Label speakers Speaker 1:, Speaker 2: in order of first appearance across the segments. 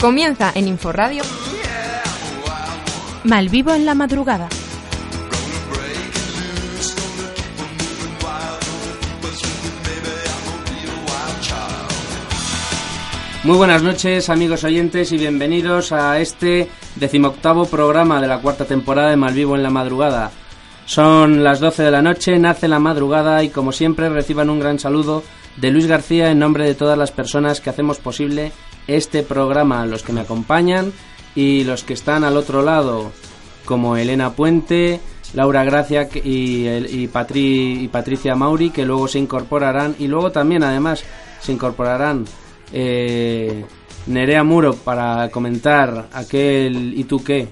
Speaker 1: Comienza en Inforradio
Speaker 2: Malvivo en la madrugada.
Speaker 3: Muy buenas noches amigos oyentes y bienvenidos a este decimoctavo programa de la cuarta temporada de Malvivo en la madrugada. Son las 12 de la noche, nace la madrugada y como siempre reciban un gran saludo de Luis García en nombre de todas las personas que hacemos posible este programa, los que me acompañan y los que están al otro lado, como Elena Puente, Laura Gracia y, y, Patri- y Patricia Mauri, que luego se incorporarán y luego también además se incorporarán eh, Nerea Muro para comentar aquel ¿Y tú qué? E,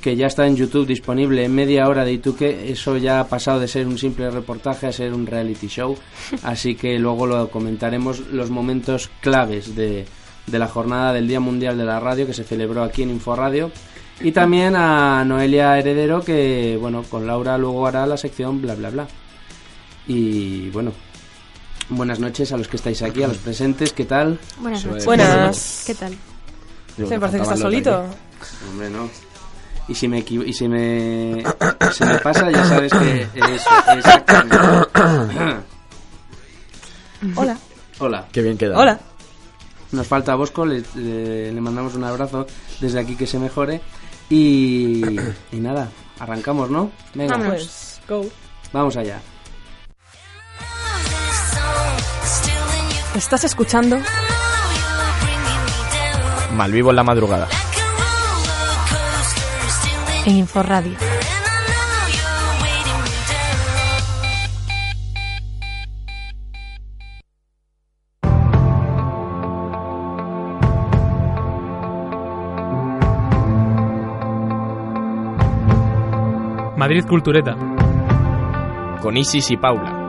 Speaker 3: que ya está en YouTube disponible media hora de Ituque, E. eso ya ha pasado de ser un simple reportaje a ser un reality show, así que luego lo comentaremos los momentos claves de, de la jornada del Día Mundial de la Radio que se celebró aquí en Inforadio y también a Noelia Heredero que, bueno, con Laura luego hará la sección bla bla bla. Y bueno, buenas noches a los que estáis aquí, a los presentes, ¿qué tal?
Speaker 2: Buenas
Speaker 4: Eso
Speaker 2: noches.
Speaker 4: es.
Speaker 5: Buenas.
Speaker 2: ¿Qué tal?
Speaker 4: Digo,
Speaker 5: Se me parece que
Speaker 4: faltaba
Speaker 5: estás
Speaker 4: Lola
Speaker 5: solito.
Speaker 4: aquí.
Speaker 3: Hombre, no. Y si me, equi- y si me, si me pasa, ya sabes que es... exactamente.
Speaker 5: Hola.
Speaker 3: Hola.
Speaker 4: Qué bien queda.
Speaker 5: Hola.
Speaker 3: Nos falta Bosco, le, le- le mandamos un abrazo desde aquí que se mejore. Y, y nada, arrancamos, ¿no? Venga,
Speaker 5: Pues, go.
Speaker 3: vamos allá.
Speaker 5: Estás escuchando
Speaker 4: Malvivo en la madrugada.
Speaker 2: En Inforradio.
Speaker 6: Madrid Cultureta.
Speaker 4: Con Isis y Paula.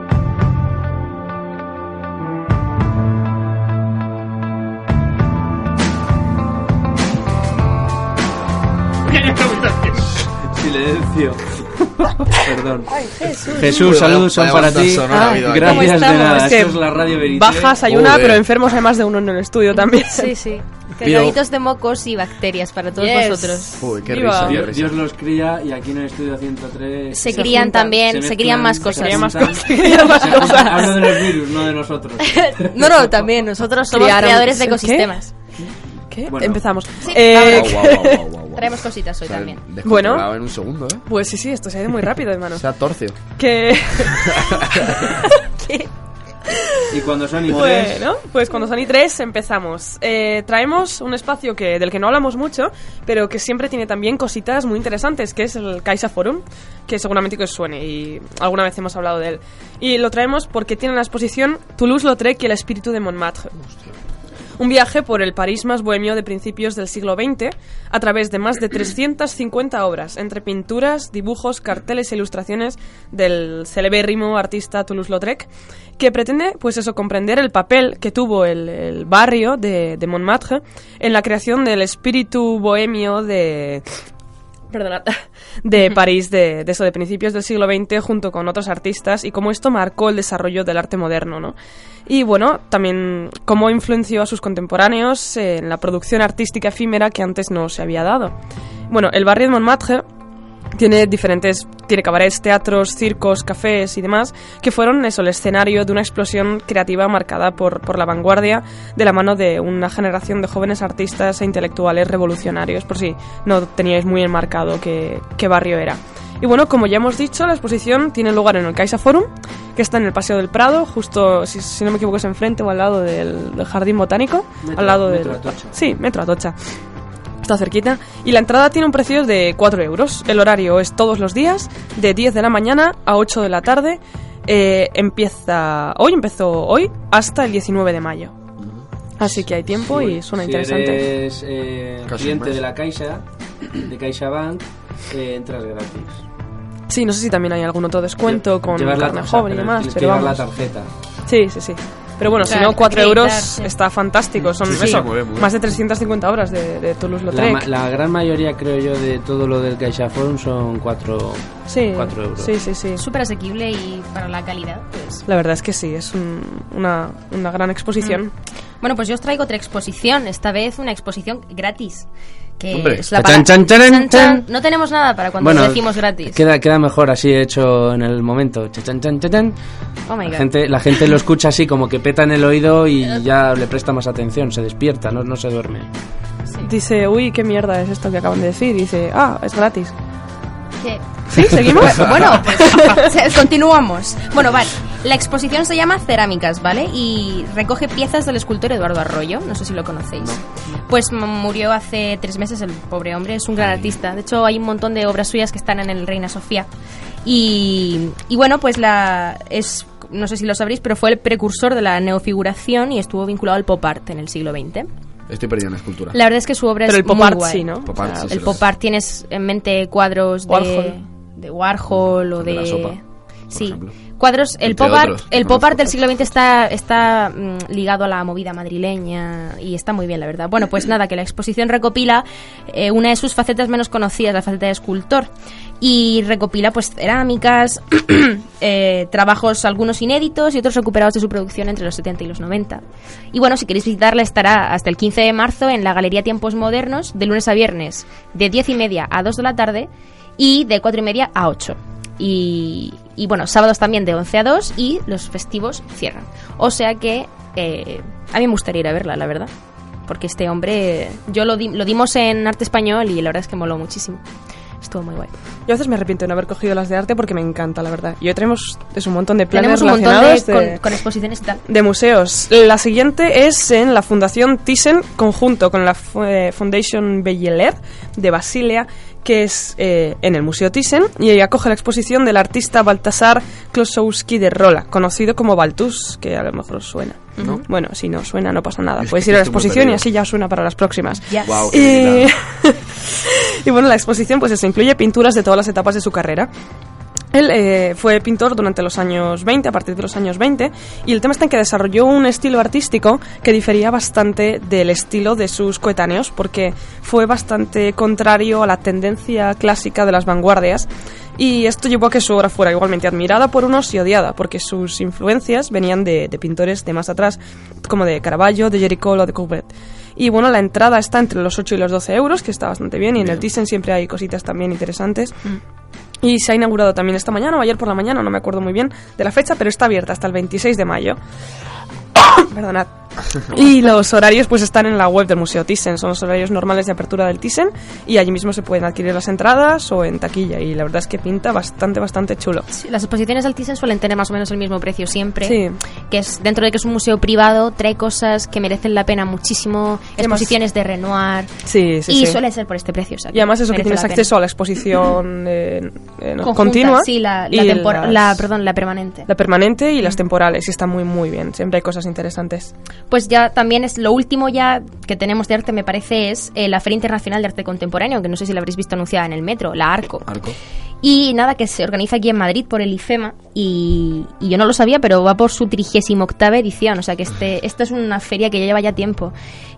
Speaker 3: Silencio. Perdón.
Speaker 5: Jesús. Ah,
Speaker 3: Jesús,
Speaker 4: Uy, vaya-
Speaker 3: saludos son
Speaker 4: vaya
Speaker 3: para
Speaker 4: bastante
Speaker 3: ti.
Speaker 4: sonora ha habido aquí.
Speaker 5: ¿Cómo
Speaker 3: Gracias de
Speaker 5: estamos?
Speaker 3: nada.
Speaker 5: Es que
Speaker 3: Esto es la radio Verité.
Speaker 5: Bajas hay una,
Speaker 4: Joder.
Speaker 5: pero enfermos hay más de uno en el estudio también.
Speaker 2: Sí, sí.
Speaker 4: Pido-
Speaker 2: Cargaditos de mocos y bacterias para todos
Speaker 5: Yes.
Speaker 2: vosotros.
Speaker 4: Uy, qué
Speaker 5: Viva.
Speaker 4: risa, qué
Speaker 3: Dios,
Speaker 4: risa.
Speaker 3: Dios los cría y aquí en el estudio 103.
Speaker 2: Se
Speaker 5: Se
Speaker 2: crían
Speaker 5: juntan,
Speaker 2: también, se,
Speaker 3: mezclan,
Speaker 2: crían más
Speaker 3: se
Speaker 2: cosas.
Speaker 5: Crían más
Speaker 3: juntan.
Speaker 5: cosas, crían más
Speaker 3: Se juntan.
Speaker 5: cosas.
Speaker 3: Hablo de los virus, no de nosotros.
Speaker 2: No, no, también nosotros somos
Speaker 5: Criaron-
Speaker 2: creadores de
Speaker 5: ¿Qué?
Speaker 2: ecosistemas.
Speaker 5: ¿Qué?
Speaker 3: Bueno.
Speaker 5: Empezamos.
Speaker 2: Sí,
Speaker 5: Eh,
Speaker 4: Guau, guau, guau, guau, guau.
Speaker 2: Traemos cositas hoy
Speaker 4: Se ha
Speaker 2: también.
Speaker 4: descontrolado
Speaker 5: Bueno.
Speaker 4: en un segundo, ¿eh?
Speaker 5: Pues sí, sí, esto se ha ido muy rápido, hermano.
Speaker 4: Se ha torcio.
Speaker 5: Que.
Speaker 3: Y cuando son y tres,
Speaker 5: Bueno, pues cuando son y tres empezamos. Eh, traemos un espacio que, del que no hablamos mucho, pero que siempre tiene también cositas muy interesantes, que es el Caixa Forum, que seguramente que os suene y alguna vez hemos hablado de él. Y lo traemos porque tiene en la exposición Toulouse-Lautrec y el espíritu de Montmartre. Un viaje por el París más bohemio de principios del siglo XX a través de más de 350 obras, entre pinturas, dibujos, carteles e ilustraciones del celebérrimo artista Toulouse-Lautrec, que pretende, pues eso, comprender el papel que tuvo el, el barrio de, de Montmartre en la creación del espíritu bohemio de, perdonad, de París de, de eso, de principios del siglo XX, junto con otros artistas, y cómo esto marcó el desarrollo del arte moderno, ¿no? Y bueno, también cómo influenció a sus contemporáneos en la producción artística efímera que antes no se había dado. Bueno, el barrio de Montmartre tiene diferentes, tiene cabarets, teatros, circos, cafés y demás, que fueron eso, el escenario de una explosión creativa marcada por, por la vanguardia de la mano de una generación de jóvenes artistas e intelectuales revolucionarios, por si no teníais muy enmarcado qué, qué barrio era. Y bueno, como ya hemos dicho, la exposición tiene lugar en el Caixa Forum, que está en el Paseo del Prado, justo, si, si no me equivoco, es enfrente o al lado del, del Jardín Botánico,
Speaker 3: Metro-
Speaker 5: al lado
Speaker 3: Metro
Speaker 5: del...
Speaker 3: Atocha.
Speaker 5: Sí, Metro Atocha. Está cerquita. Y la entrada tiene un precio de 4 euros. El horario es todos los días, de 10 de la mañana a 8 de la tarde. Eh, empieza hoy, empezó hoy, hasta el 19 de mayo. Así que hay tiempo y suena
Speaker 3: si
Speaker 5: interesante.
Speaker 3: eres eh,
Speaker 4: Casi
Speaker 3: cliente
Speaker 4: más.
Speaker 3: de la Caixa, de CaixaBank, eh, entras gratis.
Speaker 5: Sí, no sé si también hay algún otro descuento con
Speaker 3: Llevas la
Speaker 5: carne
Speaker 3: tarjeta,
Speaker 5: joven y
Speaker 3: pero
Speaker 5: demás,
Speaker 3: tienes que
Speaker 5: pero
Speaker 3: llevar
Speaker 5: vamos.
Speaker 3: la tarjeta.
Speaker 5: Sí, sí, sí. Pero bueno, si
Speaker 2: Claro,
Speaker 5: no, 4 euros eh,
Speaker 2: acreditarse.
Speaker 5: está fantástico. Son
Speaker 4: Sí, sí,
Speaker 5: eso,
Speaker 4: muy bien, muy bien.
Speaker 5: más de 350 horas de, de
Speaker 3: La,
Speaker 5: Toulouse-Lautrec.
Speaker 3: ma- la gran mayoría, creo yo, de todo lo del CaixaForum son 4
Speaker 5: sí,
Speaker 3: cuatro euros.
Speaker 5: sí, sí, sí.
Speaker 2: Súper asequible y para la calidad, pues.
Speaker 5: La verdad es que sí, es un- una, una gran exposición.
Speaker 2: Bueno, pues yo os traigo otra exposición, esta vez una exposición gratis. Que
Speaker 4: Hombre.
Speaker 2: es la
Speaker 3: Chan,
Speaker 2: para-
Speaker 3: chan, charan, chan.
Speaker 2: No tenemos nada para cuando decimos gratis.
Speaker 3: Queda, queda mejor así hecho en el momento. Cha, chan, chan, chan, chan.
Speaker 2: Oh my
Speaker 3: La
Speaker 2: God.
Speaker 3: gente, la gente lo escucha así, como que peta en el oído y ya le presta más atención, se despierta, no, no se duerme.
Speaker 5: Dice, uy, qué mierda es esto que acaban de decir. Y dice, ah, es gratis.
Speaker 2: Que-
Speaker 5: ¿Sí? ¿Seguimos?
Speaker 2: Bueno, pues se- continuamos. Bueno, vale. La exposición se llama Cerámicas, ¿vale? Y recoge piezas del escultor Eduardo Arroyo. No sé si lo conocéis. Pues m- murió hace tres meses el pobre hombre. Es un gran artista. De hecho, hay un montón de obras suyas que están en el Reina Sofía. Y, y bueno, pues la es no sé si lo sabréis, pero fue el precursor de la neofiguración y estuvo vinculado al pop art en el siglo XX.
Speaker 1: Estoy perdido en la escultura.
Speaker 2: La verdad es que su obra
Speaker 5: Pero
Speaker 2: es
Speaker 5: el pop
Speaker 2: muy
Speaker 5: art
Speaker 2: guay.
Speaker 5: sí, ¿no?
Speaker 1: Pop art, sí,
Speaker 2: El
Speaker 1: sí,
Speaker 2: pop
Speaker 1: sí.
Speaker 2: art tienes en mente cuadros de,
Speaker 5: Warhol.
Speaker 2: de Warhol o de...
Speaker 1: De la sopa, por
Speaker 2: sí,
Speaker 1: ejemplo.
Speaker 2: cuadros... El
Speaker 1: Entre
Speaker 2: pop, art,
Speaker 1: otros,
Speaker 2: el
Speaker 1: ¿no?
Speaker 2: pop art del siglo XX está, está mm, ligado a la movida madrileña y está muy bien, la verdad. Bueno, pues nada, que la exposición recopila eh, una de sus facetas menos conocidas, la faceta de escultor. Y recopila pues cerámicas, eh, trabajos algunos inéditos y otros recuperados de su producción entre los 70 y los 90. Y bueno, si queréis visitarla estará hasta el 15 de marzo en la Galería Tiempos Modernos de lunes a viernes de 10 y media a 2 de la tarde y de 4 y media a 8. Y, y bueno, sábados también de 11 a 2 y los festivos cierran. O sea que eh, a mí me gustaría ir a verla, la verdad. Porque este hombre, yo lo, di- lo dimos en arte español y la verdad es que moló muchísimo. Estuvo muy guay.
Speaker 5: Yo a veces me arrepiento de no haber cogido las de arte porque me encanta, la verdad. Y hoy tenemos es un montón de planes
Speaker 2: Tenemos un montón de,
Speaker 5: relacionados de-
Speaker 2: Con, con exposiciones y tal.
Speaker 5: de museos. La siguiente es en la Fundación Thyssen, conjunto con la fu- eh, Foundation Belleler de Basilea, que es eh, en el Museo Thyssen, y ella acoge la exposición del artista Baltasar Klosowski de Rola, conocido como Baltus, que a lo mejor os suena.
Speaker 1: No.
Speaker 5: Bueno, si no suena, no pasa nada.
Speaker 1: Es
Speaker 5: Puedes
Speaker 1: que
Speaker 5: ir a la
Speaker 1: estoy muy
Speaker 5: exposición y
Speaker 1: perdido.
Speaker 5: así ya os suena para las próximas.
Speaker 2: Yes.
Speaker 1: Guau,
Speaker 5: Y,
Speaker 1: qué
Speaker 5: y bueno, la exposición pues eso, incluye pinturas de todas las etapas de su carrera. Él eh, fue pintor durante los años 20, a partir de los años 20, y el tema está en que desarrolló un estilo artístico que difería bastante del estilo de sus coetáneos, porque fue bastante contrario a la tendencia clásica de las vanguardias, y esto llevó a que su obra fuera igualmente admirada por unos y odiada, porque sus influencias venían de, de pintores de más atrás, como de Caravaggio, de Jericó o de Courbet. Y bueno, la entrada está entre los 8 y los 12 euros, que está bastante bien, y en el Thyssen siempre hay cositas también interesantes.
Speaker 2: Mm.
Speaker 5: Y se ha inaugurado también esta mañana o ayer por la mañana, no me acuerdo muy bien de la fecha, pero está abierta hasta el 26 de mayo. Perdonad. Y los horarios pues están en la web del Museo Thyssen, son los horarios normales de apertura del Thyssen y allí mismo se pueden adquirir las entradas o en taquilla y la verdad es que pinta bastante, bastante chulo.
Speaker 2: Sí, las exposiciones del Thyssen suelen tener más o menos el mismo precio siempre.
Speaker 5: Sí.
Speaker 2: Que es dentro de que es un museo privado, trae cosas que merecen la pena muchísimo,
Speaker 5: además-
Speaker 2: exposiciones de Renoir.
Speaker 5: Sí, sí, sí.
Speaker 2: y suele ser por este precio. o sea
Speaker 5: Y además eso que
Speaker 2: merece
Speaker 5: tienes
Speaker 2: la pena.
Speaker 5: acceso a la exposición eh, eh, no,
Speaker 2: Conjunta,
Speaker 5: continua.
Speaker 2: Sí, la, la,
Speaker 5: y
Speaker 2: tempor-
Speaker 5: las-
Speaker 2: la- perdón, la permanente.
Speaker 5: la permanente y las temporales y está muy muy bien, siempre hay cosas interesantes.
Speaker 2: Pues ya también es lo último ya que tenemos de arte, me parece, es eh, la Feria Internacional de Arte Contemporáneo, que no sé si la habréis visto anunciada en el metro, la ARCO.
Speaker 1: Arco.
Speaker 2: Y nada, que se organiza aquí en Madrid por el IFEMA. Y, y yo no lo sabía, pero va por su 38 edición. O sea que este, esta es una feria que ya lleva ya tiempo.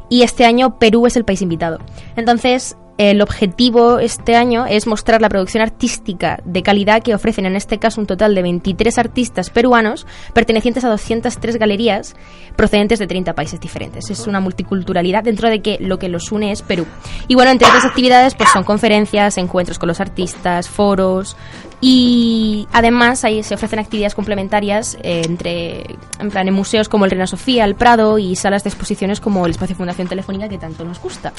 Speaker 2: Y este año Perú es el país invitado. Entonces, el objetivo este año es mostrar la producción artística de calidad que ofrecen en este caso un total de 23 artistas peruanos pertenecientes a 203 galerías procedentes de 30 países diferentes. Es una multiculturalidad dentro de que lo que los une es Perú. Y bueno, entre otras actividades pues son conferencias, encuentros con los artistas, foros y además ahí se ofrecen actividades complementarias eh, entre en plan en museos como el Reina Sofía, el Prado y salas de exposiciones como el Espacio Fundación Telefónica que tanto nos gusta.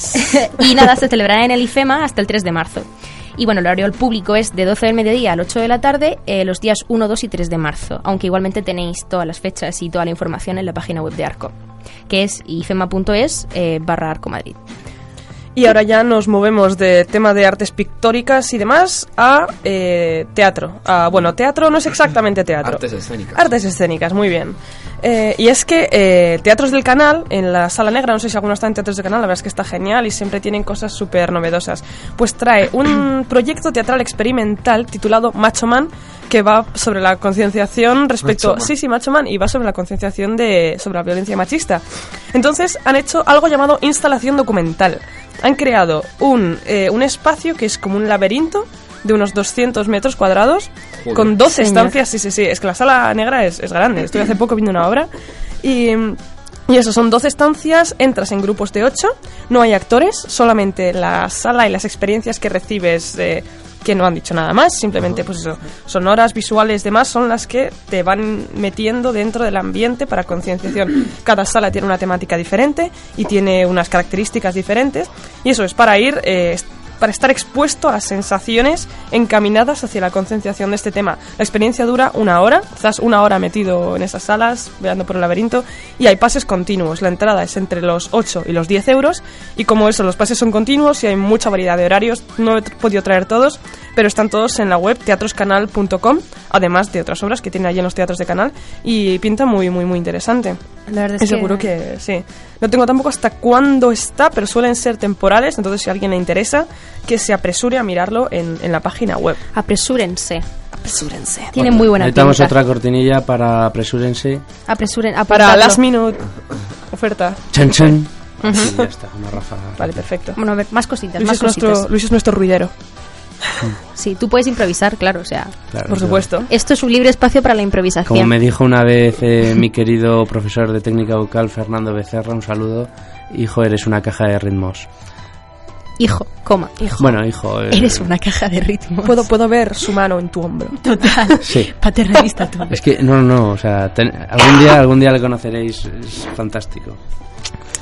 Speaker 2: y nada, se celebrará en el IFEMA hasta el 3 de marzo. Y bueno, el horario al público es de 12 del mediodía al 8 de la tarde, eh, los días 1, 2 y 3 de marzo, aunque igualmente tenéis todas las fechas y toda la información en la página web de Arco, que es ifema.es eh, barra Arco Madrid.
Speaker 5: Y ahora ya nos movemos de tema de artes pictóricas y demás a eh, teatro. A, bueno, teatro no es exactamente teatro.
Speaker 1: Artes escénicas.
Speaker 5: Artes escénicas, muy bien. Eh, y es que eh, Teatros del Canal, en la Sala Negra, no sé si alguno está en Teatros del Canal, la verdad es que está genial y siempre tienen cosas súper novedosas. Pues trae un proyecto teatral experimental titulado Macho Man, que va sobre la concienciación respecto...
Speaker 1: Macho Man.
Speaker 5: Sí, sí, Macho Man, y va sobre la concienciación de, sobre la violencia machista. Entonces han hecho algo llamado instalación documental. Han creado un, eh, un espacio que es como un laberinto de unos 200 metros cuadrados,
Speaker 1: Joder.
Speaker 5: con 12
Speaker 2: Señor.
Speaker 5: estancias Sí, sí, sí. Es que la sala negra es, es grande. Estuve hace poco viendo una obra y mm, Y eso, son 12 estancias, entras en grupos de 8, no hay actores, solamente la sala y las experiencias que recibes eh, que no han dicho nada más, simplemente pues eso, sonoras, visuales, demás, son las que te van metiendo dentro del ambiente para concienciación. Cada sala tiene una temática diferente y tiene unas características diferentes y eso es para ir... eh, est- para estar expuesto a las sensaciones encaminadas hacia la concienciación de este tema. La experiencia dura una hora, quizás una hora metido en esas salas, velando por el laberinto, y hay pases continuos. La entrada es entre los 8 y los 10 euros, y como eso, los pases son continuos y hay mucha variedad de horarios, no he tr- podido traer todos, pero están todos en la web teatroscanal.com, además de otras obras que tiene allí en los teatros de canal, y pinta muy, muy, muy interesante.
Speaker 2: La verdad es
Speaker 5: Y seguro que sí. No tengo tampoco hasta cuándo está, pero suelen ser temporales, entonces si a alguien le interesa, que se apresure a mirarlo en, en la página web.
Speaker 2: Apresúrense. Apresúrense. Tiene muy buena
Speaker 3: Necesitamos
Speaker 2: pinta.
Speaker 3: otra cortinilla para apresúrense.
Speaker 2: Apresuren,
Speaker 5: Para
Speaker 2: apuntadlo.
Speaker 5: Last Minute Oferta.
Speaker 3: Chan, chan. Y ya está, una ráfaga.
Speaker 5: Vale, perfecto.
Speaker 2: Bueno, a ver, más cositas,
Speaker 5: Luis
Speaker 2: más
Speaker 5: es, nuestro,
Speaker 2: cositas.
Speaker 5: Luis es nuestro ruidero,
Speaker 2: Sí, tú puedes improvisar, claro, o sea...
Speaker 3: Claro,
Speaker 5: por
Speaker 3: yo-
Speaker 5: supuesto.
Speaker 2: Esto es un libre espacio para la improvisación.
Speaker 3: Como me dijo una vez eh, mi querido profesor de técnica vocal Fernando Becerra, un saludo. Hijo, eres una caja de ritmos.
Speaker 2: Hijo, coma, hijo.
Speaker 3: Bueno, hijo. eh,
Speaker 2: Eres una caja de ritmos.
Speaker 5: Puedo, puedo ver su mano en tu hombro.
Speaker 2: Total.
Speaker 3: Sí.
Speaker 2: Paternalista tú.
Speaker 3: Es que no, no, o sea, ten- algún día, algún día le conoceréis, es fantástico.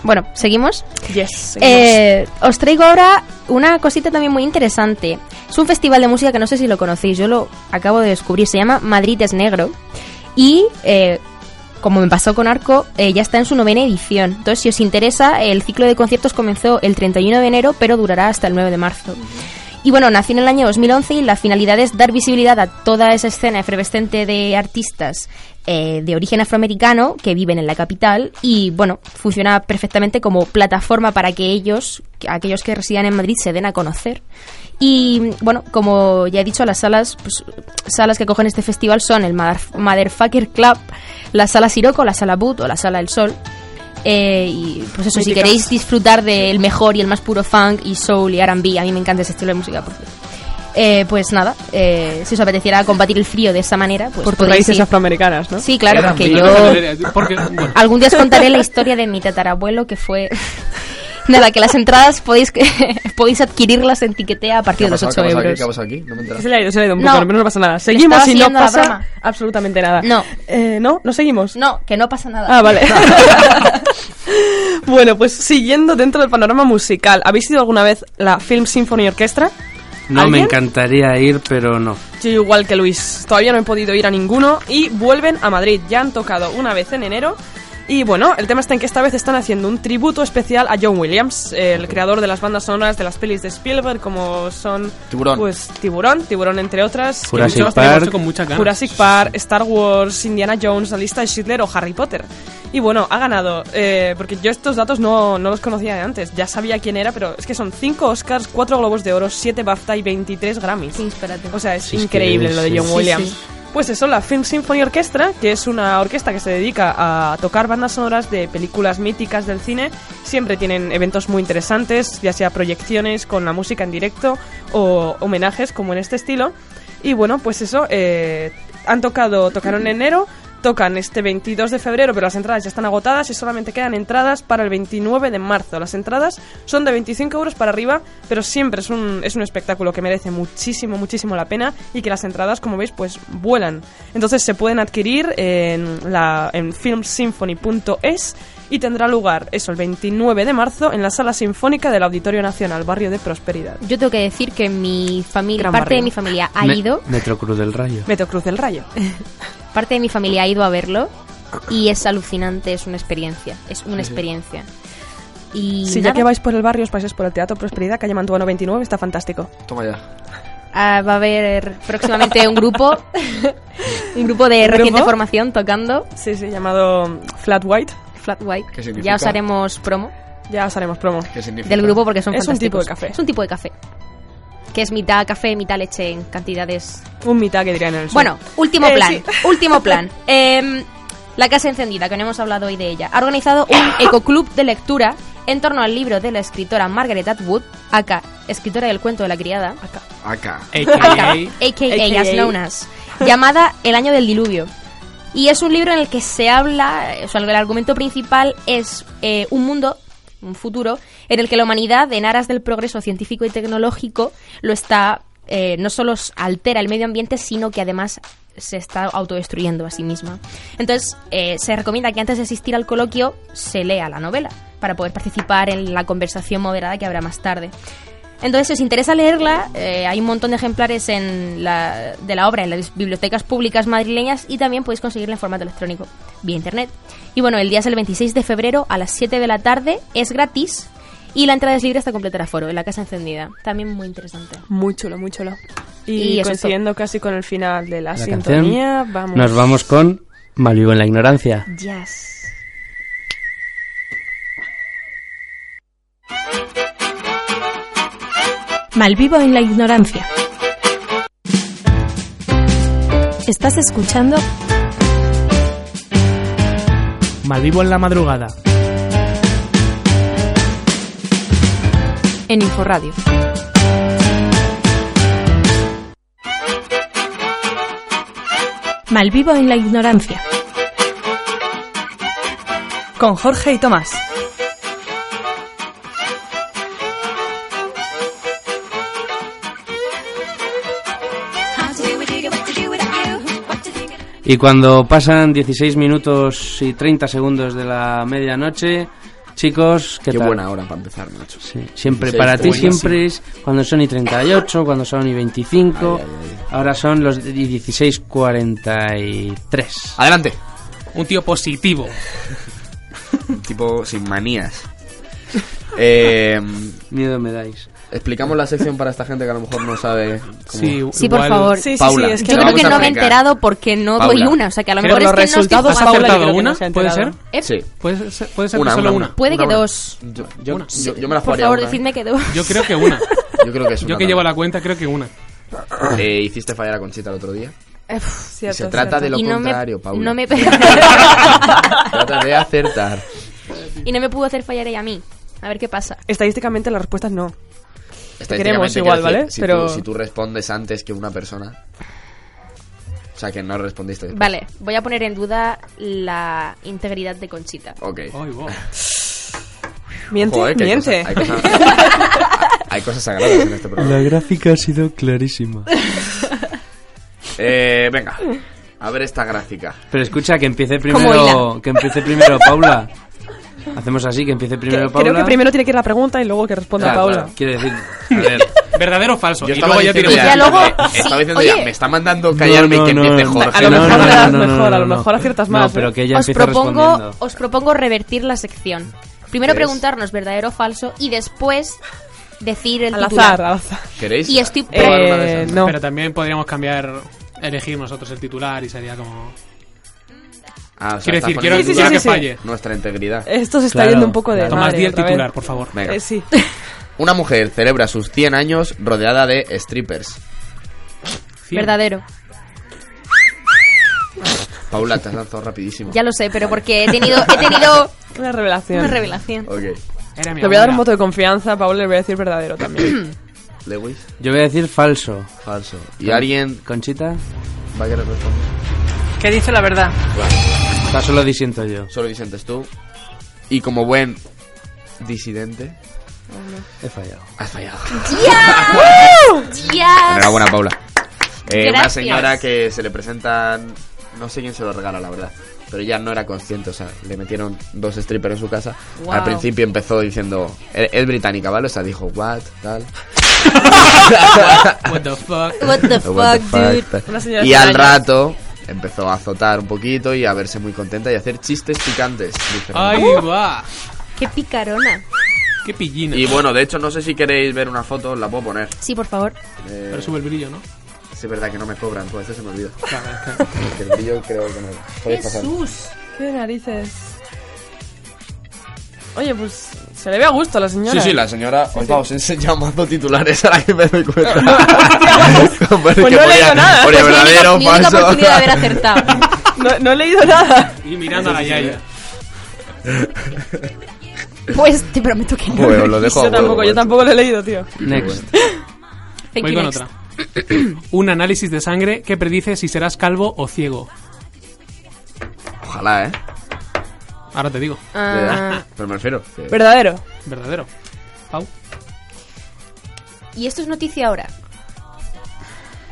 Speaker 2: Bueno, ¿seguimos?
Speaker 5: Yes. seguimos.
Speaker 2: Eh, os traigo ahora una cosita también muy interesante. Es un festival de música que no sé si lo conocéis, yo lo acabo de descubrir. Se llama Madrid es Negro. Y, eh, como me pasó con Arco, eh, ya está en su novena edición. Entonces, si os interesa, el ciclo de conciertos comenzó el 31 de enero, pero durará hasta el 9 de marzo. Y bueno, nació en el año 2011 y la finalidad es dar visibilidad a toda esa escena efervescente de artistas eh, de origen afroamericano que viven en la capital y bueno, funciona perfectamente como plataforma para que ellos, que aquellos que residan en Madrid, se den a conocer. Y bueno, como ya he dicho, las salas, pues, salas que cogen este festival son el Motherf- Motherfucker Club, la sala Siroco, la sala Boot o la sala El Sol. Eh, y pues eso, si
Speaker 5: Míticas.
Speaker 2: queréis disfrutar del mejor y el más puro funk y soul y RB, a mí me encanta ese estilo de música, por cierto. Eh, pues nada, eh, si os apeteciera combatir el frío de esa manera, pues
Speaker 5: por tus
Speaker 2: podéis
Speaker 5: raíces
Speaker 2: ir.
Speaker 5: afroamericanas, ¿no?
Speaker 2: Sí, claro, porque yo
Speaker 6: Porque, bueno,
Speaker 2: algún día os contaré la historia de mi tatarabuelo que fue... Nada, que las entradas podéis, podéis adquirirlas en tiquetea a
Speaker 1: ¿Qué
Speaker 2: partir
Speaker 1: ha
Speaker 2: de los
Speaker 1: pasado?
Speaker 2: 8
Speaker 1: ¿Qué ha pasado aquí?
Speaker 2: euros.
Speaker 1: ¿Qué ha pasado aquí? No me he enterado.
Speaker 5: Se le ha ido, se le ha ido un
Speaker 2: No.
Speaker 5: poco, pero no pasa nada.
Speaker 2: Le
Speaker 5: Seguimos
Speaker 2: estaba
Speaker 5: y no
Speaker 2: haciendo la
Speaker 5: pasa
Speaker 2: broma.
Speaker 5: absolutamente nada.
Speaker 2: No.
Speaker 5: Eh, ¿No? ¿No seguimos?
Speaker 2: No, que no pasa nada.
Speaker 5: Ah, vale. bueno, pues siguiendo dentro del panorama musical, ¿habéis ido alguna vez la Film Symphony Orchestra?
Speaker 3: No, me
Speaker 5: ¿Alguien?
Speaker 3: encantaría ir, pero no.
Speaker 5: Yo igual que Luis, todavía no he podido ir a ninguno y vuelven a Madrid. Ya han tocado una vez en enero. Y bueno, el tema está en que esta vez están haciendo un tributo especial a John Williams, el creador de las bandas sonoras de las pelis de Spielberg, como son
Speaker 1: Tiburón.
Speaker 5: pues Tiburón, Tiburón entre otras,
Speaker 3: Jurassic
Speaker 5: que muchos-
Speaker 3: Park.
Speaker 6: hecho con mucha ganas.
Speaker 5: Jurassic Park, Star Wars, Indiana Jones, la lista de Schindler o Harry Potter. Y bueno, ha ganado, eh, porque yo estos datos no, no los conocía de antes, ya sabía quién era, pero es que son 5 Oscars, 4 Globos de Oro, 7 BAFTA y 23 Grammys.
Speaker 2: Sí, espérate.
Speaker 5: O sea, es
Speaker 3: Sí, es que
Speaker 5: increíble lo
Speaker 3: sí.
Speaker 5: de John
Speaker 2: Sí,
Speaker 5: Williams.
Speaker 2: sí.
Speaker 5: Pues eso, la Film Symphony Orchestra, que es una orquesta que se dedica a tocar bandas sonoras de películas míticas del cine, siempre tienen eventos muy interesantes, ya sea proyecciones con la música en directo o homenajes como en este estilo. Y bueno, pues eso, eh, han tocado, tocaron en enero, tocan este 22 de febrero, pero las entradas ya están agotadas y solamente quedan entradas para el 29 de marzo. Las entradas son de 25 euros para arriba, pero siempre es un, es un espectáculo que merece muchísimo, muchísimo la pena y que las entradas, como veis, pues vuelan. Entonces se pueden adquirir en, la, en filmsymphony.es y tendrá lugar, eso, el 29 de marzo en la Sala Sinfónica del Auditorio Nacional, Barrio de Prosperidad.
Speaker 2: Yo tengo que decir que mi familia,
Speaker 5: Gran
Speaker 2: parte de
Speaker 5: barrio.
Speaker 2: mi familia ha
Speaker 3: Me-
Speaker 2: ido,
Speaker 3: Metro Cruz del Rayo.
Speaker 5: Meto Cruz del Rayo.
Speaker 2: parte de mi familia ha ido a verlo y es alucinante, es una experiencia, es una experiencia. Y
Speaker 5: Si ya
Speaker 2: nada,
Speaker 5: que vais por el barrio, os pasáis por el Teatro Prosperidad, calle Mantua 99, está fantástico.
Speaker 1: Toma ya.
Speaker 2: ah, va a haber próximamente un grupo, un grupo de
Speaker 5: ¿Un
Speaker 2: reciente
Speaker 5: grupo?
Speaker 2: formación tocando
Speaker 5: Sí, sí, llamado Flat White.
Speaker 2: Flat
Speaker 1: ¿Qué
Speaker 2: White.
Speaker 1: significa?
Speaker 2: Ya os haremos promo
Speaker 5: Ya os haremos promo.
Speaker 1: ¿Qué significa?
Speaker 2: del grupo porque son
Speaker 5: Es un tipo
Speaker 2: fantásticos.
Speaker 5: de café.
Speaker 2: Es un tipo de café. Que es mitad café, mitad leche en cantidades
Speaker 5: Un mitad que dirían en el sur.
Speaker 2: Bueno, último
Speaker 5: Eh,
Speaker 2: plan.
Speaker 5: sí.
Speaker 2: Último plan. Em, la Casa Encendida, que no hemos hablado hoy de ella, ha organizado un ecoclub de lectura en torno al libro de la escritora Margaret Atwood, acá, escritora del cuento de la criada,
Speaker 1: Acá.
Speaker 6: AKA,
Speaker 2: aka,
Speaker 5: AKA.
Speaker 2: as known as, llamada El año del diluvio. Y es un libro en el que se habla, o sea, el argumento principal es eh, un mundo, un futuro, en el que la humanidad, en aras del progreso científico y tecnológico, lo está, eh, no solo altera el medio ambiente, sino que además se está autodestruyendo a sí misma. Entonces, eh, se recomienda que antes de asistir al coloquio se lea la novela para poder participar en la conversación moderada que habrá más tarde. Entonces, si os interesa leerla, eh, hay un montón de ejemplares en la- de la obra en las bibliotecas públicas madrileñas y también podéis conseguirla en formato electrónico, vía internet. Y bueno, el día es el 26 de febrero a las 7 de la tarde, es gratis y la entrada es libre hasta completar aforo en la Casa Encendida. También muy interesante.
Speaker 5: Muy chulo, muy chulo.
Speaker 2: Y
Speaker 5: Y,
Speaker 2: eso es
Speaker 5: coincidiendo casi con el final de la,
Speaker 3: La
Speaker 5: sintonía,
Speaker 3: canción.
Speaker 5: vamos.
Speaker 3: Nos vamos con Malvivo en la ignorancia.
Speaker 2: Yes.
Speaker 1: Malvivo en la ignorancia. Estás escuchando
Speaker 6: Malvivo en la madrugada.
Speaker 1: en Inforadio. Malvivo en la ignorancia.
Speaker 5: Con Jorge y Tomás.
Speaker 3: Y cuando pasan 16 minutos y 30 segundos de la medianoche, chicos, ¿qué
Speaker 7: Qué
Speaker 3: tal?
Speaker 7: buena hora para empezar, macho.
Speaker 3: Sí, siempre
Speaker 7: 16,
Speaker 3: para ti
Speaker 7: buenísimo.
Speaker 3: siempre es cuando son y 38, cuando son y 25,
Speaker 7: Ay, ay,
Speaker 3: ahora son los de- y 16:43.
Speaker 7: Adelante.
Speaker 6: Un tío positivo.
Speaker 7: Un tipo sin manías. Eh,
Speaker 3: Miedo me dais.
Speaker 7: explicamos la sección para esta gente que a lo mejor no sabe. cómo-
Speaker 2: Sí, por favor.
Speaker 5: Sí,
Speaker 7: Paula.
Speaker 5: sí, sí, es que
Speaker 2: Yo
Speaker 7: la
Speaker 2: creo
Speaker 7: vamos
Speaker 2: que
Speaker 7: a
Speaker 2: no me he
Speaker 7: aplicar.
Speaker 2: enterado porque no
Speaker 7: Paula.
Speaker 2: doy una. O sea, que a lo
Speaker 6: Pero
Speaker 2: mejor es
Speaker 6: los
Speaker 2: que no estoy
Speaker 6: resultados
Speaker 2: jugando.
Speaker 5: Paula, yo
Speaker 6: acertado
Speaker 5: creo que
Speaker 6: una,
Speaker 5: no se ha
Speaker 6: ¿puede
Speaker 5: enterado.
Speaker 6: ser?
Speaker 2: ¿Eh?
Speaker 7: Sí.
Speaker 6: Puede ser, puede ser
Speaker 7: Una,
Speaker 6: que solo
Speaker 7: una,
Speaker 6: una.
Speaker 7: una.
Speaker 2: Puede que
Speaker 7: buena.
Speaker 2: dos.
Speaker 7: Yo, yo-
Speaker 6: Una.
Speaker 7: yo- yo me la
Speaker 2: Por
Speaker 7: jugaría
Speaker 2: favor,
Speaker 7: una,
Speaker 2: decidme que dos.
Speaker 6: Yo creo que una.
Speaker 7: ¿eh? Yo creo que es
Speaker 6: Yo
Speaker 7: una
Speaker 6: que llevo
Speaker 7: también.
Speaker 6: la cuenta creo que una.
Speaker 7: Eh, hiciste fallar a Conchita el otro día.
Speaker 5: Eh, Cierto,
Speaker 7: se trata de
Speaker 5: cierto.
Speaker 7: lo
Speaker 2: Y no me-
Speaker 7: contrario, Paula.
Speaker 2: No me
Speaker 7: Trata de acertar.
Speaker 2: y no me pudo hacer fallar ella a mí. A ver qué pasa.
Speaker 5: Estadísticamente las respuestas no.
Speaker 7: Estadísticamente,
Speaker 5: queremos igual,
Speaker 7: quiero decir,
Speaker 5: ¿vale?
Speaker 7: Si,
Speaker 5: Pero-
Speaker 7: tú, si tú respondes antes que una persona. O sea, que no respondiste. después.
Speaker 2: Vale, voy a poner en duda la integridad de Conchita.
Speaker 7: Ok.
Speaker 6: Ay, wow.
Speaker 5: Miente,
Speaker 7: Joder, que hay
Speaker 5: miente.
Speaker 7: cosas- hay, cosas, hay cosas sagradas en este programa.
Speaker 3: gráfica ha sido clarísima.
Speaker 7: Eh, venga. A ver esta gráfica.
Speaker 3: Pero escucha, que empiece
Speaker 2: Como
Speaker 3: primero, que empiece primero Paula. Hacemos así, que empiece
Speaker 5: Que-
Speaker 3: primero Paula.
Speaker 5: creo que primero tiene que ir la pregunta y luego que responda
Speaker 7: Claro,
Speaker 5: Paula.
Speaker 7: claro. Quiero decir, a ver.
Speaker 6: ¿Verdadero o falso?
Speaker 7: Yo
Speaker 6: y
Speaker 7: estaba
Speaker 6: luego ya
Speaker 7: diciendo
Speaker 2: Y
Speaker 6: tiramos.
Speaker 2: ya luego-
Speaker 7: eh, estaba
Speaker 2: sí,
Speaker 7: diciendo
Speaker 2: oye.
Speaker 7: ya, me está mandando callarme y que
Speaker 3: No, no,
Speaker 7: empiece
Speaker 3: no,
Speaker 7: Jorge.
Speaker 5: A lo
Speaker 7: No,
Speaker 5: mejor
Speaker 7: no,
Speaker 5: le
Speaker 7: no,
Speaker 5: das
Speaker 7: no, no.
Speaker 5: mejor, a lo mejor aciertas más,
Speaker 3: No, pero
Speaker 5: ¿eh?
Speaker 3: que ella
Speaker 2: os,
Speaker 3: empiece
Speaker 2: propongo,
Speaker 3: respondiendo.
Speaker 2: os propongo revertir la sección. Primero
Speaker 7: ¿Quieres?
Speaker 2: preguntarnos verdadero o falso y después decir el
Speaker 5: Al
Speaker 2: titular.
Speaker 5: azar, al azar.
Speaker 7: ¿Queréis?
Speaker 2: Y estoy-
Speaker 7: probar una de
Speaker 5: Eh,
Speaker 7: esas?
Speaker 5: no.
Speaker 6: Pero también podríamos cambiar, elegir nosotros el titular y sería como...
Speaker 7: Ah, o sea,
Speaker 6: Quiero
Speaker 7: está
Speaker 6: decir,
Speaker 7: poniendo
Speaker 6: quiero,
Speaker 7: en
Speaker 5: Sí, sí,
Speaker 7: duda
Speaker 6: quiero
Speaker 5: sí,
Speaker 6: que
Speaker 5: sí.
Speaker 6: falle.
Speaker 7: Nuestra integridad.
Speaker 5: Esto se está
Speaker 3: Claro,
Speaker 5: yendo un poco de
Speaker 3: claro.
Speaker 6: Tomás,
Speaker 5: madre
Speaker 6: di el
Speaker 5: otra vez.
Speaker 6: titular, por favor.
Speaker 7: Venga.
Speaker 5: Eh, sí.
Speaker 7: Una mujer celebra sus 100 años rodeada de strippers.
Speaker 6: Cien.
Speaker 2: Verdadero.
Speaker 7: Paula, te has lanzado rapidísimo.
Speaker 2: Ya lo sé, pero porque he tenido, he tenido
Speaker 5: Una revelación.
Speaker 2: una revelación.
Speaker 7: Ok.
Speaker 6: Era mi
Speaker 5: Le voy a dar un
Speaker 6: abuela.
Speaker 5: voto de confianza, a Paula le voy a decir verdadero también.
Speaker 7: Lewis,
Speaker 3: Yo voy a decir falso.
Speaker 7: falso. ¿Y alguien
Speaker 3: Conchita,
Speaker 7: va a querer responder?
Speaker 8: ¿Qué dice la verdad?
Speaker 3: está solo disiento yo.
Speaker 7: Solo disentes tú. Y como buen disidente,
Speaker 3: He fallado.
Speaker 7: has fallado.
Speaker 2: Ya.
Speaker 7: Enhorabuena, Paula. Eh, una
Speaker 2: Gracias.
Speaker 7: señora que se le presentan. No sé quién se lo regala, la verdad. Pero ella no era consciente, o sea, le metieron dos strippers en su casa.
Speaker 2: Wow.
Speaker 7: Al principio empezó diciendo. Es, es británica, ¿vale? O sea, dijo, what, tal.
Speaker 6: What the fuck.
Speaker 2: What the fuck,
Speaker 7: what the fuck,
Speaker 2: dude.
Speaker 7: tal.
Speaker 5: Una señora
Speaker 7: Y
Speaker 5: de
Speaker 7: al
Speaker 5: años.
Speaker 7: rato empezó a azotar un poquito y a verse muy contenta y a hacer chistes picantes. dice.
Speaker 6: Ay, va.
Speaker 2: Qué picarona.
Speaker 6: Qué pillina.
Speaker 7: Y bueno, de hecho, no sé si queréis ver una foto, os la puedo poner.
Speaker 2: Sí, por favor.
Speaker 7: Eh,
Speaker 6: Pero sube el brillo, ¿no?
Speaker 7: sí, es verdad que no me cobran, pues esto se me olvida.
Speaker 6: Claro, es que-
Speaker 7: Que el brillo creo que no. Podéis pasar.
Speaker 5: Qué narices. Oye, pues se le ve a gusto a la señora.
Speaker 7: Sí, sí, la señora os va, os enseña más dos titulares a la que me doy cuenta. pues
Speaker 5: no he leído nada.
Speaker 7: Ponía
Speaker 2: Es mi única-
Speaker 7: verdadero,
Speaker 2: mi única
Speaker 7: falso.
Speaker 2: oportunidad de haber acertado.
Speaker 5: No, no he leído nada.
Speaker 6: Y mirando a la yaya.
Speaker 2: Pues te prometo que no.
Speaker 7: Bueno, lo dejo. a
Speaker 5: yo
Speaker 7: huevo,
Speaker 5: tampoco, yo
Speaker 7: pues.
Speaker 5: tampoco lo he leído, tío.
Speaker 3: Next.
Speaker 2: Thank
Speaker 6: Voy
Speaker 2: you,
Speaker 6: con
Speaker 2: next.
Speaker 6: otra. Un análisis de sangre que predice si serás calvo o ciego.
Speaker 7: Ojalá, ¿eh?
Speaker 4: Ahora te digo,
Speaker 2: Ah,
Speaker 7: Pero me refiero. que-
Speaker 5: ¿Verdadero?
Speaker 4: verdadero. Pau.
Speaker 2: y esto es noticia ahora.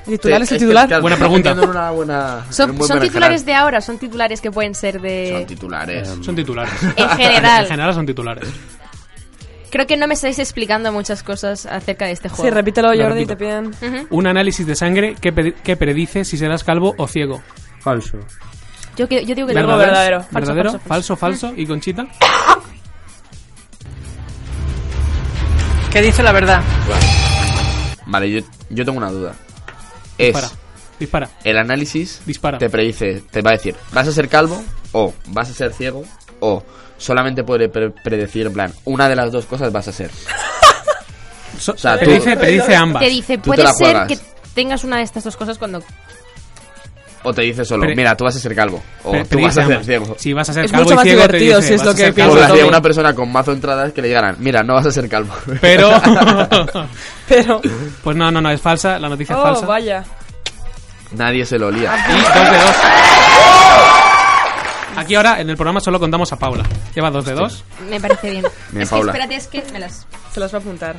Speaker 5: ¿El titular
Speaker 7: Sí,
Speaker 5: es el
Speaker 7: que,
Speaker 5: titular?
Speaker 7: claro,
Speaker 4: Buena
Speaker 7: estás
Speaker 4: pregunta.
Speaker 7: metiendo en una buena- en
Speaker 2: Son,
Speaker 7: un buen
Speaker 2: son
Speaker 7: berenjenal.
Speaker 2: titulares de ahora, son titulares que pueden ser de...
Speaker 7: Son titulares.
Speaker 4: Son titulares.
Speaker 2: En general.
Speaker 4: En general son titulares.
Speaker 2: Creo que no me estáis explicando muchas cosas acerca de este
Speaker 5: Sí,
Speaker 2: juego.
Speaker 5: repítelo,
Speaker 4: Lo
Speaker 5: Jordi, te
Speaker 4: repito.
Speaker 5: piden.
Speaker 2: Ujú.
Speaker 4: Un análisis de sangre que, pe- que predice si serás calvo o ciego.
Speaker 3: Falso.
Speaker 2: yo, que- yo digo que
Speaker 5: Verdadero.
Speaker 2: digo verdad.
Speaker 5: verdadero. Falso,
Speaker 4: ¿Verdadero?
Speaker 5: falso,
Speaker 4: Falso, falso. ¿Y Conchita?
Speaker 6: ¿Qué dice la verdad?
Speaker 7: Vale, yo, yo tengo una duda. Es
Speaker 4: Dispara. Dispara.
Speaker 7: el análisis
Speaker 4: Dispara.
Speaker 7: te predice, te va a decir, vas a ser calvo o vas a ser ciego o solamente puede pre- predecir en plan una de las dos cosas vas a ser.
Speaker 4: So-
Speaker 7: O sea, tú-
Speaker 4: predice, predice ambas.
Speaker 2: Te dice,
Speaker 7: Tú te
Speaker 2: puede
Speaker 7: la
Speaker 2: ser
Speaker 7: juegas.
Speaker 2: que tengas una de estas dos cosas cuando...
Speaker 7: O te dice solo,
Speaker 4: Pre-
Speaker 7: mira, tú vas a ser calvo o
Speaker 4: Pre-
Speaker 7: tú vas
Speaker 4: predice
Speaker 7: a ser
Speaker 4: ambas.
Speaker 7: ciego.
Speaker 4: Si vas a ser
Speaker 5: Es
Speaker 4: calvo
Speaker 5: mucho
Speaker 4: y
Speaker 5: más
Speaker 4: ciego, te
Speaker 5: divertido,
Speaker 4: dice,
Speaker 5: si es
Speaker 4: vas
Speaker 5: lo
Speaker 4: a
Speaker 5: que
Speaker 4: ser
Speaker 5: pienso
Speaker 4: calvo
Speaker 7: Como
Speaker 4: y
Speaker 7: le hacía
Speaker 5: también.
Speaker 4: ciego.
Speaker 7: una persona con mazo de entradas que le llegaran, mira, no vas a ser calvo.
Speaker 4: Pero...
Speaker 5: Pero.
Speaker 4: pues no, no, no. Es falsa. La noticia es
Speaker 5: Oh,
Speaker 4: falsa.
Speaker 5: vaya.
Speaker 7: Nadie se lo olía.
Speaker 4: Y dos de dos. Aquí ahora en el programa solo contamos a Paula. Lleva dos de dos.
Speaker 2: Me parece bien.
Speaker 7: Bien,
Speaker 2: es
Speaker 7: Paula.
Speaker 2: que espérate, es que me las...
Speaker 5: Se las va a apuntar.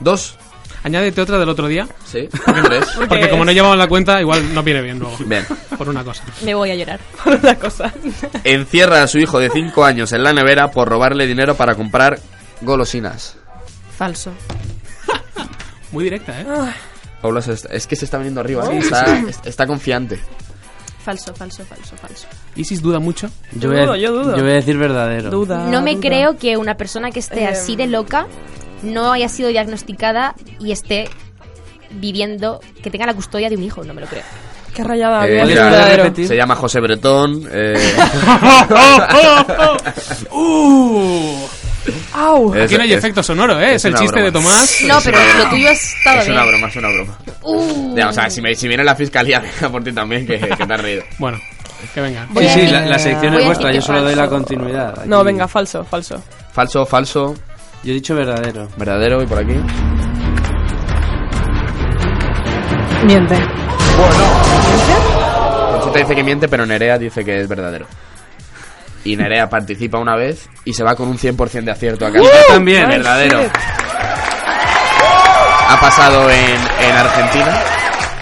Speaker 7: Dos.
Speaker 4: Añádete otra del otro día.
Speaker 7: Sí. Tres.
Speaker 4: Porque
Speaker 5: es-
Speaker 4: como no llevamos la cuenta, igual no viene bien luego.
Speaker 7: Bien.
Speaker 4: Por una cosa.
Speaker 2: Me voy a llorar.
Speaker 5: Por una cosa.
Speaker 7: Encierra a su hijo de 5 años en la nevera por robarle dinero para comprar golosinas.
Speaker 2: Falso.
Speaker 4: Muy directa, ¿eh?
Speaker 5: Ah.
Speaker 7: Paula se está- es que se está viniendo arriba,
Speaker 5: Oh.
Speaker 7: ¿eh? está, es- está confiante.
Speaker 2: Falso, falso, falso, falso.
Speaker 4: Isis duda mucho.
Speaker 5: Yo dudo, yo dudo.
Speaker 3: voy a decir verdadero.
Speaker 5: Duda. Eh,
Speaker 2: No me
Speaker 5: duda.
Speaker 2: creo que una persona que esté
Speaker 5: Eh,
Speaker 2: así de loca no haya sido diagnosticada y esté viviendo, que tenga la custodia de un hijo, no me lo creo.
Speaker 5: Qué rayada.
Speaker 7: Eh,
Speaker 5: había
Speaker 7: mira,
Speaker 5: el verdadero.
Speaker 3: repetir?
Speaker 7: se llama José Bretón. eh,
Speaker 4: ¡Uh!
Speaker 5: ¡Au!
Speaker 7: es-
Speaker 4: Aquí no hay
Speaker 7: es-
Speaker 4: efecto sonoro, ¿eh?
Speaker 7: es
Speaker 4: Es el
Speaker 7: una
Speaker 4: chiste
Speaker 7: broma.
Speaker 4: de Tomás.
Speaker 2: No,
Speaker 7: Es
Speaker 2: pero
Speaker 7: una
Speaker 2: lo
Speaker 7: broma.
Speaker 2: tuyo estaba
Speaker 7: Es una
Speaker 2: bien.
Speaker 7: broma, es una broma.
Speaker 2: Uh.
Speaker 7: Ya, o sea, si, me- si viene la fiscalía, venga por ti también, que, que te has reído.
Speaker 4: Bueno, que venga.
Speaker 2: Voy
Speaker 3: Sí,
Speaker 2: a
Speaker 3: sí,
Speaker 2: decir-
Speaker 3: la, la sección
Speaker 2: voy
Speaker 3: es
Speaker 2: a
Speaker 3: vuestra, yo
Speaker 2: decir que
Speaker 3: solo doy la
Speaker 2: falso.
Speaker 3: continuidad.
Speaker 5: No,
Speaker 3: Aquí-
Speaker 5: venga, falso, falso.
Speaker 7: Falso, falso,
Speaker 3: Yo he dicho verdadero.
Speaker 7: verdadero y por aquí.
Speaker 9: Miente.
Speaker 7: Conchita dice que miente, pero Nerea dice que es verdadero. Y Nerea participa una vez y se va con un 100% de acierto
Speaker 3: ¡Uh!
Speaker 7: acá.
Speaker 5: Uh.
Speaker 3: también.
Speaker 7: verdadero. Ha pasado en, en Argentina.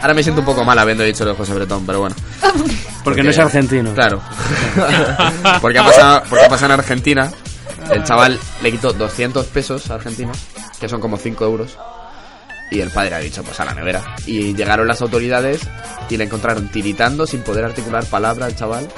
Speaker 7: Ahora me siento un poco mal habiendo dicho lo de José Bretón, pero bueno.
Speaker 3: Porque no es argentino.
Speaker 7: Claro. porque, ha pasado, porque ha pasado en Argentina. El chaval le quitó 200 pesos argentinos, que son como 5 euros. Y el padre ha dicho, pues a la nevera. Y llegaron las autoridades y le encontraron tiritando sin poder articular palabra al chaval.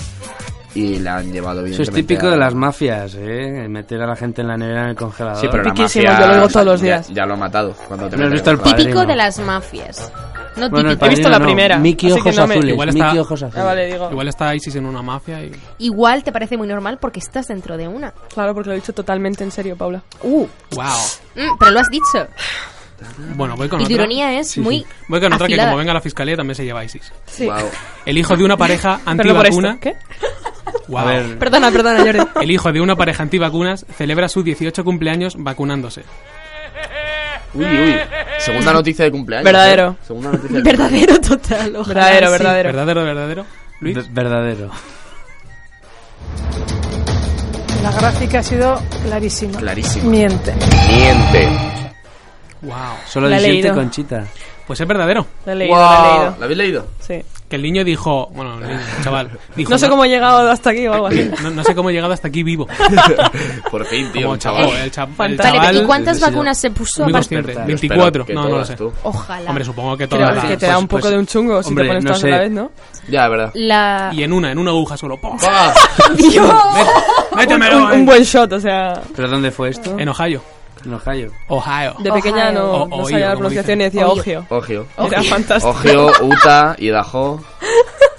Speaker 7: Y la han llevado bien.
Speaker 3: Eso es típico de las mafias, ¿eh? Meter a la gente en la nevera en el congelador.
Speaker 7: Sí, pero la
Speaker 5: Piquísimo,
Speaker 7: mafia-
Speaker 5: yo lo digo todos los
Speaker 7: ya-
Speaker 5: días.
Speaker 7: Ya, lo ha matado. Cuando te
Speaker 3: No has
Speaker 7: meten
Speaker 3: visto el
Speaker 7: en la-
Speaker 3: padre.
Speaker 2: Típico
Speaker 3: Padrino.
Speaker 2: de las mafias. No
Speaker 3: Bueno, el
Speaker 2: típico.
Speaker 5: He visto
Speaker 3: padrino
Speaker 5: la
Speaker 3: no.
Speaker 5: primera,
Speaker 3: Mickey
Speaker 5: así que
Speaker 3: Ojos
Speaker 5: no me-
Speaker 3: Azules.
Speaker 4: Igual está-
Speaker 3: Mickey Ojos Azules.
Speaker 5: Ah, vale, digo.
Speaker 4: Igual está Isis en una mafia y...
Speaker 2: Igual te parece muy normal porque estás dentro de una.
Speaker 5: Claro, porque lo he dicho totalmente en serio, Paula.
Speaker 2: Uh.
Speaker 4: ¡Wow!
Speaker 2: Mm, pero lo has dicho.
Speaker 4: Bueno, voy con
Speaker 2: Y tu
Speaker 4: otra.
Speaker 2: ironía es
Speaker 3: Sí, sí.
Speaker 2: muy.
Speaker 4: Voy con otra que
Speaker 2: afilada.
Speaker 4: como venga la fiscalía también se lleva a Isis.
Speaker 5: Sí.
Speaker 7: Guau.
Speaker 4: El hijo de una pareja
Speaker 5: Pero por esto.
Speaker 4: antivacuna...
Speaker 5: ¿Qué?
Speaker 4: Guau.
Speaker 5: Perdona, perdona, Jordi.
Speaker 4: El hijo de una pareja antivacunas celebra su 18 cumpleaños vacunándose.
Speaker 7: Uy, uy. Segunda noticia de cumpleaños.
Speaker 5: Verdadero.
Speaker 7: ¿eh? Segunda noticia de
Speaker 2: Verdadero total. ojalá
Speaker 5: Verdadero,
Speaker 2: sí.
Speaker 5: verdadero.
Speaker 4: ¿Verdadero, verdadero? Luis.
Speaker 3: Ver- Verdadero.
Speaker 6: La gráfica ha sido clarísima.
Speaker 7: Clarísimo.
Speaker 6: Miente.
Speaker 7: Miente.
Speaker 4: Wow.
Speaker 3: Solo
Speaker 5: La he
Speaker 3: disiente
Speaker 5: leído.
Speaker 3: Conchita.
Speaker 4: Pues es verdadero.
Speaker 5: Lo he leído, lo he
Speaker 7: Guau.
Speaker 5: leído.
Speaker 7: ¿Lo habéis leído?
Speaker 5: Sí.
Speaker 4: Que el niño dijo, bueno, el niño, el chaval, dijo,
Speaker 5: No sé cómo he llegado hasta aquí o algo así.
Speaker 4: no, no sé cómo he llegado hasta aquí vivo.
Speaker 7: Por fin, tío.
Speaker 4: Como
Speaker 7: un
Speaker 4: chaval, el, cha- el
Speaker 5: Fantástico.
Speaker 4: chaval
Speaker 2: Vale, ¿y cuántas
Speaker 3: sí, sí,
Speaker 2: vacunas se puso?
Speaker 4: muy
Speaker 2: aparte?
Speaker 4: consciente,
Speaker 3: Pero
Speaker 4: 24,
Speaker 7: que
Speaker 4: no, no lo
Speaker 7: todas
Speaker 4: sé.
Speaker 7: tú.
Speaker 2: Ojalá.
Speaker 4: Hombre, supongo que
Speaker 5: Creo
Speaker 4: todas las-
Speaker 5: que te da
Speaker 3: pues-
Speaker 5: un poco
Speaker 3: pues-
Speaker 5: de un chungo si
Speaker 3: hombre,
Speaker 5: te pones
Speaker 3: no
Speaker 5: todas a
Speaker 3: sé.
Speaker 5: la vez, ¿no?
Speaker 7: Ya, de verdad.
Speaker 2: La.
Speaker 4: Y en una, en una aguja solo. ¡pum!
Speaker 7: ¡Ah!
Speaker 4: Métemelo
Speaker 5: Un,
Speaker 4: ahí.
Speaker 5: un buen shot, o sea,
Speaker 3: ¿Pero dónde fue esto?
Speaker 4: En Ohio.
Speaker 3: En Ohio.
Speaker 4: Ohio.
Speaker 5: de
Speaker 2: Ohio.
Speaker 5: pequeña no,
Speaker 4: O-
Speaker 5: no
Speaker 4: oído,
Speaker 5: sabía la
Speaker 4: como
Speaker 5: pronunciación y
Speaker 4: dicen.
Speaker 5: decía
Speaker 2: Oído.
Speaker 5: ogio.
Speaker 7: Ogio.
Speaker 5: Era fantástico.
Speaker 7: Ogio, Utah, Idaho.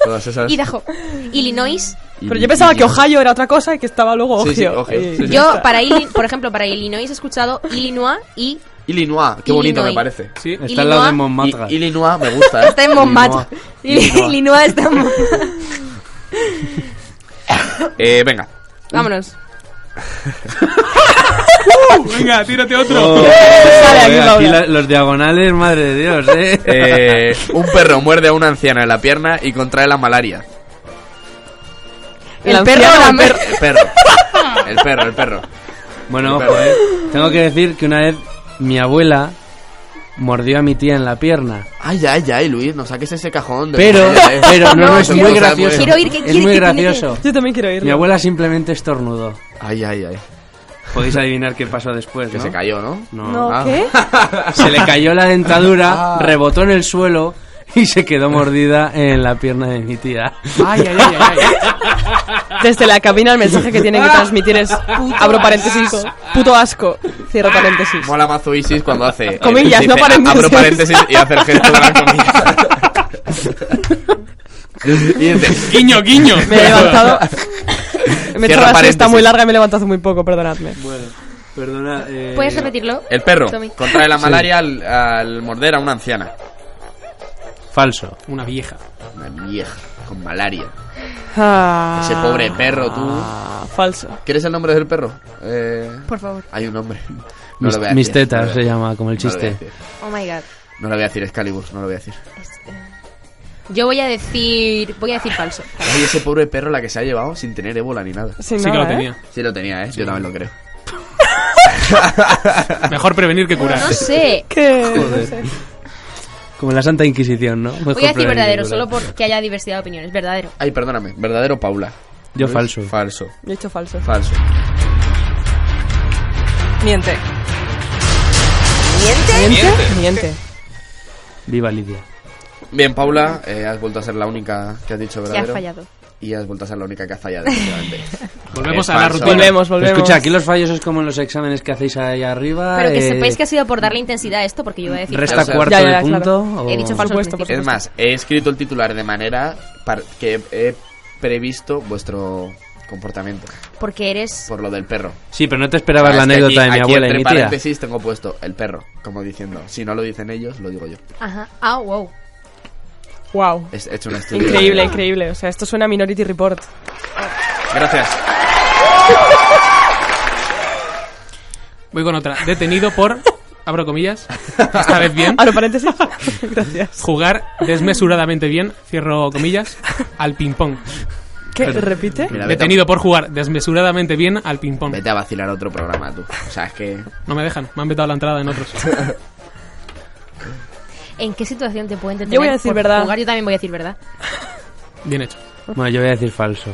Speaker 7: Todas esas.
Speaker 2: Y Dajo. Illinois.
Speaker 5: Pero yo pensaba que
Speaker 7: Ohio.
Speaker 5: Ohio era otra cosa y que estaba luego
Speaker 7: Sí,
Speaker 5: ogio.
Speaker 7: sí, Ogio,
Speaker 5: Y-
Speaker 7: sí, sí.
Speaker 2: Yo, para Ili- por ejemplo, para Illinois he escuchado Illinois y.
Speaker 7: Illinois. Qué bonito
Speaker 2: Illinois.
Speaker 7: me parece.
Speaker 4: Sí.
Speaker 3: Está al lado de
Speaker 2: Illinois.
Speaker 3: Montmartre.
Speaker 7: I- Illinois me gusta. ¿eh?
Speaker 2: Está en Montmartre.
Speaker 7: Illinois.
Speaker 2: Illinois está en Montmartre.
Speaker 7: Eh, venga.
Speaker 2: Vámonos.
Speaker 5: ¡Uh!
Speaker 4: Venga, tírate otro.
Speaker 3: Oh,
Speaker 5: Sale aquí,
Speaker 3: eh, aquí
Speaker 5: Paula.
Speaker 3: la- los diagonales, madre de Dios, ¿eh?
Speaker 7: Eh, un perro muerde a una anciana en la pierna y contrae la malaria.
Speaker 2: El,
Speaker 5: El
Speaker 2: perro
Speaker 5: anciano,
Speaker 2: la
Speaker 5: el
Speaker 2: mer-
Speaker 5: perro.
Speaker 7: El perro. El perro, el perro.
Speaker 3: Bueno, ojo, eh. Tengo que decir que una vez mi abuela mordió a mi tía en la pierna.
Speaker 7: Ay, ay, ay, Luis, no saques ese cajón. de-
Speaker 3: Pero,
Speaker 7: Eh,
Speaker 3: pero, no, no, es
Speaker 7: eso
Speaker 3: muy
Speaker 7: sabe
Speaker 3: gracioso.
Speaker 7: bien.
Speaker 2: Quiero oír qué
Speaker 3: Es
Speaker 2: quiere
Speaker 3: muy
Speaker 2: que tiene
Speaker 3: gracioso.
Speaker 5: Yo también quiero
Speaker 3: Mi
Speaker 5: irlo.
Speaker 3: abuela simplemente estornudó.
Speaker 7: Ay, ay, ay.
Speaker 3: Podéis adivinar qué pasó después,
Speaker 7: Que
Speaker 3: ¿no?
Speaker 7: se cayó, ¿no?
Speaker 3: No.
Speaker 5: No,
Speaker 7: Ah.
Speaker 5: ¿qué?
Speaker 3: Se le cayó la dentadura,
Speaker 7: Ah.
Speaker 3: rebotó en el suelo y se quedó mordida en la pierna de mi tía.
Speaker 6: Ay, ay, ay, ay, ay.
Speaker 5: Desde la cabina el mensaje que tienen que transmitir es abro paréntesis, puto asco, cierro
Speaker 2: Ah.
Speaker 5: paréntesis.
Speaker 7: Mola mazo Isis cuando hace. eh,
Speaker 5: Comillas, no
Speaker 7: dice,
Speaker 5: paréntesis.
Speaker 7: Abro paréntesis y hace el gesto de la comilla. y dice,
Speaker 6: Guiño, guiño.
Speaker 5: Me he levantado. Me he hecho
Speaker 7: Cierro
Speaker 5: la siesta
Speaker 7: paréntesis.
Speaker 5: muy larga y me he levantado muy poco, perdonadme.
Speaker 3: Bueno, perdona. eh,
Speaker 2: ¿Puedes repetirlo?
Speaker 7: El perro
Speaker 2: Tommy.
Speaker 7: contrae la malaria al, al morder a una anciana.
Speaker 3: Falso.
Speaker 6: Una vieja.
Speaker 7: Una vieja con malaria.
Speaker 5: Ah,
Speaker 7: Ese pobre perro, tú.
Speaker 5: Ah, falso.
Speaker 7: ¿Quieres el nombre del perro? Eh,
Speaker 2: Por favor.
Speaker 7: hay un nombre. No
Speaker 3: Mis-
Speaker 7: lo voy a
Speaker 3: mis
Speaker 7: decir, no
Speaker 3: tetas
Speaker 7: lo voy a-
Speaker 3: se llama, como el
Speaker 7: no lo voy a
Speaker 3: chiste.
Speaker 7: decir.
Speaker 2: Oh my god.
Speaker 7: No lo voy a decir, Excalibur, no lo voy a decir.
Speaker 2: Yo voy a decir. Voy a decir falso.
Speaker 7: Ay, ese pobre perro la que se ha llevado sin tener ébola ni nada.
Speaker 5: Sin
Speaker 6: sí
Speaker 5: nada,
Speaker 6: que lo
Speaker 5: ¿eh?
Speaker 6: tenía.
Speaker 7: Sí lo tenía, ¿eh? Yo también lo creo.
Speaker 6: Mejor prevenir que curar.
Speaker 2: No sé.
Speaker 5: Que-
Speaker 3: Joder. Como la Santa Inquisición, ¿no? Mejor
Speaker 2: Voy a decir
Speaker 3: prevenir,
Speaker 2: verdadero,
Speaker 3: ¿verdad?
Speaker 2: solo porque haya diversidad de opiniones. Verdadero.
Speaker 7: Ay, perdóname. Verdadero, Paula.
Speaker 3: Yo
Speaker 7: ¿Ves?
Speaker 3: falso.
Speaker 7: Falso.
Speaker 5: Yo he hecho falso.
Speaker 7: Falso.
Speaker 8: Miente.
Speaker 5: ¿Miente? Miente.
Speaker 3: Viva Lidia.
Speaker 7: Bien, Paula, eh, has vuelto a ser la única que has dicho
Speaker 2: Que has
Speaker 7: verdadero.
Speaker 2: fallado.
Speaker 7: Y has vuelto a ser la única que ha fallado, efectivamente.
Speaker 6: Volvemos
Speaker 7: Es
Speaker 6: a la
Speaker 7: falso.
Speaker 6: rutina.
Speaker 5: Volvemos, volvemos.
Speaker 3: Escucha, aquí los fallos es como en los exámenes que hacéis ahí arriba.
Speaker 2: Pero que
Speaker 3: eh,
Speaker 2: sepáis que ha sido por darle intensidad a esto, porque yo iba a decir.
Speaker 3: Resta
Speaker 7: Ya, o sea,
Speaker 3: cuarto
Speaker 5: ya, ya,
Speaker 3: de
Speaker 5: claro.
Speaker 3: punto. o-
Speaker 2: He dicho falso.
Speaker 5: Por supuesto,
Speaker 2: al
Speaker 5: por
Speaker 2: principio.
Speaker 7: Es más, he escrito el titular de manera par- que he previsto vuestro comportamiento
Speaker 2: Porque eres.
Speaker 7: por lo del perro.
Speaker 3: Sí, pero no te esperabas la
Speaker 7: Ah, Es que
Speaker 3: anécdota
Speaker 7: aquí-
Speaker 3: de mi
Speaker 7: aquí
Speaker 3: abuela y
Speaker 7: entre
Speaker 3: mi tía.
Speaker 7: paréntesis tengo puesto el perro, como diciendo, si no lo dicen ellos, lo digo yo.
Speaker 2: Ajá. Ah, wow.
Speaker 5: Wow.
Speaker 7: He hecho un estudio.
Speaker 5: Increíble, increíble. O sea, esto suena a Minority Report.
Speaker 7: Gracias.
Speaker 6: Voy con otra. Detenido por, abro comillas, esta vez bien,
Speaker 5: Abro paréntesis. Gracias.
Speaker 6: jugar desmesuradamente bien, cierro comillas, al ping-pong.
Speaker 5: ¿Qué? ¿Repite?
Speaker 7: Mira, vete,
Speaker 6: Detenido por jugar desmesuradamente bien al
Speaker 7: a,
Speaker 6: ping-pong.
Speaker 7: vete a vacilar otro programa, tú. O sea, es que...
Speaker 6: No me dejan, me han vetado la entrada en otros.
Speaker 2: ¿En qué situación te pueden detener?
Speaker 5: Yo voy a decir
Speaker 2: por
Speaker 5: verdad.
Speaker 2: Jugar? Yo también voy a decir verdad.
Speaker 6: Bien hecho.
Speaker 3: Bueno, yo voy a decir falso.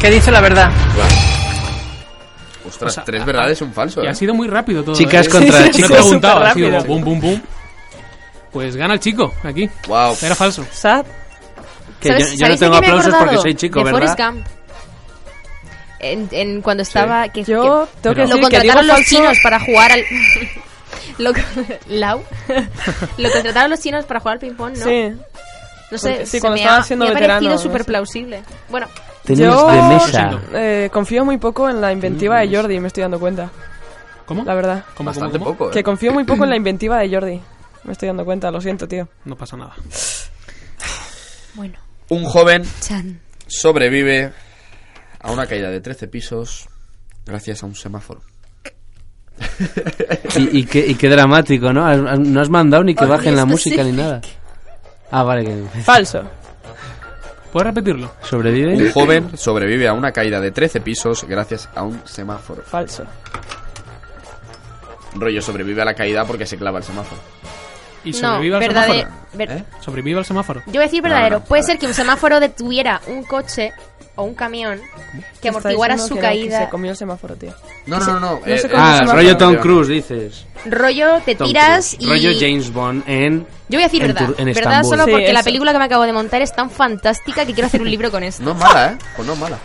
Speaker 8: ¿Qué dice la verdad?
Speaker 7: Ostras,
Speaker 6: O sea,
Speaker 7: tres verdades y un falso.
Speaker 6: Y
Speaker 7: ¿eh?
Speaker 6: ha sido muy rápido todo.
Speaker 3: Chicas
Speaker 6: ¿eh?
Speaker 5: sí,
Speaker 3: contra
Speaker 5: sí,
Speaker 6: No he
Speaker 3: chicos.
Speaker 5: sí.
Speaker 6: preguntado, ha
Speaker 5: Súper
Speaker 6: sido
Speaker 5: rápido.
Speaker 6: boom, boom, boom. Pues gana el chico, aquí.
Speaker 7: Wow.
Speaker 6: Era falso.
Speaker 5: Sad.
Speaker 3: Que yo-
Speaker 2: ¿Sabes-
Speaker 3: yo, no
Speaker 2: sabéis de
Speaker 3: tengo
Speaker 2: qué me he
Speaker 3: aplausos porque
Speaker 2: acordado?
Speaker 3: soy chico,
Speaker 2: de
Speaker 3: ¿verdad?
Speaker 2: Forrest Gump. En, en cuando estaba. Que,
Speaker 5: Yo tengo que
Speaker 2: que lo
Speaker 5: decir que digo
Speaker 2: contrataron los
Speaker 5: falso.
Speaker 2: chinos para jugar al. lo, Lau. lo contrataron los chinos para jugar al ping-pong, ¿no?
Speaker 5: Sí.
Speaker 2: No sé,
Speaker 5: Sí,
Speaker 2: se
Speaker 5: cuando
Speaker 2: me
Speaker 5: estaba
Speaker 2: ha,
Speaker 5: siendo
Speaker 2: me ha
Speaker 5: veterano,
Speaker 2: parecido
Speaker 5: no
Speaker 2: súper
Speaker 5: sé.
Speaker 2: plausible. Bueno,
Speaker 3: Tenis
Speaker 5: Yo-
Speaker 3: de mesa.
Speaker 5: Eh, confío muy poco en la inventiva de Jordi, me estoy dando cuenta,
Speaker 6: ¿Cómo?
Speaker 5: la verdad.
Speaker 6: ¿Cómo,
Speaker 7: Bastante
Speaker 6: cómo, cómo?
Speaker 7: poco. ¿eh?
Speaker 5: Que confío muy poco en la inventiva de Jordi. Me estoy dando cuenta, lo siento, tío.
Speaker 6: No pasa nada.
Speaker 2: bueno,
Speaker 7: Un joven
Speaker 2: Chan.
Speaker 7: sobrevive a una caída de 13 pisos gracias a un semáforo.
Speaker 3: Y, y qué, y qué dramático, ¿no? Has- has- No has mandado ni que bajen la música ni nada. Ah, vale, que
Speaker 5: Falso.
Speaker 6: ¿Puedes repetirlo?
Speaker 3: sobrevive.
Speaker 7: Un joven sobrevive a una caída de 13 pisos gracias a un semáforo.
Speaker 5: Falso.
Speaker 7: Rollo sobrevive a la caída porque se clava el semáforo.
Speaker 6: ¿Y
Speaker 2: no,
Speaker 6: sobrevive al
Speaker 2: verdadero.
Speaker 6: semáforo?
Speaker 2: ver-
Speaker 7: ¿Eh?
Speaker 6: ¿Sobrevive al semáforo?
Speaker 2: Yo voy a decir
Speaker 7: No,
Speaker 2: verdadero.
Speaker 7: no,
Speaker 2: Puede
Speaker 7: para.
Speaker 2: ser que un semáforo detuviera un coche o un camión
Speaker 5: Está
Speaker 2: que amortiguara
Speaker 5: diciendo
Speaker 2: su
Speaker 5: que no, que
Speaker 2: caída.
Speaker 5: Se comió el semáforo, tío.
Speaker 7: No, no, no. no.
Speaker 5: No sé cómo-
Speaker 3: Ah,
Speaker 5: semáforo.
Speaker 3: rollo Tom Cruise, dices.
Speaker 2: Rollo, te
Speaker 3: Tom
Speaker 2: tiras
Speaker 3: Cruise.
Speaker 2: y.
Speaker 3: Rollo James Bond en...
Speaker 2: Yo voy a decir
Speaker 3: en
Speaker 2: verdad.
Speaker 3: Tur- en
Speaker 2: verdad
Speaker 3: Estambul.
Speaker 2: solo
Speaker 5: Sí,
Speaker 2: porque la
Speaker 5: eso.
Speaker 2: película que me acabo de montar es tan fantástica que quiero hacer un libro con esto.
Speaker 7: No es mala, ¿eh? Pues no es mala.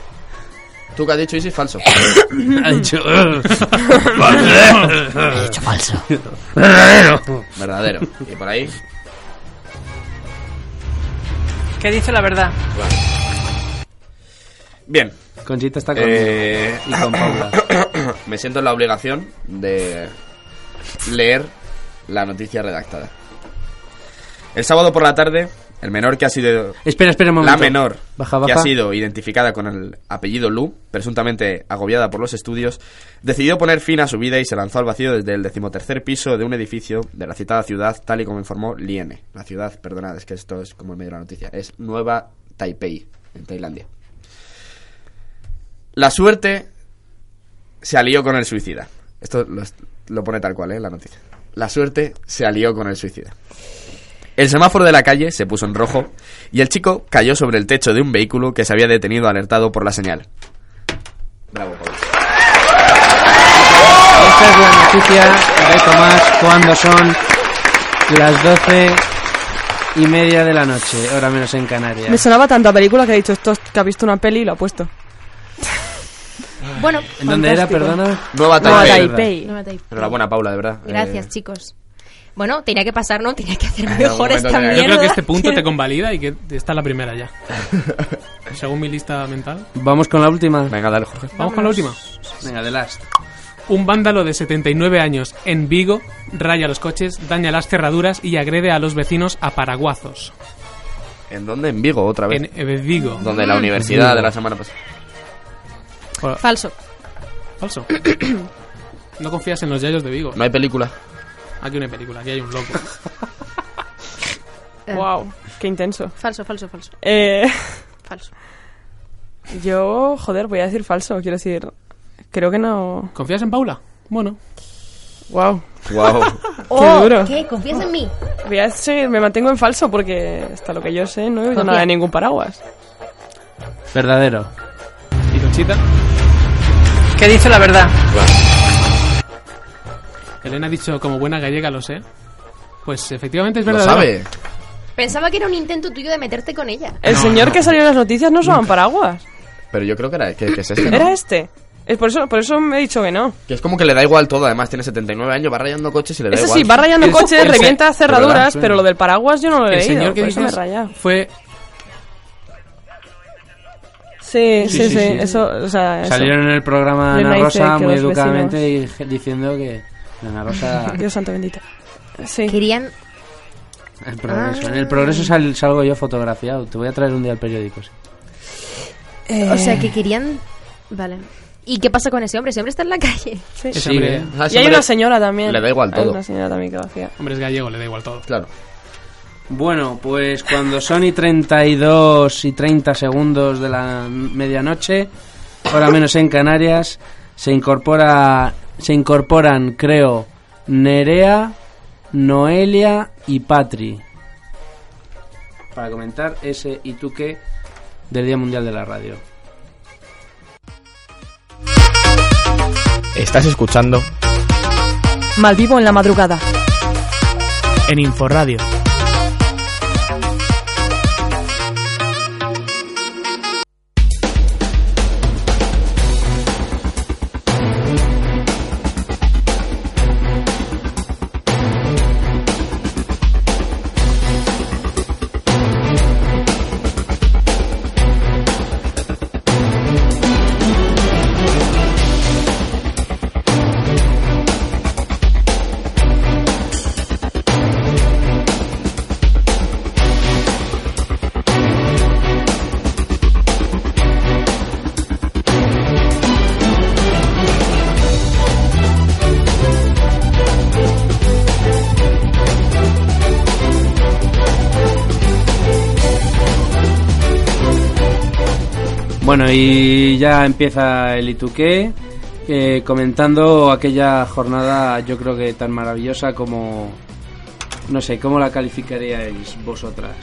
Speaker 7: Tú que has dicho Isis falso.
Speaker 3: Ha dicho...
Speaker 6: eh.
Speaker 2: falso.
Speaker 7: Verdadero. Y por ahí.
Speaker 8: ¿Qué dice la verdad?
Speaker 7: Bien.
Speaker 3: Conchita está con...
Speaker 7: Eh,
Speaker 3: Y con Paula.
Speaker 7: me siento en la obligación de leer la noticia redactada. El sábado por la tarde, el menor que ha sido
Speaker 3: Espera, espera un momento.
Speaker 7: la menor
Speaker 3: Baja,
Speaker 7: que ha
Speaker 3: baja.
Speaker 7: sido identificada con el apellido Lu, presuntamente agobiada por los estudios, decidió poner fin a su vida y se lanzó al vacío desde el decimotercer piso de un edificio de la citada ciudad, tal y como informó Liene. La ciudad, perdonad, es que esto es como en medio de la noticia, es Nueva Taipei, en Tailandia. La suerte se alió con el suicida. Esto lo, lo pone tal cual, ¿eh? La noticia. La suerte se alió con el suicida. El semáforo de la calle se puso en rojo y el chico cayó sobre el techo de un vehículo que se había detenido alertado por la señal. Bravo, Pablo.
Speaker 3: Esta es la noticia de Tomás cuando son las doce y media de la noche, hora menos en
Speaker 7: eh,
Speaker 5: Me
Speaker 3: Canarias.
Speaker 5: sonaba tanto a película que ha dicho esto es que ha visto una peli y lo ha puesto.
Speaker 2: Bueno,
Speaker 3: ¿En dónde era,
Speaker 5: Fantástico.
Speaker 3: perdona?
Speaker 7: Nueva
Speaker 5: No, a
Speaker 7: Taipei.
Speaker 5: Taipei.
Speaker 2: no me atáis.
Speaker 7: Enhorabuena, Paula, de verdad.
Speaker 2: Gracias,
Speaker 7: Eh,
Speaker 2: chicos. Bueno, tenía que pasar, ¿no? Tenía que hacer
Speaker 7: algún
Speaker 2: mejor
Speaker 7: momento
Speaker 2: esta
Speaker 7: tenía que-
Speaker 2: mierda.
Speaker 6: Yo creo que este punto te convalida y que esta es la primera ya. Según mi lista mental.
Speaker 3: Vamos con la última.
Speaker 7: Venga, dale, Jorge.
Speaker 6: Vamos con la última.
Speaker 3: Venga, de last.
Speaker 6: Un vándalo de 79 años en Vigo raya los coches, daña las cerraduras y agrede a los vecinos a paraguazos.
Speaker 7: ¿En dónde? En Vigo, otra vez.
Speaker 6: En eh, Vigo.
Speaker 7: Donde la universidad de la semana pasada.
Speaker 6: Hola,
Speaker 5: Falso.
Speaker 6: Falso. No confías en los yayos de Vigo.
Speaker 7: No hay película.
Speaker 6: Aquí una película, aquí hay un loco.
Speaker 5: Wow, qué intenso.
Speaker 2: Eh. Falso, falso, falso,
Speaker 5: Eh,
Speaker 2: falso.
Speaker 5: yo, joder, voy a decir falso. Quiero decir, creo que no.
Speaker 6: ¿Confías en Paula? Bueno.
Speaker 5: Wow.
Speaker 7: Wow.
Speaker 2: Oh,
Speaker 5: duro.
Speaker 2: ¿Qué? ¿Confías en mí?
Speaker 5: Voy a seguir, me mantengo en falso porque hasta lo que yo sé no he oído
Speaker 2: Confía.
Speaker 5: nada de ningún paraguas.
Speaker 3: Verdadero.
Speaker 6: ¿Y Conchita?
Speaker 8: ¿Qué dice la verdad?
Speaker 6: Elena ha dicho, como buena gallega lo sé. Pues efectivamente es
Speaker 7: Lo
Speaker 6: verdad.
Speaker 7: sabe.
Speaker 2: Pensaba que era un intento tuyo de meterte con ella.
Speaker 5: El
Speaker 6: No,
Speaker 5: señor
Speaker 6: no.
Speaker 5: que salió en las noticias no usaban paraguas.
Speaker 7: Pero yo creo que, era, que, que es este, ¿no?
Speaker 5: Era este. Es por eso, por eso me he dicho que no.
Speaker 7: Que es como que le da igual todo. Además, tiene 79 años, va rayando coches y le da
Speaker 5: Eso
Speaker 7: igual.
Speaker 5: sí, va rayando
Speaker 6: Es-
Speaker 5: coches,
Speaker 6: el se-
Speaker 5: revienta
Speaker 6: de
Speaker 7: verdad,
Speaker 5: cerraduras,
Speaker 7: sí.
Speaker 5: pero lo del paraguas yo no lo he
Speaker 6: El
Speaker 5: leído.
Speaker 6: señor que
Speaker 5: por eso me he
Speaker 6: dices
Speaker 5: rayado.
Speaker 6: fue
Speaker 5: Sí, sí, sí,
Speaker 3: sí, sí.
Speaker 5: eso, o sea, eso.
Speaker 3: Salieron en el programa
Speaker 5: Yo
Speaker 3: Ana
Speaker 5: me hice
Speaker 3: Rosa
Speaker 5: que
Speaker 3: muy
Speaker 5: los
Speaker 3: educadamente y je- diciendo que Ana Rosa...
Speaker 5: Dios santo bendito. Sí.
Speaker 2: Querían...
Speaker 3: El progreso. En el progreso sal- salgo yo fotografiado. Te voy a traer un día el periódico. sí.
Speaker 2: Eh, O sea, que querían... Vale. ¿Y qué pasa con ese hombre? Ese hombre está en la calle.
Speaker 5: Sí.
Speaker 6: ese
Speaker 3: Sí,
Speaker 6: hombre.
Speaker 3: eh.
Speaker 7: O sea,
Speaker 5: Y
Speaker 7: siempre-
Speaker 5: hay una señora también.
Speaker 7: le da igual
Speaker 5: Hay
Speaker 7: todo.
Speaker 5: una señora también que vacía.
Speaker 6: Hombre, es gallego, le da igual todo.
Speaker 7: Claro.
Speaker 3: Bueno, pues cuando son y 32 y 30 segundos de la medianoche, ahora menos en Canarias, se incorpora se incorporan, creo, Nerea, Noelia y Patri para comentar ese y tú qué del Día Mundial de la Radio.
Speaker 4: Estás escuchando
Speaker 5: Malvivo en la madrugada.
Speaker 4: en Inforadio.
Speaker 3: Bueno, y ya empieza el Ituqué eh, comentando aquella jornada, yo creo que tan maravillosa como. No sé, ¿cómo la calificaríais vosotras?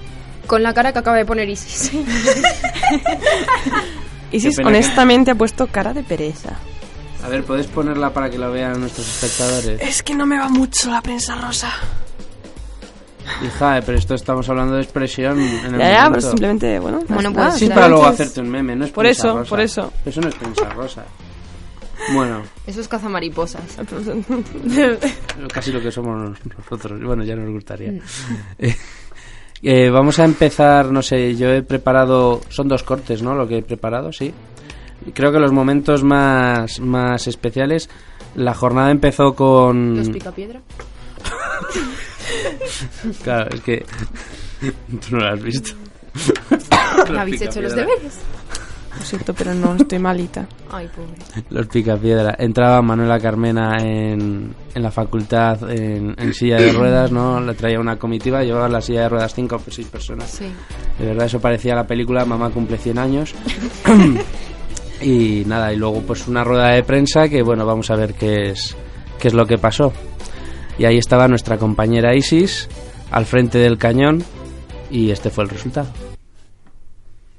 Speaker 2: Con la cara que acaba de poner Isis.
Speaker 5: Isis
Speaker 3: pena que-
Speaker 5: honestamente ha puesto cara de pereza.
Speaker 3: A ver, ¿podéis ponerla para que la vean nuestros espectadores?
Speaker 5: Es que no me va mucho la prensa rosa.
Speaker 3: Hija, eh, pero esto estamos hablando de expresión en
Speaker 5: Ya, ya,
Speaker 3: el
Speaker 5: pero
Speaker 3: momento.
Speaker 5: simplemente, bueno.
Speaker 2: Bueno,
Speaker 5: nada,
Speaker 2: pues,
Speaker 3: Sí,
Speaker 2: Claro,
Speaker 3: para luego
Speaker 5: entonces-
Speaker 3: hacerte un meme, no es
Speaker 5: Por
Speaker 3: prensa
Speaker 5: eso,
Speaker 3: rosa.
Speaker 5: por eso.
Speaker 3: Eso no es prensa rosa. Bueno,
Speaker 2: Eso es cazamariposas.
Speaker 3: casi lo que somos nosotros. Bueno, ya nos gustaría. Eh, vamos a empezar, no sé, yo he preparado, son dos cortes, ¿no? Lo que he preparado, sí. Creo que los momentos más, más especiales, la jornada empezó
Speaker 10: Mm.
Speaker 3: con...
Speaker 2: Los picapiedra.
Speaker 3: Claro, es que tú no lo has visto.
Speaker 2: ¿Me habéis hecho los
Speaker 3: picapiedra.
Speaker 2: deberes?
Speaker 5: Lo siento, pero no, estoy malita.
Speaker 2: Ay, pobre.
Speaker 3: Los picapiedra. Entraba Manuela Carmena en, en la facultad en, en silla de ruedas, ¿no? Le traía una comitiva, llevaba la silla de ruedas cinco o seis personas.
Speaker 2: Sí.
Speaker 3: De verdad, eso parecía la película Mamá cumple 100 años. y nada, y luego pues una rueda de prensa que bueno, vamos a ver qué es, qué es lo que pasó. Y ahí estaba nuestra compañera Isis al frente del cañón y este fue el resultado.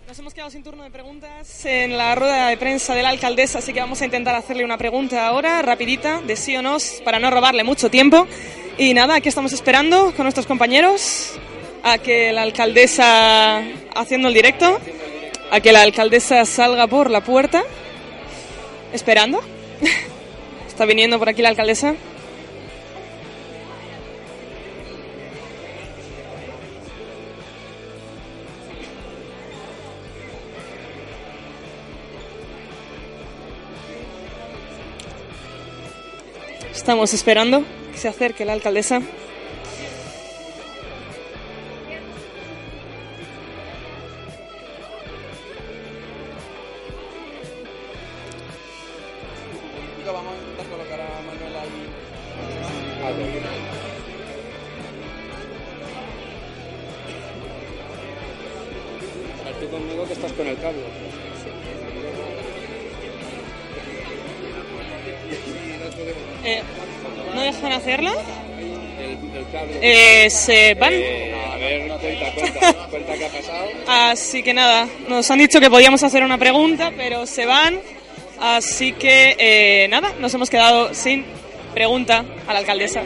Speaker 5: Nos hemos quedado sin turno de preguntas en la rueda de prensa de la alcaldesa, así que vamos a intentar hacerle una pregunta ahora, rapidita, de sí o no, para no robarle mucho tiempo. Y nada, aquí estamos esperando con nuestros compañeros a que la alcaldesa, haciendo el directo, a que la alcaldesa salga por la puerta, esperando. Está viniendo por aquí la alcaldesa. Estamos esperando que se acerque la alcaldesa. Eh, ¿No dejan hacerla? Eh, se van.
Speaker 11: Eh, a ver, cuenta, cuenta, cuenta qué ha pasado.
Speaker 5: Así que nada, nos han dicho que podíamos hacer una pregunta, pero se van. Así que eh, nada, nos hemos quedado sin pregunta a la alcaldesa.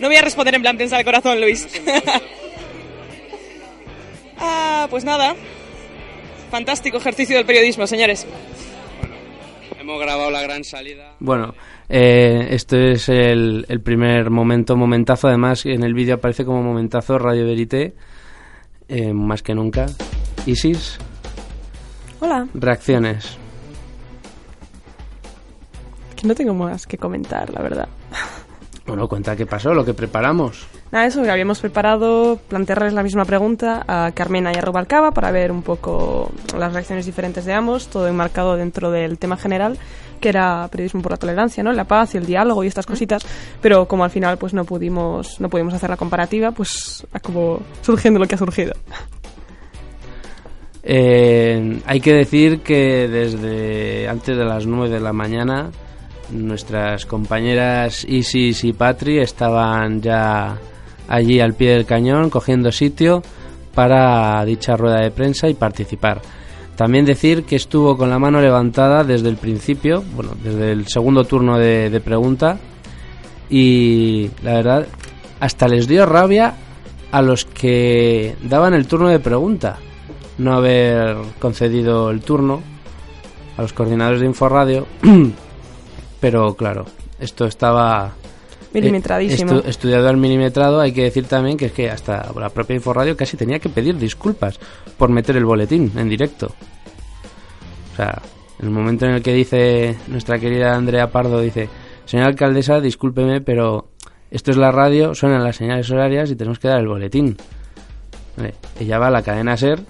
Speaker 5: No voy a responder en plan prensa de corazón, Luis. Ah, pues nada. Fantástico ejercicio del periodismo, señores.
Speaker 11: Hemos grabado la gran salida.
Speaker 3: Bueno, eh, este es el, el primer momento, momentazo. Además, en el vídeo aparece como momentazo Radio Verité, eh, más que nunca. Isis,
Speaker 12: Hola,
Speaker 3: reacciones.
Speaker 12: que no tengo más que comentar, la verdad.
Speaker 3: Bueno, cuenta qué pasó, lo que preparamos.
Speaker 12: Nada, eso que habíamos preparado, plantearles la misma pregunta a Carmena y a Rubalcaba para ver un poco las reacciones diferentes de ambos, todo enmarcado dentro del tema general, que era periodismo por la tolerancia, ¿no? La paz y el diálogo y estas cositas, pero como al final pues no pudimos, no pudimos hacer la comparativa, pues acabó surgiendo lo que ha surgido.
Speaker 3: Eh, hay que decir que desde antes de las 9 de la mañana nuestras compañeras Isis y Patri estaban ya allí al pie del cañón cogiendo sitio para dicha rueda de prensa y participar. También decir que estuvo con la mano levantada desde el principio, bueno, desde el segundo turno de, de pregunta y la verdad hasta les dio rabia a los que daban el turno de pregunta no haber concedido el turno a los coordinadores de Inforradio pero claro, esto estaba eh,
Speaker 12: Milimetradísimo.
Speaker 3: estu- estudiado al milimetrado, hay que decir también que es que hasta la propia Inforradio casi tenía que pedir disculpas por meter el boletín en directo. O sea, en el momento en el que dice nuestra querida Andrea Pardo, dice, señora alcaldesa, discúlpeme, pero esto es la radio, suenan las señales horarias y tenemos que dar el boletín. Vale, ella va a la cadena SER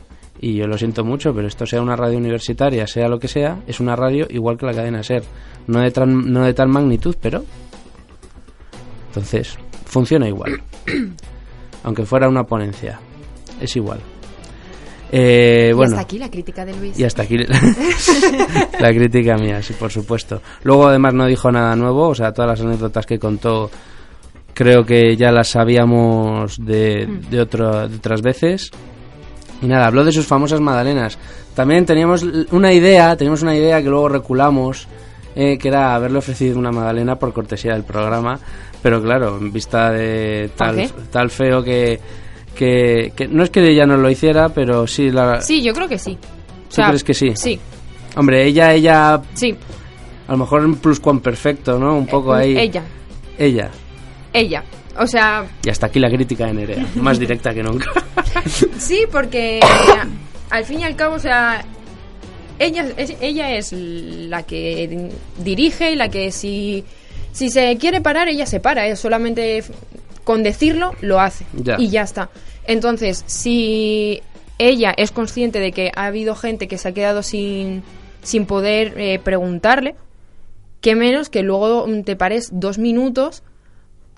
Speaker 3: y yo lo siento mucho, pero esto sea una radio universitaria, sea lo que sea, es una radio igual que la cadena SER. No de, tran- no de tal magnitud, pero... Entonces, funciona igual. Aunque fuera una ponencia. Es igual. Eh,
Speaker 13: Y
Speaker 3: bueno.
Speaker 13: hasta aquí la crítica de Luis.
Speaker 3: Y hasta aquí la, la crítica mía, sí, por supuesto. Luego además no dijo nada nuevo, o sea, todas las anécdotas que contó creo que ya las sabíamos de,
Speaker 13: Mm.
Speaker 3: de, otro- de otras veces. Y nada, habló de sus famosas magdalenas. También teníamos l- una idea, teníamos una idea que luego reculamos, eh, que era haberle ofrecido una magdalena por cortesía del programa. Pero claro, en vista de
Speaker 13: ¿Por
Speaker 3: tal,
Speaker 13: qué?
Speaker 3: tal feo que, que, que... No es que ella no lo hiciera, pero sí la...
Speaker 13: Sí, yo creo que sí. O
Speaker 3: ¿Tú
Speaker 13: sea,
Speaker 3: crees que sí?
Speaker 13: Sí,
Speaker 3: Hombre, ella, ella,
Speaker 13: sí. Eh,
Speaker 3: a lo mejor un plus perfecto, ¿no? Un poco ahí.
Speaker 13: Ella,
Speaker 3: Ella.
Speaker 13: ella. O sea,
Speaker 3: Y hasta aquí la crítica de Nerea, más directa que nunca.
Speaker 13: Sí, porque al fin y al cabo, o sea, ella es, ella es la que dirige y la que si, si se quiere parar, ella se para. Es solamente f- con decirlo lo hace.
Speaker 14: Ya.
Speaker 13: Y ya está. Entonces, si ella es consciente de que ha habido gente que se ha quedado sin, sin poder eh, preguntarle, qué menos que luego mm, te pares dos minutos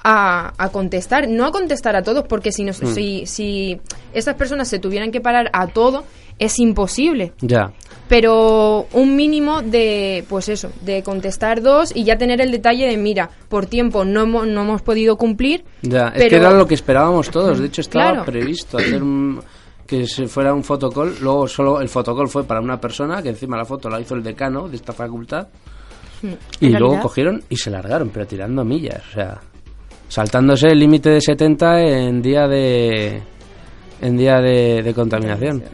Speaker 13: a, a contestar, no a contestar a todos, porque si, nos,
Speaker 3: Mm.
Speaker 13: si, si estas personas se tuvieran que parar a todo, es imposible.
Speaker 3: Ya.
Speaker 13: Pero un mínimo de, pues eso, de contestar dos y ya tener el detalle de, mira, por tiempo no hemos, no hemos podido cumplir.
Speaker 3: Ya, es
Speaker 13: Pero-
Speaker 3: que era lo que esperábamos todos. De hecho, estaba
Speaker 13: Claro.
Speaker 3: previsto hacer un- que se fuera un fotocall. Luego solo el fotocall fue para una persona, que encima la foto la hizo el decano de esta facultad. Y luego cogieron y se largaron, pero tirando millas. O sea, saltándose el límite de 70 en día de, en día de, de contaminación.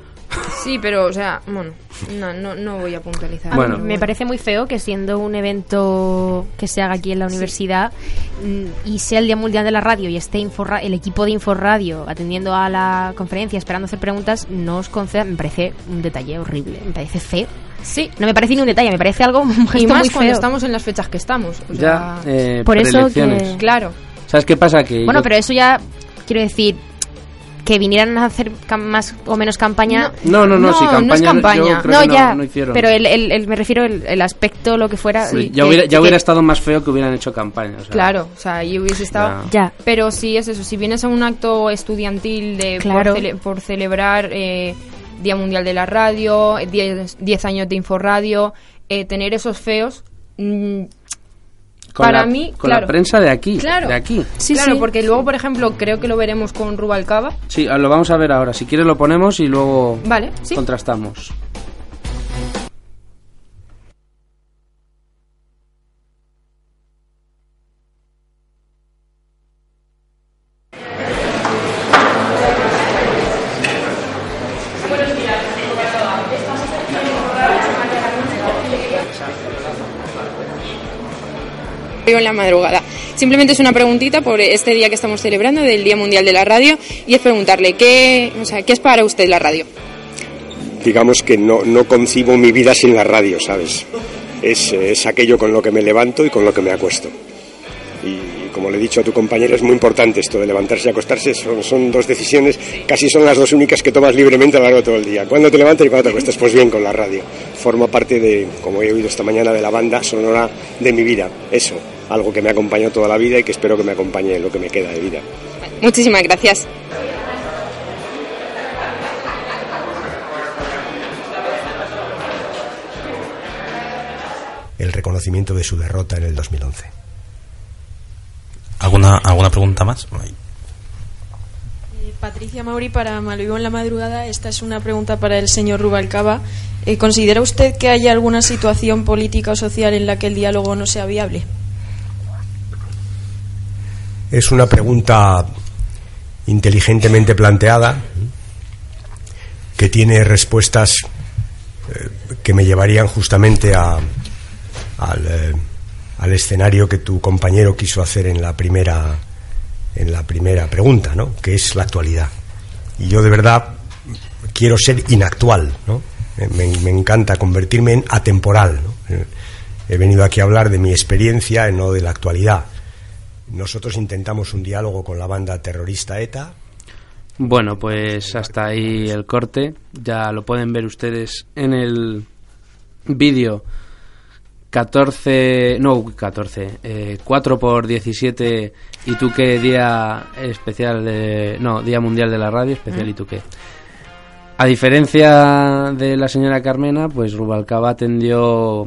Speaker 13: Sí, pero, o sea, bueno, no, no, no voy a puntualizar.
Speaker 3: Bueno.
Speaker 2: Me parece muy feo que siendo un evento que se haga aquí en la universidad mm, y sea el Día Mundial de la Radio y esté Inforra- el equipo de Inforradio atendiendo a la conferencia, esperando hacer preguntas, no os conceda. Me parece un detalle horrible, me parece feo.
Speaker 13: Sí.
Speaker 2: No me parece ni un detalle, me parece algo un
Speaker 13: Y
Speaker 2: gesto
Speaker 13: más
Speaker 2: muy
Speaker 13: cuando
Speaker 2: feo.
Speaker 13: estamos en las fechas que estamos. o
Speaker 3: Ya,
Speaker 13: sea,
Speaker 3: eh,
Speaker 2: por eso
Speaker 3: preelecciones.
Speaker 2: que-
Speaker 13: Claro.
Speaker 3: ¿Sabes qué pasa? Que
Speaker 2: Bueno,
Speaker 3: yo-
Speaker 2: pero eso ya, quiero decir, que vinieran a hacer cam- más o menos campaña.
Speaker 3: No, no, no, sí,
Speaker 2: es
Speaker 3: campaña no- yo
Speaker 2: campaña.
Speaker 3: creo que no-
Speaker 2: ya,
Speaker 3: no hicieron.
Speaker 2: pero el, el- el- me refiero el, el aspecto, lo que fuera.
Speaker 3: Sí,
Speaker 2: y
Speaker 3: ya
Speaker 2: que-
Speaker 3: hubiera, ya
Speaker 2: que-
Speaker 3: hubiera estado más feo que hubieran hecho campaña. o sea.
Speaker 13: Claro, o sea, y hubiese estado...
Speaker 3: Ya.
Speaker 2: Ya.
Speaker 13: Pero si es eso, si vienes a un acto estudiantil de
Speaker 2: Claro.
Speaker 13: por, cele- por celebrar eh, Día Mundial de la Radio, 10 10 años de Inforradio, eh, tener esos feos... mm,
Speaker 3: Con
Speaker 13: para
Speaker 3: la-
Speaker 13: mí,
Speaker 3: con
Speaker 13: claro.
Speaker 3: la prensa de aquí,
Speaker 13: Claro.
Speaker 3: de aquí.
Speaker 13: claro, porque luego, por ejemplo, creo que lo veremos con Rubalcaba.
Speaker 3: Sí, lo vamos a ver ahora. Si quieres lo ponemos y luego
Speaker 13: Vale, sí.
Speaker 3: contrastamos.
Speaker 13: Vivo en la madrugada. Simplemente es una preguntita por este día que estamos celebrando del Día Mundial de la Radio y es preguntarle qué, o sea, qué es para usted la radio.
Speaker 14: digamos que no, no concibo mi vida sin la radio, ¿sabes? Es, eh, es aquello con lo que me levanto y con lo que me acuesto. Y, como le he dicho a tu compañero, es muy importante esto de levantarse y acostarse. Son, son dos decisiones, casi son las dos únicas que tomas libremente a lo largo de todo el día. Cuando te levantas y cuando te acuestas, pues bien con la radio. Forma parte de, como he oído esta mañana, de la banda sonora de mi vida. Eso, algo que me ha acompañado toda la vida y que espero que me acompañe en lo que me queda de vida.
Speaker 13: Muchísimas gracias.
Speaker 15: el reconocimiento de su derrota en el 2011.
Speaker 16: ¿Alguna, alguna pregunta más? Ay,
Speaker 17: Eh, Patricia Mauri para Malvivo en la madrugada. Esta es una pregunta para el señor Rubalcaba. Eh, ¿Considera usted que haya alguna situación política o social en la que el diálogo no sea viable?
Speaker 15: Es una pregunta inteligentemente planteada que tiene respuestas eh, que me llevarían justamente a- al, eh, al escenario que tu compañero quiso hacer en la primera en la primera pregunta, ¿no? Que es la actualidad. Y yo de verdad quiero ser inactual, ¿no? Me- Me, me encanta convertirme en atemporal. ¿no? Eh, He venido aquí a hablar de mi experiencia, no de la actualidad. Nosotros intentamos un diálogo con la banda terrorista E ETA.
Speaker 3: Bueno, pues hasta ahí el corte. Ya lo pueden ver ustedes en el vídeo 14, no 14, eh, 4 por 17 y tú qué día especial de, no, Día Mundial de la Radio especial
Speaker 18: Mm.
Speaker 3: y tú qué. A diferencia de la señora Carmena, pues Rubalcaba atendió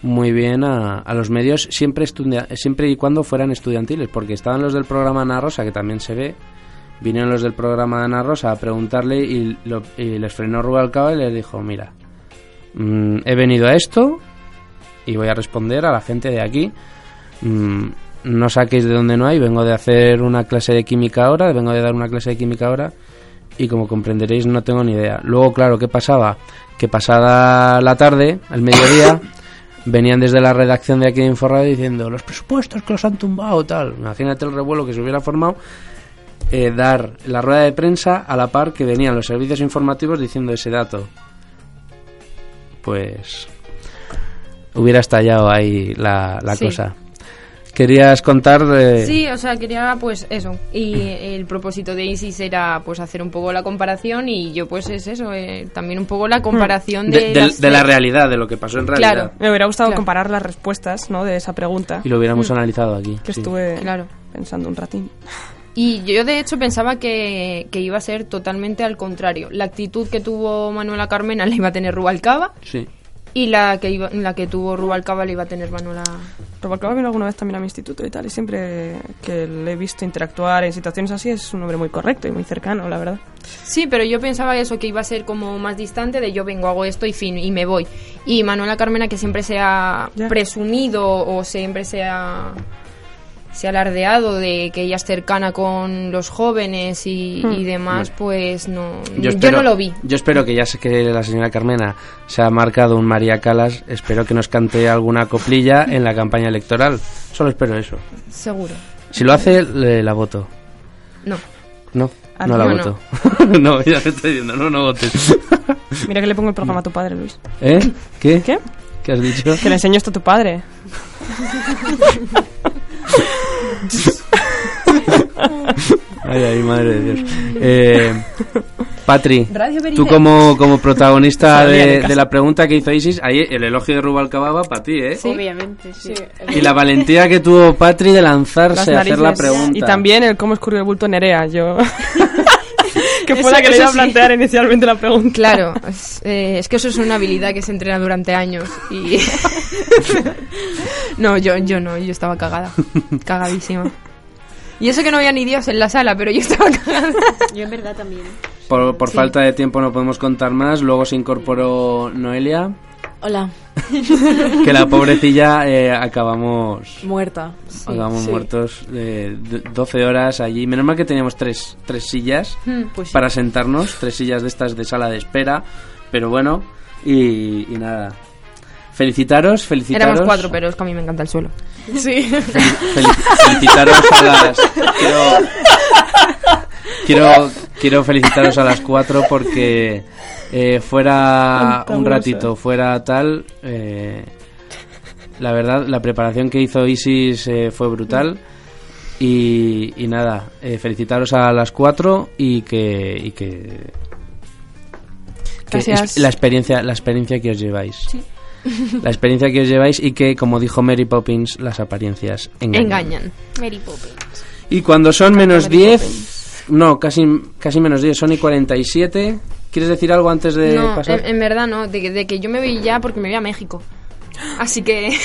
Speaker 3: muy bien a, a los medios siempre, estudia- siempre y cuando fueran estudiantiles, porque estaban los del programa Ana Rosa, que también se ve, vinieron los del programa de Ana Rosa a preguntarle y, lo- y les frenó Rubalcaba y les dijo, mira, mm, he venido a esto y voy a responder a la gente de aquí. Mm, no saquéis de donde no hay, vengo de hacer una clase de química ahora, vengo de dar una clase de química ahora y como comprenderéis no tengo ni idea. Luego, claro, ¿qué pasaba? Que pasada la tarde, al mediodía, venían desde la redacción de aquí de Inforradio diciendo los presupuestos que los han tumbado, tal. Imagínate el revuelo que se hubiera formado eh, dar la rueda de prensa a la par que venían los servicios informativos diciendo ese dato. Pues hubiera estallado ahí la, la
Speaker 13: Sí.
Speaker 3: cosa. Querías contar... eh,
Speaker 13: Sí, o sea, quería pues eso. Y el propósito de Isis era pues hacer un poco la comparación y yo pues es eso, eh, también un poco la comparación de...
Speaker 3: Mm. de, de-
Speaker 13: las-
Speaker 3: de la realidad, de lo que pasó en realidad.
Speaker 13: Claro.
Speaker 5: Me hubiera gustado
Speaker 13: Claro.
Speaker 5: comparar las respuestas ¿no? de esa pregunta.
Speaker 3: Y lo hubiéramos
Speaker 5: Mm.
Speaker 3: analizado aquí.
Speaker 5: Que
Speaker 3: sí.
Speaker 5: estuve
Speaker 12: pensando un ratín.
Speaker 13: Y yo de hecho pensaba que, que iba a ser totalmente al contrario. La actitud que tuvo Manuela Carmena la iba a tener Rubalcaba
Speaker 3: Sí.
Speaker 13: y la que iba- la que tuvo Rubalcaba la iba a tener Manuela.
Speaker 12: Rubalcaba vino alguna vez también a mi instituto y tal, y siempre que le he visto interactuar en situaciones así es un hombre muy correcto y muy cercano, la verdad.
Speaker 13: Sí, pero yo pensaba eso que iba a ser como más distante de yo vengo hago esto y fin y me voy. Y Manuela Carmena que siempre se ha presumido o siempre se ha se ha alardeado de que ella es cercana con los jóvenes y,
Speaker 3: Hmm.
Speaker 13: y demás,
Speaker 3: Bueno.
Speaker 13: pues no
Speaker 3: Yo, espero-
Speaker 13: no lo vi.
Speaker 3: Yo espero que ya sé que la señora Carmena se ha marcado un María Calas. Espero que nos cante alguna coplilla en la campaña electoral. Solo espero eso.
Speaker 13: Seguro.
Speaker 3: Si lo hace, le- la voto.
Speaker 13: No.
Speaker 3: No,
Speaker 12: Ah,
Speaker 3: no la
Speaker 12: no,
Speaker 3: voto. no, ya te estoy diciendo, no, no votes.
Speaker 12: Mira que le pongo el programa a tu padre, Luis.
Speaker 3: ¿Eh? ¿Qué? ¿Qué? has dicho?
Speaker 12: Que le enseño esto a tu padre.
Speaker 3: Ay, ay, madre de Dios. Eh, Patri,
Speaker 13: Radio
Speaker 3: tú
Speaker 13: Veridea.
Speaker 3: como, como protagonista
Speaker 18: Se olvidan en
Speaker 3: de,
Speaker 18: casa.
Speaker 3: de la pregunta que hizo Isis, ahí el elogio de Rubalcaba va para ti, ¿eh?
Speaker 18: Obviamente, sí.
Speaker 3: Y la valentía que tuvo Patri de
Speaker 12: Las
Speaker 3: lanzarse a hacer la
Speaker 12: narices.
Speaker 3: pregunta.
Speaker 12: Y también el cómo escurrió el bulto Nerea, yo... que fue
Speaker 13: Eso-
Speaker 12: la que le
Speaker 13: eso
Speaker 12: iba a
Speaker 13: sí.
Speaker 12: plantear inicialmente la pregunta.
Speaker 13: Claro, es, eh, es que eso es una habilidad que se entrena durante años y no, yo yo no, yo estaba cagada, cagadísima. Y eso que no había ni Dios en la sala, pero yo estaba cagada.
Speaker 18: Yo en verdad también.
Speaker 3: Por, por
Speaker 18: Sí.
Speaker 3: falta de tiempo no podemos contar más. Luego se incorporó Noelia,
Speaker 18: Hola.
Speaker 3: que la pobrecilla eh, acabamos...
Speaker 18: Muerta.
Speaker 3: acabamos
Speaker 18: Sí.
Speaker 3: muertos eh, d- 12 horas allí. Menos mal que teníamos tres, tres sillas
Speaker 18: Hmm, pues sí.
Speaker 3: para sentarnos, tres sillas de estas de sala de espera, pero bueno, y, y nada. Felicitaros, felicitaros.
Speaker 13: Éramos cuatro, pero es que a mí me encanta el suelo. Sí.
Speaker 3: Fel- felicitaros a las. Quiero, quiero, quiero felicitaros a las cuatro porque eh, fuera un
Speaker 7: Fantabulosa.
Speaker 3: ratito, fuera tal. eh, la verdad, la preparación que hizo Isis eh, fue brutal. Y, y nada, eh, felicitaros a las cuatro y que. y que- que es-
Speaker 12: Gracias.
Speaker 3: la experiencia la experiencia que os lleváis
Speaker 13: Sí.
Speaker 3: la experiencia que os lleváis y que como dijo Mary Poppins las apariencias engañan
Speaker 13: Engañan. Mary Poppins.
Speaker 3: y cuando son menos
Speaker 13: Mary
Speaker 3: 10, no, casi, casi menos 10, son y 47. ¿Quieres decir algo antes de
Speaker 13: No,
Speaker 12: eh,
Speaker 3: pasar?
Speaker 13: en, en verdad no, de, que- de que yo me voy ya porque me voy a México. Así que...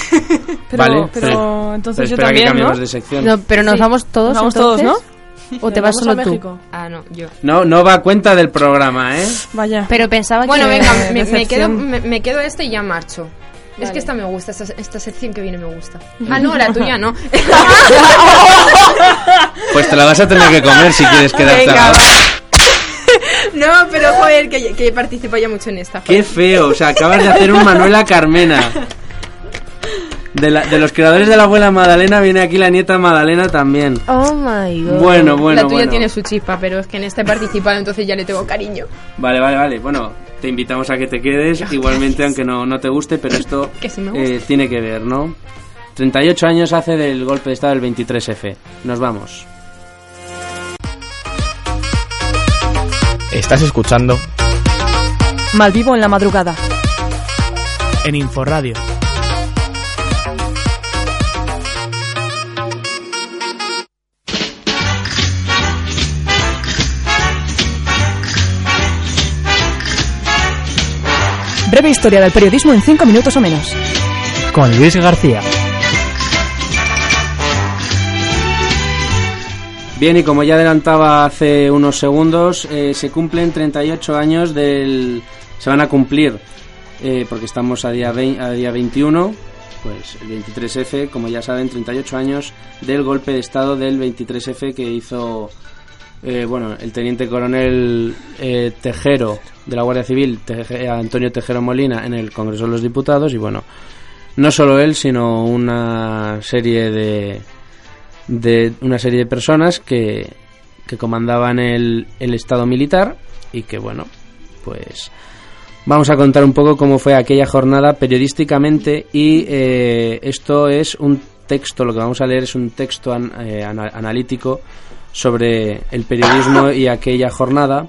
Speaker 12: Pero- Vale, pero pero- entonces pero yo espera que también, cambiemos ¿no? de sección.
Speaker 2: No, pero nos
Speaker 13: Sí.
Speaker 2: vamos todos.
Speaker 13: Nos vamos
Speaker 2: entonces?
Speaker 13: todos,
Speaker 2: ¿no? ¿O te vas solo tú?
Speaker 13: Ah, no, yo.
Speaker 3: no, no va a cuenta del programa, ¿eh?
Speaker 12: Vaya.
Speaker 2: Pero pensaba
Speaker 13: Bueno,
Speaker 2: que.
Speaker 13: venga, me, me quedo,
Speaker 2: Decepción.
Speaker 13: me, me quedo este y ya marcho. Es
Speaker 2: Vale.
Speaker 13: que esta me gusta, esta, esta sección que viene me gusta. Ah, no, la tuya no.
Speaker 3: Pues te la vas a tener que comer si quieres quedarte
Speaker 13: Venga,
Speaker 3: a la-
Speaker 13: no, pero joder, que, que participo ya mucho en esta.
Speaker 3: Qué feo, o sea, acabas de hacer un Manuela Carmena. De, la- de los creadores de la abuela Madalena viene aquí la nieta Madalena también.
Speaker 2: Oh my god.
Speaker 3: Bueno, bueno,
Speaker 13: La tuya
Speaker 3: bueno.
Speaker 13: tiene su chispa, pero es que en esta he participado, entonces ya le tengo cariño.
Speaker 3: Vale, vale, vale. Bueno, te invitamos a que te quedes, igualmente, aunque no, no te guste, pero esto
Speaker 13: Que sí me gusta.
Speaker 3: eh, tiene que ver, ¿no? 38 años hace del golpe de Estado del 23F. Nos vamos.
Speaker 4: Estás escuchando
Speaker 8: Malvivo en la madrugada.
Speaker 4: en Inforradio.
Speaker 8: Breve historia del periodismo en 5 minutos o menos.
Speaker 4: Con Luis García.
Speaker 3: Bien, y como ya adelantaba hace unos segundos, eh, se cumplen 38 años del... Se van a cumplir, eh, porque estamos a día, vein- a día 21, pues el 23F, como ya saben, 38 años del golpe de Estado del 23F que hizo, eh, bueno, el teniente coronel eh, Tejero de la Guardia Civil, Teje- Antonio Tejero Molina, en el Congreso de los Diputados, y bueno, no solo él, sino una serie de, de una serie de personas que, que comandaban el, el Estado militar y que, bueno, pues vamos a contar un poco cómo fue aquella jornada periodísticamente y eh, esto es un texto, lo que vamos a leer es un texto an- eh, ana- analítico sobre el periodismo y aquella jornada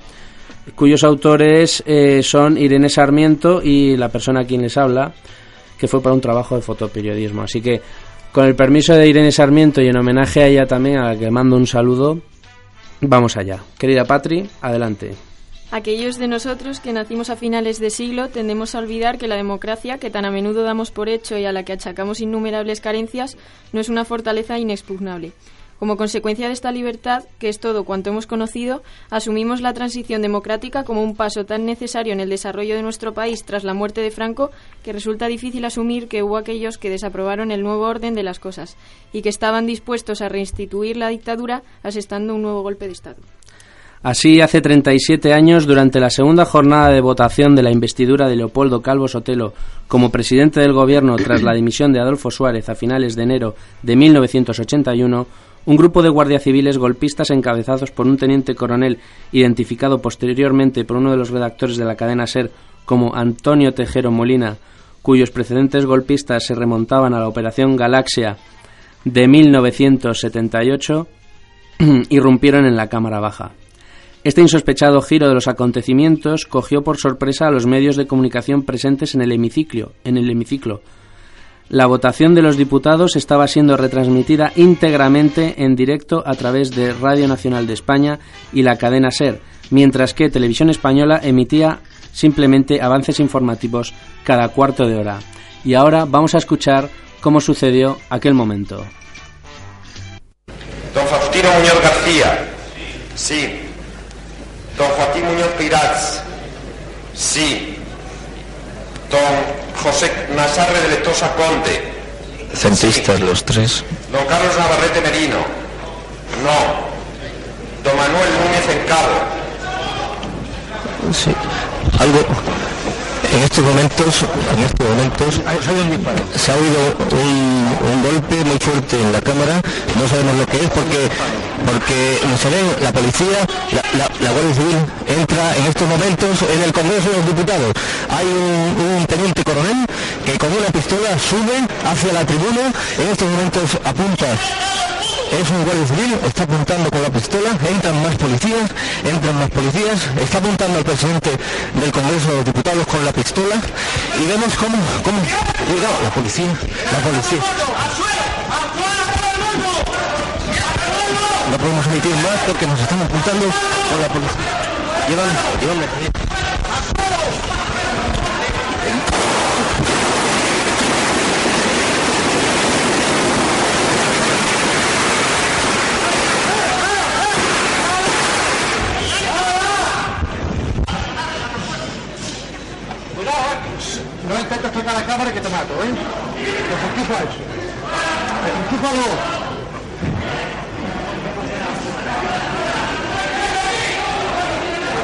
Speaker 3: cuyos autores eh, son Irene Sarmiento y la persona a quien les habla, que fue para un trabajo de fotoperiodismo. Así que Con el permiso de Irene Sarmiento y en homenaje a ella también, a la que mando un saludo, vamos allá. Querida Patri, adelante.
Speaker 17: Aquellos de nosotros que nacimos a finales de siglo tendemos a olvidar que la democracia, que tan a menudo damos por hecho y a la que achacamos innumerables carencias, no es una fortaleza inexpugnable. Como consecuencia de esta libertad, que es todo cuanto hemos conocido, asumimos la transición democrática como un paso tan necesario en el desarrollo de nuestro país tras la muerte de Franco que resulta difícil asumir que hubo aquellos que desaprobaron el nuevo orden de las cosas y que estaban dispuestos a reinstituir la dictadura asestando un nuevo golpe de Estado.
Speaker 3: Así, hace 37 años, durante la segunda jornada de votación de la investidura de Leopoldo Calvo Sotelo como presidente del gobierno tras la dimisión de Adolfo Suárez a finales de enero de 1981, un grupo de guardias civiles golpistas encabezados por un teniente coronel identificado posteriormente por uno de los redactores de la cadena SER como Antonio Tejero Molina, cuyos precedentes golpistas se remontaban a la Operación Galaxia de 1978, irrumpieron en la Cámara Baja. Este insospechado giro de los acontecimientos cogió por sorpresa a los medios de comunicación presentes en el hemiciclo, en el hemiciclo. La votación de los diputados estaba siendo retransmitida íntegramente en directo a través de Radio Nacional de España y la cadena SER, mientras que Televisión Española emitía simplemente avances informativos cada cuarto de hora. Y ahora vamos a escuchar cómo sucedió aquel momento.
Speaker 19: Don Faustino Muñoz García. Sí. Don Joaquín Muñoz Pirats. Sí. Don José Nazarre de Letosa Conde.
Speaker 10: Centristas los tres.
Speaker 19: Don Carlos Navarrete Merino. No. Don Manuel Núñez Encabo.
Speaker 10: Sí. Algo. En estos momentos, en estos momentos, se ha oído un, un golpe muy fuerte en la cámara. No sabemos lo que es porque porque se ve la policía, la, la- la Guardia Civil entra en estos momentos en el Congreso de los Diputados. Hay un, un teniente coronel que con una pistola sube hacia la tribuna. En estos momentos apunta es un guardia civil, está apuntando con la pistola, entran más policías, entran más policías, está apuntando al presidente del Congreso de los Diputados con la pistola y vemos cómo, cómo llega la policía, la policía. No podemos emitir más porque nos están apuntando con la policía. Llevan, llevan
Speaker 20: No intentes tocar la cámara que te mato, ¿eh? Desenchufa eso. Desenchúfalo.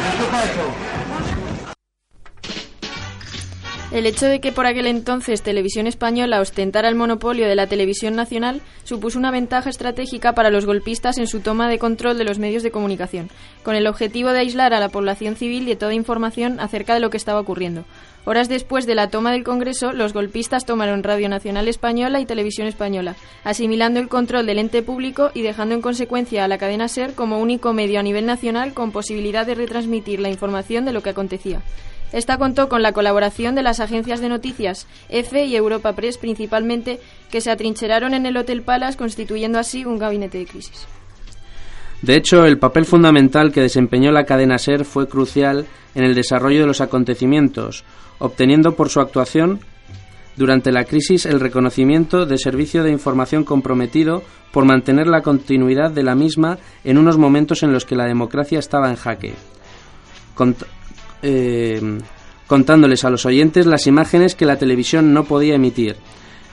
Speaker 20: Desenchufa eso.
Speaker 17: El hecho de que por aquel entonces Televisión Española ostentara el monopolio de la televisión nacional supuso una ventaja estratégica para los golpistas en su toma de control de los medios de comunicación, con el objetivo de aislar a la población civil de toda información acerca de lo que estaba ocurriendo. Horas después de la toma del Congreso, los golpistas tomaron Radio Nacional Española y Televisión Española, asimilando el control del ente público y dejando en consecuencia a la cadena SER como único medio a nivel nacional con posibilidad de retransmitir la información de lo que acontecía. Esta contó con la colaboración de las agencias de noticias EFE y Europa Press principalmente, que se atrincheraron en el Hotel Palace constituyendo así un gabinete de crisis.
Speaker 3: De hecho, el papel fundamental que desempeñó la cadena SER fue crucial en el desarrollo de los acontecimientos, obteniendo por su actuación durante la crisis el reconocimiento de servicio de información comprometido por mantener la continuidad de la misma en unos momentos en los que la democracia estaba en jaque. Cont- eh, contándoles a los oyentes las imágenes que la televisión no podía emitir.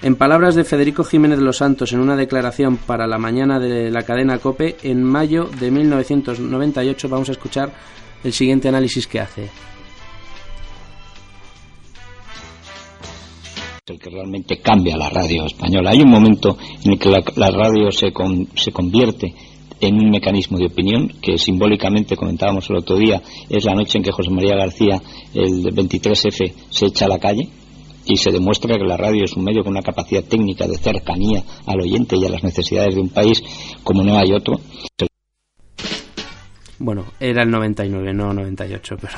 Speaker 3: En palabras de Federico Jiménez de los Santos en una declaración para la mañana de la cadena Cope, en mayo de 1998 vamos a escuchar el siguiente análisis que hace.
Speaker 21: el que realmente cambia la radio española. Hay un momento en el que la, la radio se, con- se convierte en un mecanismo de opinión que simbólicamente comentábamos el otro día, es la noche en que José María García, el 23F, se echa a la calle y se demuestra que la radio es un medio con una capacidad técnica de cercanía al oyente y a las necesidades de un país como no hay otro.
Speaker 3: Bueno, era el 99, no 98, pero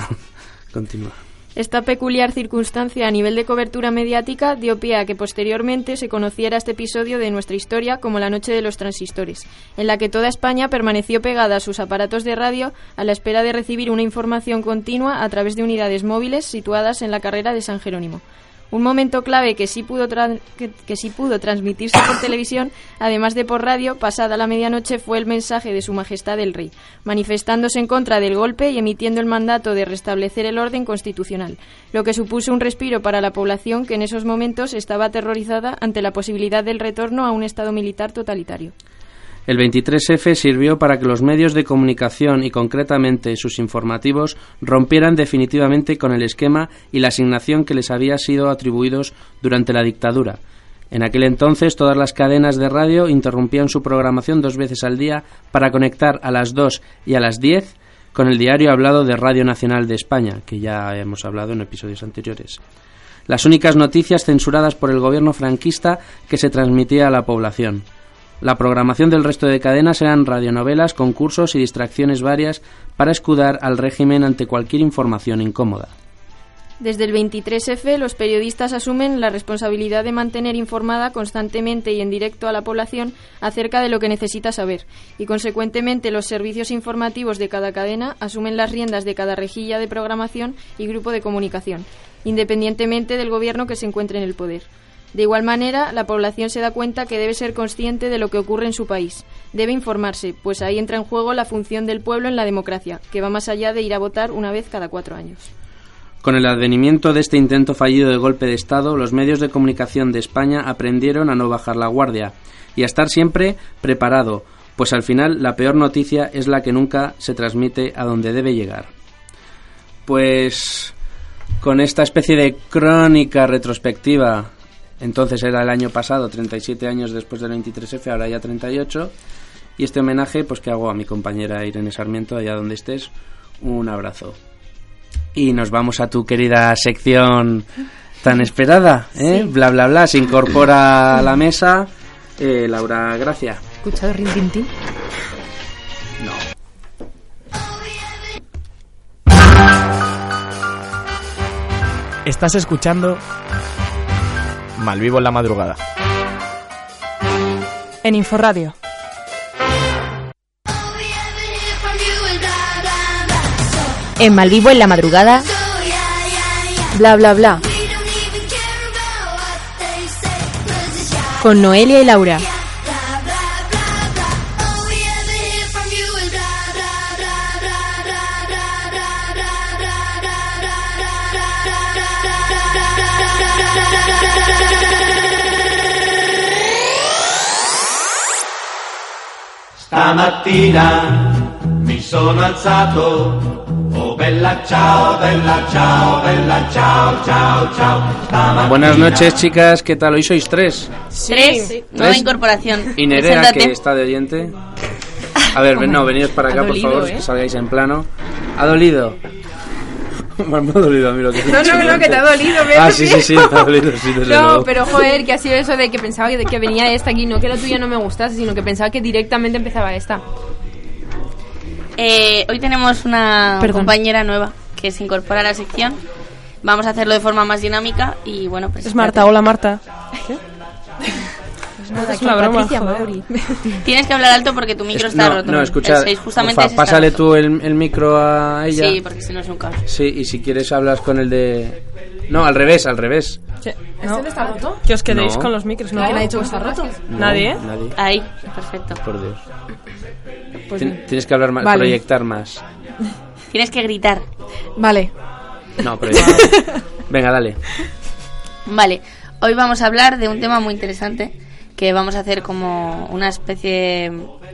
Speaker 3: continúa.
Speaker 17: Esta peculiar circunstancia a nivel de cobertura mediática dio pie a que posteriormente se conociera este episodio de nuestra historia como la Noche de los Transistores, en la que toda España permaneció pegada a sus aparatos de radio a la espera de recibir una información continua a través de unidades móviles situadas en la carrera de San Jerónimo. Un momento clave que sí pudo, tran- que, que sí pudo transmitirse por televisión, además de por radio, pasada la medianoche fue el mensaje de Su Majestad el Rey, manifestándose en contra del golpe y emitiendo el mandato de restablecer el orden constitucional, lo que supuso un respiro para la población que en esos momentos estaba aterrorizada ante la posibilidad del retorno a un Estado militar totalitario.
Speaker 3: El 23F sirvió para que los medios de comunicación y concretamente sus informativos rompieran definitivamente con el esquema y la asignación que les había sido atribuidos durante la dictadura. En aquel entonces todas las cadenas de radio interrumpían su programación dos veces al día para conectar a las 2 y a las 10 con el diario hablado de Radio Nacional de España, que ya hemos hablado en episodios anteriores. Las únicas noticias censuradas por el gobierno franquista que se transmitía a la población. La programación del resto de cadenas eran radionovelas, concursos y distracciones varias para escudar al régimen ante cualquier información incómoda.
Speaker 17: Desde el 23F, los periodistas asumen la responsabilidad de mantener informada constantemente y en directo a la población acerca de lo que necesita saber, y consecuentemente los servicios informativos de cada cadena asumen las riendas de cada rejilla de programación y grupo de comunicación, independientemente del gobierno que se encuentre en el poder. De igual manera, la población se da cuenta que debe ser consciente de lo que ocurre en su país. Debe informarse, pues ahí entra en juego la función del pueblo en la democracia, que va más allá de ir a votar una vez cada cuatro años.
Speaker 3: Con el advenimiento de este intento fallido de golpe de Estado, los medios de comunicación de España aprendieron a no bajar la guardia y a estar siempre preparado, pues al final la peor noticia es la que nunca se transmite a donde debe llegar. Pues con esta especie de crónica retrospectiva entonces era el año pasado, 37 años después del 23F, ahora ya 38. Y este homenaje pues que hago a mi compañera Irene Sarmiento, allá donde estés, un abrazo. Y nos vamos a tu querida sección tan esperada, ¿eh?
Speaker 1: Sí.
Speaker 3: Bla, bla, bla, se incorpora a la mesa eh, Laura Gracia.
Speaker 1: ¿Escuchado Rin Tin Tin?
Speaker 4: Estás escuchando
Speaker 7: Malvivo en la madrugada.
Speaker 8: En Inforradio.
Speaker 2: En Malvivo en la madrugada. Bla bla bla. Con Noelia y Laura.
Speaker 22: Stamattina mi sono alzato, oh bella ciao, bella ciao, bella ciao, ciao, ciao. Stamattina-
Speaker 3: Buenas noches, chicas, ¿qué tal? Hoy sois tres.
Speaker 23: Tres, nueva
Speaker 3: Tres.
Speaker 23: incorporación.
Speaker 3: Y Nerea,
Speaker 23: Preséntate.
Speaker 3: que está de oyente. A ver, ven- no, venidos para
Speaker 23: Ha
Speaker 3: acá,
Speaker 23: dolido,
Speaker 3: por favor,
Speaker 23: ¿eh?
Speaker 3: que salgáis en plano. Ha dolido. Me ha dolido a mí lo que he
Speaker 13: No,
Speaker 3: dicho
Speaker 13: no, no, que te ha
Speaker 3: antes.
Speaker 13: dolido, ¿ves?
Speaker 3: Ah, sí, sí, sí, te ha dolido, sí, desde
Speaker 13: No,
Speaker 3: luego.
Speaker 13: pero joder, que ha sido eso de que pensaba que, que venía esta aquí, no que la tuya no me gustase, sino que pensaba que directamente empezaba esta.
Speaker 23: Eh, hoy tenemos una
Speaker 13: Perdón.
Speaker 23: compañera nueva que se incorpora a la sección. Vamos a hacerlo de forma más dinámica y bueno, pues.
Speaker 12: Es Marta, hola Marta.
Speaker 23: Es una broma, Tienes que hablar alto porque tu micro
Speaker 3: Es-
Speaker 23: está
Speaker 3: no,
Speaker 23: roto.
Speaker 3: no, escucha,
Speaker 23: El seis justamente
Speaker 3: porfa,
Speaker 23: ese está
Speaker 3: pásale
Speaker 23: roto.
Speaker 3: tú el, el micro a ella.
Speaker 23: Sí, porque si no es un caos.
Speaker 3: Sí, y si quieres hablas con el de... No, al revés, al revés.
Speaker 12: No.
Speaker 13: ¿Este no está roto?
Speaker 12: Que os quedéis
Speaker 3: No.
Speaker 12: con los micros, ¿no?
Speaker 13: ¿Quién ha dicho que está roto?
Speaker 3: No,
Speaker 12: Nadie.
Speaker 3: nadie.
Speaker 23: Ahí, perfecto.
Speaker 3: Por Dios.
Speaker 23: Pues
Speaker 3: Tien-
Speaker 23: no.
Speaker 3: Tienes que hablar más,
Speaker 23: Vale.
Speaker 3: proyectar más.
Speaker 23: Tienes que gritar.
Speaker 8: Vale.
Speaker 3: No, proyectar. Venga, dale.
Speaker 23: Vale, hoy vamos a hablar de un tema muy interesante que vamos a hacer como una especie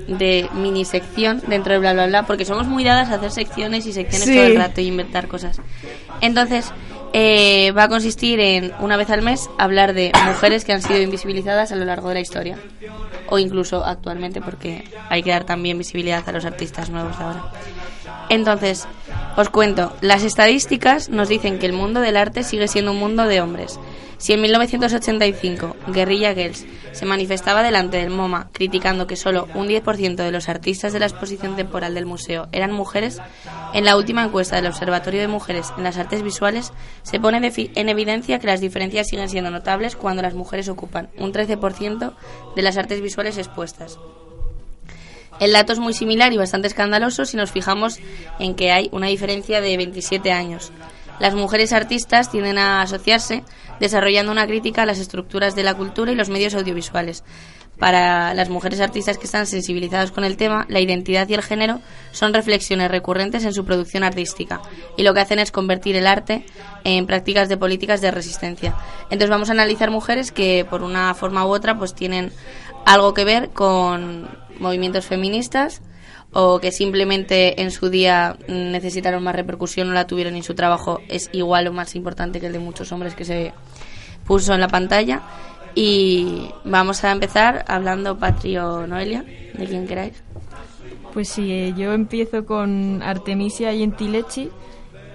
Speaker 23: de mini sección dentro de bla bla bla porque somos muy dadas a hacer secciones y secciones
Speaker 13: Sí.
Speaker 23: todo el rato y inventar cosas. Entonces, eh, va a consistir en una vez al mes hablar de mujeres que han sido invisibilizadas a lo largo de la historia o incluso actualmente porque hay que dar también visibilidad a los artistas nuevos de ahora. Entonces, os cuento, las estadísticas nos dicen que el mundo del arte sigue siendo un mundo de hombres. Si en 1985 Guerrilla Girls, se manifestaba delante del MoMA, criticando que solo un 10% de los artistas de la exposición temporal del museo eran mujeres, en la última encuesta del Observatorio de Mujeres en las Artes Visuales se pone de fi- en evidencia que las diferencias siguen siendo notables cuando las mujeres ocupan un 13% de las artes visuales expuestas. El dato es muy similar y bastante escandaloso si nos fijamos en que hay una diferencia de 27 años. Las mujeres artistas tienden a asociarse desarrollando una crítica a las estructuras de la cultura y los medios audiovisuales. Para las mujeres artistas que están sensibilizadas con el tema, la identidad y el género son reflexiones recurrentes en su producción artística y lo que hacen es convertir el arte en prácticas de políticas de resistencia. Entonces vamos a analizar mujeres que por una forma u otra pues tienen algo que ver con movimientos feministas o que simplemente en su día mm, necesitaron más repercusión o la tuvieron en su trabajo es igual o más importante que el de muchos hombres que se puso en la pantalla. Y vamos a empezar hablando Patrio Noelia, de quien queráis.
Speaker 17: Pues sí, eh, yo empiezo con Artemisia Gentilecci.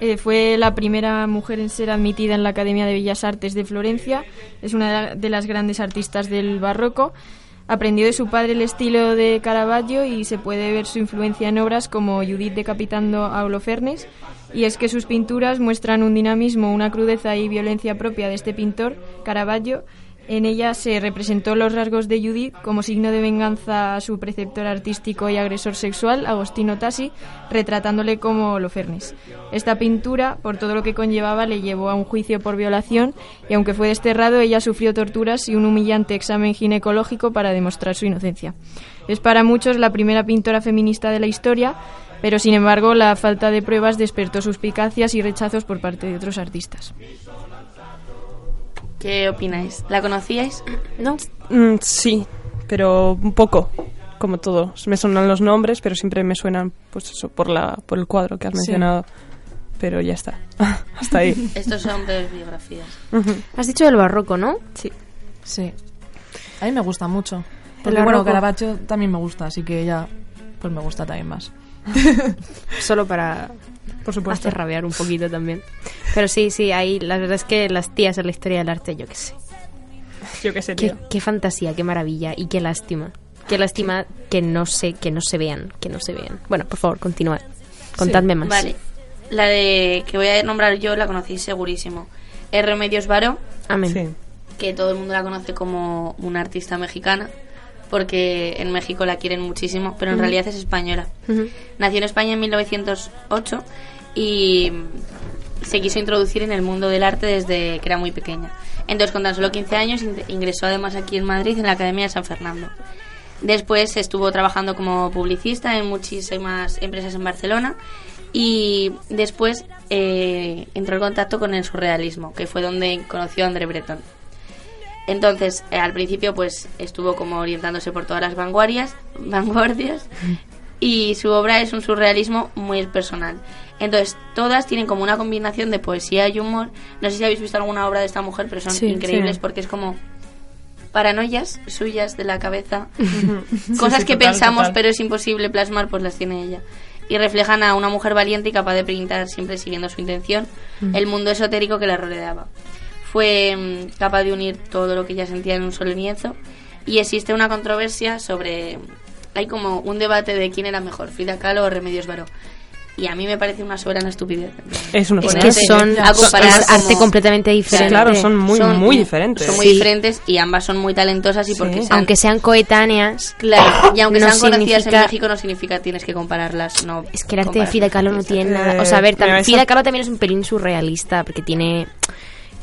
Speaker 17: Eh, fue la primera mujer en ser admitida en la Academia de Bellas Artes de Florencia. Es una de la- de las grandes artistas del barroco. Aprendió de su padre el estilo de Caravaggio y se puede ver su influencia en obras como Judith decapitando a Holofernes. Y es que sus pinturas muestran un dinamismo, una crudeza y violencia propia de este pintor, Caravaggio. En ella se representó los rasgos de Judith como signo de venganza a su preceptor artístico y agresor sexual, Agostino Tassi, retratándole como Holofernes. Esta pintura, por todo lo que conllevaba, le llevó a un juicio por violación y aunque fue desterrado, ella sufrió torturas y un humillante examen ginecológico para demostrar su inocencia. Es para muchos la primera pintora feminista de la historia, pero sin embargo la falta de pruebas despertó suspicacias y rechazos por parte de otros artistas.
Speaker 23: ¿Qué opináis? ¿La conocíais?
Speaker 5: No. Mm, sí, pero un poco, como todo. Me sonan los nombres, pero siempre me suenan pues eso, por, la, por el cuadro que has
Speaker 17: Sí.
Speaker 5: mencionado. Pero ya está. Hasta ahí.
Speaker 23: Estos son peores biografías.
Speaker 2: Has dicho del barroco, ¿no?
Speaker 5: Sí.
Speaker 6: Sí. A mí me gusta mucho. Porque
Speaker 2: El
Speaker 6: bueno,
Speaker 2: barroco.
Speaker 6: Caravaggio también me gusta, así que ya pues me gusta también más.
Speaker 2: Solo para
Speaker 6: Por supuesto.
Speaker 2: hacer rabiar un poquito también. Pero sí, sí, ahí la verdad es que las tías en la historia del arte, yo qué sé.
Speaker 5: Yo qué sé,
Speaker 2: Qué,
Speaker 5: tío.
Speaker 2: qué fantasía, qué maravilla y qué lástima. Qué lástima que no se, que no se vean, que no se vean. Bueno, por favor, continuad. Contadme más.
Speaker 23: Vale. La de que voy a nombrar yo la conocéis segurísimo. Es Remedios Varo,
Speaker 2: Amén.
Speaker 23: que todo el mundo la conoce como una artista mexicana, porque en México la quieren muchísimo, pero en
Speaker 10: Ujú.
Speaker 23: realidad es española. Nació en España en 1908 y mm, se quiso introducir en el mundo del arte desde que era muy pequeña. Entonces, con tan solo 15 años, in- ingresó además aquí en Madrid en la Academia de San Fernando. Después estuvo trabajando como publicista en muchísimas empresas en Barcelona y después eh, entró en contacto con el surrealismo, que fue donde conoció a André Breton. Entonces, eh, al principio, pues estuvo como orientándose por todas las vanguardias, vanguardias y su obra es un surrealismo muy personal. Entonces, todas tienen como una combinación de poesía y humor. No sé si habéis visto alguna obra de esta mujer, pero son
Speaker 24: Sí,
Speaker 23: increíbles
Speaker 24: sí.
Speaker 23: porque es como paranoias suyas de la cabeza,
Speaker 24: Sí,
Speaker 23: cosas
Speaker 24: sí,
Speaker 23: que
Speaker 24: total,
Speaker 23: pensamos
Speaker 24: total.
Speaker 23: pero es imposible plasmar, pues las tiene ella. Y reflejan a una mujer valiente y capaz de pintar siempre siguiendo su intención
Speaker 24: Mm.
Speaker 23: el mundo esotérico que la rodeaba. Fue mm, capaz de unir todo lo que ella sentía en un solo lienzo y existe una controversia sobre hay como un debate de quién era mejor, Frida Kahlo o Remedios Varó. Y a mí me parece una soberana estupidez.
Speaker 5: Es una
Speaker 2: Es
Speaker 5: soberana
Speaker 2: que
Speaker 5: estupidez.
Speaker 2: son,
Speaker 23: A
Speaker 2: son-
Speaker 23: comparar
Speaker 2: es arte
Speaker 23: como-
Speaker 2: completamente
Speaker 23: Sí,
Speaker 2: diferente.
Speaker 5: claro, son muy, muy diferentes.
Speaker 23: Son muy
Speaker 2: Sí.
Speaker 23: diferentes y ambas son muy talentosas y porque sean-
Speaker 2: Aunque sean coetáneas.
Speaker 23: Claro, y aunque
Speaker 2: no
Speaker 23: sean conocidas
Speaker 2: significa-
Speaker 23: en México no significa tienes que compararlas, no.
Speaker 2: Es que el arte de Frida Kahlo no tiene nada. O sea, a
Speaker 23: Eh,
Speaker 2: ver,
Speaker 23: mira,
Speaker 2: también,
Speaker 23: eso-
Speaker 2: Frida Kahlo también es un pelín surrealista porque tiene,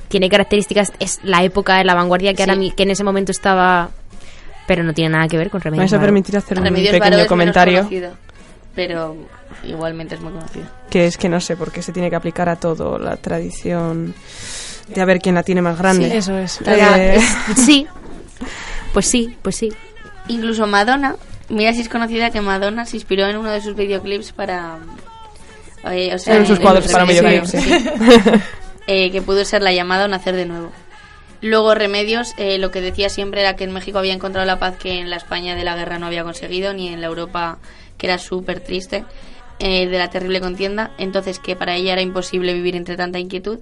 Speaker 2: tiene características. Es la época de la vanguardia que, ahora mi- que en ese momento estaba. Pero no tiene nada que ver con
Speaker 5: Me
Speaker 2: Remedios.
Speaker 5: vais a
Speaker 2: Varo.
Speaker 5: permitir hacer un
Speaker 23: Remedios Varo es
Speaker 5: pequeño
Speaker 23: menos
Speaker 5: comentario.
Speaker 23: conocida, pero igualmente es muy conocida.
Speaker 5: que es que no sé por qué se tiene que aplicar a todo la tradición de a ver quién la tiene más grande.
Speaker 23: Sí,
Speaker 6: eso es.
Speaker 5: Eh,
Speaker 23: Ya,
Speaker 2: sí. Pues sí, pues sí.
Speaker 23: Incluso Madonna, mira si es conocida que Madonna se inspiró en uno de sus videoclips para... eh, o sea,
Speaker 5: En sus cuadros para
Speaker 23: videoclips,
Speaker 5: videoclips, sí.
Speaker 23: Eh, que pudo ser la llamada o nacer de nuevo. Luego Remedios, eh, lo que decía siempre era que en México había encontrado la paz que en la España de la guerra no había conseguido, ni en la Europa, que era súper triste, eh, de la terrible contienda. Entonces que para ella era imposible vivir entre tanta inquietud